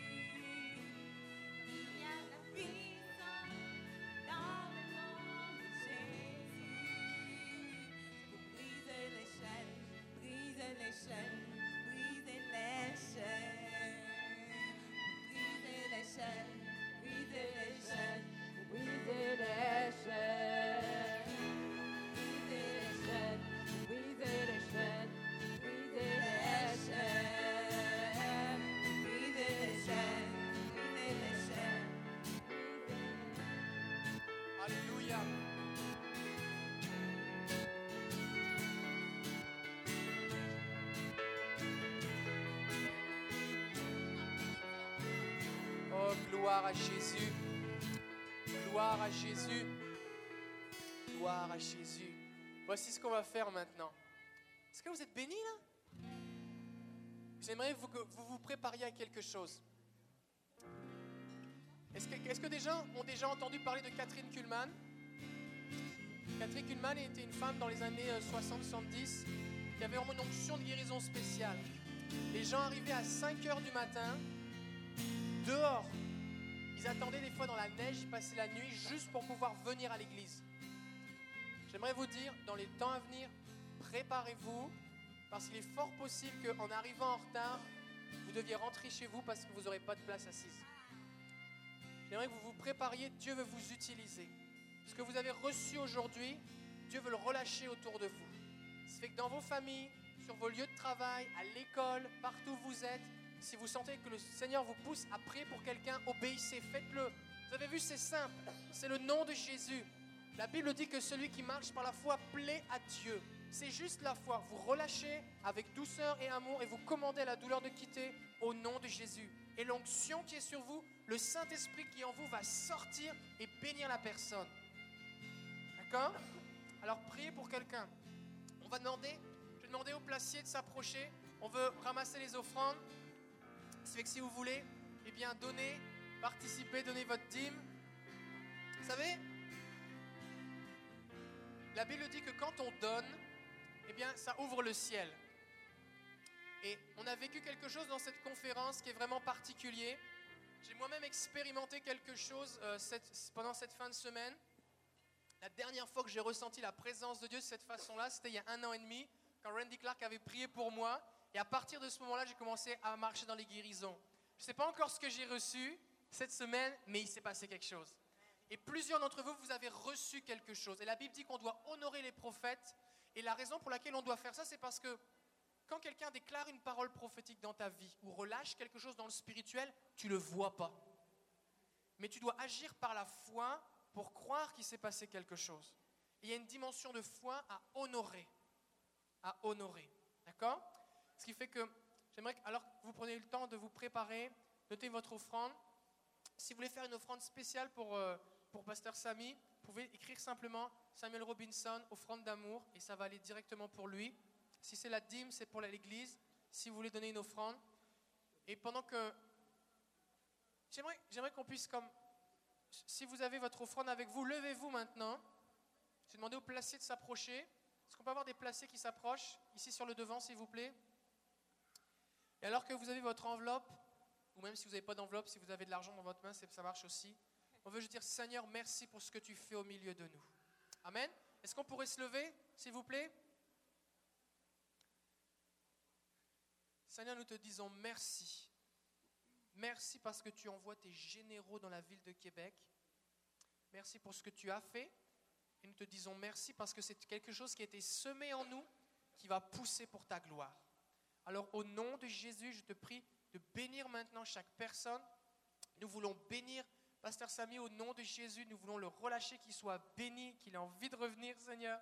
S7: Il y a de la puissance dans le nom de Jésus. Pour briser les chaînes, briser les chaînes, briser les chaînes. Briser les chaînes, briser les chaînes, briser les chaînes. Briser les chaînes, briser les chaînes, briser les chaînes. Briser les chaînes, briser les chaînes,
S1: Alléluia. Oh, gloire à Jésus. Gloire à Jésus. Gloire à Jésus. Voici ce qu'on va faire maintenant. Est-ce que vous êtes bénis là J'aimerais vous- que vous vous prépariez à quelque chose. Est-ce que, est-ce que des gens ont déjà entendu parler de Catherine Kuhlman Catherine Kuhlman était une femme dans les années euh, 60-70 qui avait une onction de guérison spéciale. Les gens arrivaient à 5 heures du matin, dehors. Ils attendaient des fois dans la neige, ils passaient la nuit juste pour pouvoir venir à l'église. J'aimerais vous dire, dans les temps à venir, préparez-vous, parce qu'il est fort possible qu'en arrivant en retard, vous deviez rentrer chez vous parce que vous n'aurez pas de place assise. J'aimerais que vous vous prépariez. Dieu veut vous utiliser. Ce que vous avez reçu aujourd'hui, Dieu veut le relâcher autour de vous. Ça fait que dans vos familles, sur vos lieux de travail, à l'école, partout où vous êtes, si vous sentez que le Seigneur vous pousse à prier pour quelqu'un, obéissez, faites-le. Vous avez vu, c'est simple. C'est le nom de Jésus. La Bible dit que celui qui marche par la foi plaît à Dieu. C'est juste la foi. Vous relâchez avec douceur et amour et vous commandez à la douleur de quitter au nom de Jésus. Et l'onction qui est sur vous, le Saint-Esprit qui est en vous va sortir et bénir la personne. D'accord Alors priez pour quelqu'un. On va demander, je vais demander au placier de s'approcher. On veut ramasser les offrandes. Ça fait que si vous voulez, eh bien donnez, participez, donnez votre dîme. Vous savez, la Bible dit que quand on donne, eh bien, ça ouvre le ciel. Et on a vécu quelque chose dans cette conférence qui est vraiment particulier. J'ai moi-même expérimenté quelque chose euh, cette- pendant cette fin de semaine. La dernière fois que j'ai ressenti la présence de Dieu de cette façon-là, c'était il y a un an et demi, quand Randy Clark avait prié pour moi. Et à partir de ce moment-là, j'ai commencé à marcher dans les guérisons. Je ne sais pas encore ce que j'ai reçu cette semaine, mais il s'est passé quelque chose. Et plusieurs d'entre vous, vous avez reçu quelque chose. Et la Bible dit qu'on doit honorer les prophètes. Et la raison pour laquelle on doit faire ça, c'est parce que quand quelqu'un déclare une parole prophétique dans ta vie ou relâche quelque chose dans le spirituel, tu le vois pas. Mais tu dois agir par la foi pour croire qu'il s'est passé quelque chose. Et il y a une dimension de foi à honorer. À honorer. D'accord Ce qui fait que j'aimerais que, alors que vous prenez le temps de vous préparer, notez votre offrande. Si vous voulez faire une offrande spéciale pour, euh, pour Pasteur Samy, vous pouvez écrire simplement Samuel Robinson, offrande d'amour, et ça va aller directement pour lui. Si c'est la dîme, c'est pour l'église. Si vous voulez donner une offrande. Et pendant que. J'aimerais, j'aimerais qu'on puisse, comme. Si vous avez votre offrande avec vous, levez-vous maintenant. J'ai demandé aux placiers de s'approcher. Est-ce qu'on peut avoir des placiers qui s'approchent Ici sur le devant, s'il vous plaît. Et alors que vous avez votre enveloppe, ou même si vous n'avez pas d'enveloppe, si vous avez de l'argent dans votre main, c'est- ça marche aussi. On veut juste dire Seigneur, merci pour ce que tu fais au milieu de nous. Amen. Est-ce qu'on pourrait se lever, s'il vous plaît Seigneur, nous te disons merci. Merci parce que tu envoies tes généraux dans la ville de Québec. Merci pour ce que tu as fait. Et nous te disons merci parce que c'est quelque chose qui a été semé en nous, qui va pousser pour ta gloire. Alors au nom de Jésus, je te prie de bénir maintenant chaque personne. Nous voulons bénir Pasteur Samy au nom de Jésus. Nous voulons le relâcher, qu'il soit béni, qu'il ait envie de revenir, Seigneur.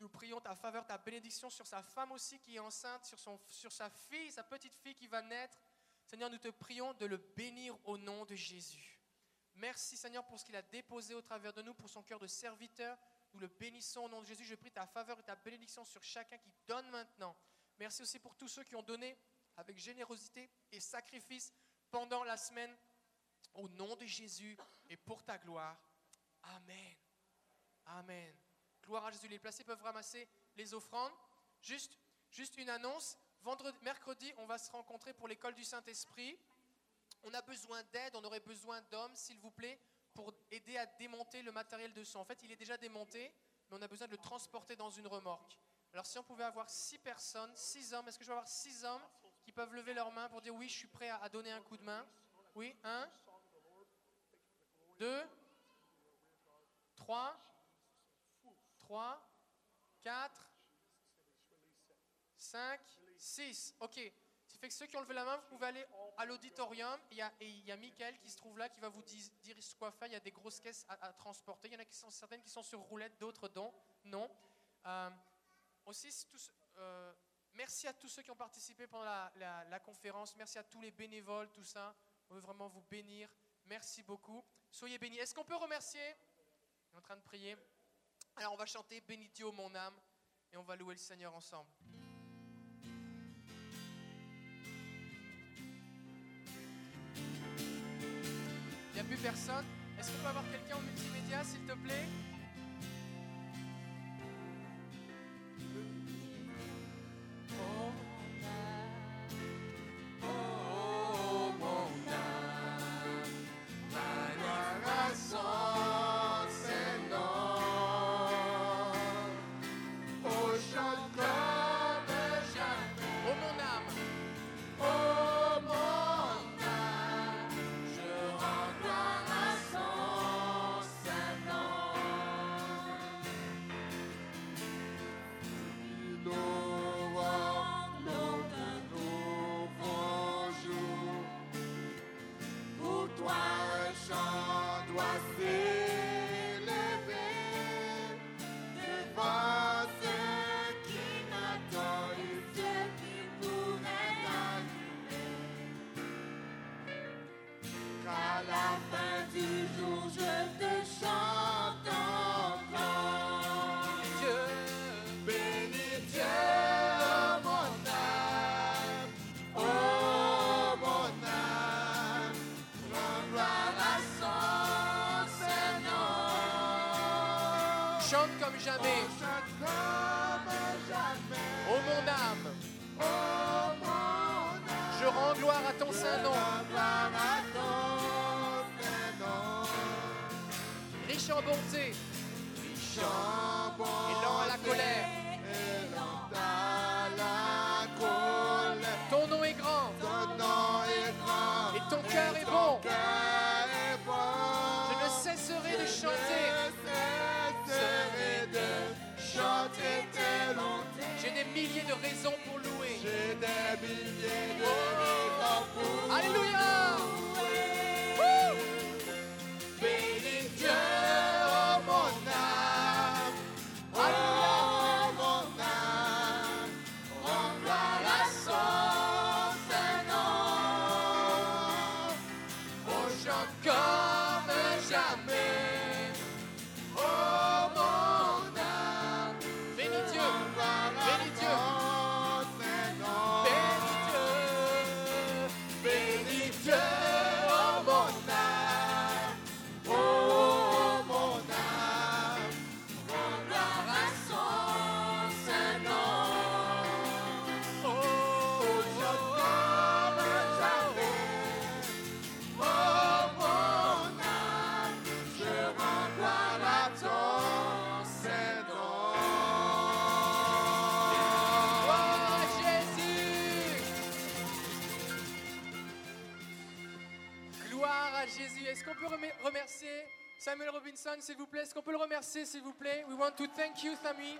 S1: Nous prions ta faveur, ta bénédiction sur sa femme aussi qui est enceinte, sur, son, sur sa fille, sa petite fille qui va naître. Seigneur, nous te prions de le bénir au nom de Jésus. Merci Seigneur pour ce qu'il a déposé au travers de nous, pour son cœur de serviteur. Nous le bénissons au nom de Jésus. Je prie ta faveur et ta bénédiction sur chacun qui donne maintenant. Merci aussi pour tous ceux qui ont donné avec générosité et sacrifice pendant la semaine. Au nom de Jésus et pour ta gloire. Amen. Amen. Gloire à Jésus. Les placés peuvent ramasser les offrandes. Juste, juste une annonce. Vendredi, mercredi, on va se rencontrer pour l'école du Saint-Esprit. On a besoin d'aide, on aurait besoin d'hommes, s'il vous plaît, pour aider à démonter le matériel de son. En fait, il est déjà démonté, mais on a besoin de le transporter dans une remorque. Alors, si on pouvait avoir six personnes, six hommes, est-ce que je vais avoir six hommes qui peuvent lever leurs mains pour dire oui, je suis prêt à, à donner un coup de main Oui, un, deux, trois, trois, quatre, 5, 6. Ok. Ça fait que ceux qui ont levé la main, vous pouvez aller à l'auditorium. Il y a, et il y a Michael qui se trouve là, qui va vous dis- dire ce qu'on fait. Il y a des grosses caisses à, à transporter. Il y en a qui sont, certaines qui sont sur roulette, d'autres non. non. Euh, aussi, c'est tous, euh, merci à tous ceux qui ont participé pendant la, la- la conférence. Merci à tous les bénévoles, tout ça. On veut vraiment vous bénir. Merci beaucoup. Soyez bénis. Est-ce qu'on peut remercier On est en train de prier. Alors, on va chanter Béni Dieu, mon âme, et on va louer le Seigneur ensemble. Il n'y a plus personne. Est-ce qu'on peut avoir quelqu'un au multimédia, s'il te plaît Oh mon âme,
S8: Pour toi un chant doit s'élever devant ceux qui m'attendent et ceux qui pourraient l'annuler. Qu'à la fin du jour je te chante encore.
S1: Dieu,
S8: Béni Dieu, mon âme, oh mon âme, rends gloire à son Seigneur.
S1: chante comme jamais.
S8: On chante comme jamais,
S1: Oh mon âme,
S8: oh mon âme,
S1: je rends gloire à ton saint nom,
S8: rends gloire à ton Seigneur.
S1: riche en bonté
S8: Riche en
S1: et lent à la
S8: bonté,
S1: colère.
S8: et lent à la colère.
S1: Ton nom est grand
S8: Ton nom est grand
S1: et ton cœur est bon.
S8: cœur est bon.
S1: Je ne cesserai de chanter.
S8: cesserai de chanter tes louanges.
S1: J'ai des milliers de raisons pour louer.
S8: J'ai des milliers de raisons pour
S1: Alléluia.
S8: louer. Bénis Dieu, oh mon âme, oh mon âme, rends gloire à son Saint-Nom. On chante comme jamais, oh mon âme,
S1: Bénis Dieu,
S8: rends gloire à
S1: Bénis Dieu.
S8: ton Saint-Nom.
S1: bénis
S8: Béni Dieu, oh mon âme, oh mon âme, rends gloire à son Saint-Nom.
S1: Dieu. Oh,
S8: Oh, je comme jamais, oh mon âme, je rends gloire à ton Saint-Nom.
S1: gloire à Jésus. Gloire à Jésus. Est-ce qu'on peut remer- remercier Samuel Robinson, s'il vous plaît Est-ce qu'on peut le remercier, s'il vous plaît We want to thank you, Sammy.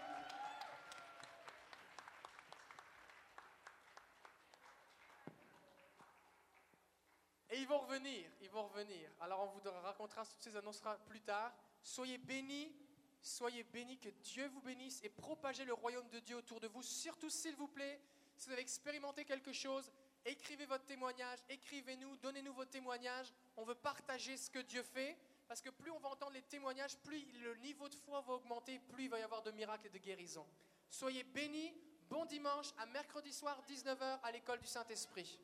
S1: ils vont revenir, ils vont revenir. Alors on vous racontera toutes ces annonces plus tard. Soyez bénis, soyez bénis, que Dieu vous bénisse et propagez le royaume de Dieu autour de vous. Surtout, s'il vous plaît, si vous avez expérimenté quelque chose, écrivez votre témoignage, écrivez-nous, donnez-nous vos témoignages. On veut partager ce que Dieu fait, parce que plus on va entendre les témoignages, plus le niveau de foi va augmenter, plus il va y avoir de miracles et de guérisons. Soyez bénis, bon dimanche, à mercredi soir, 19h, à l'école du Saint-Esprit.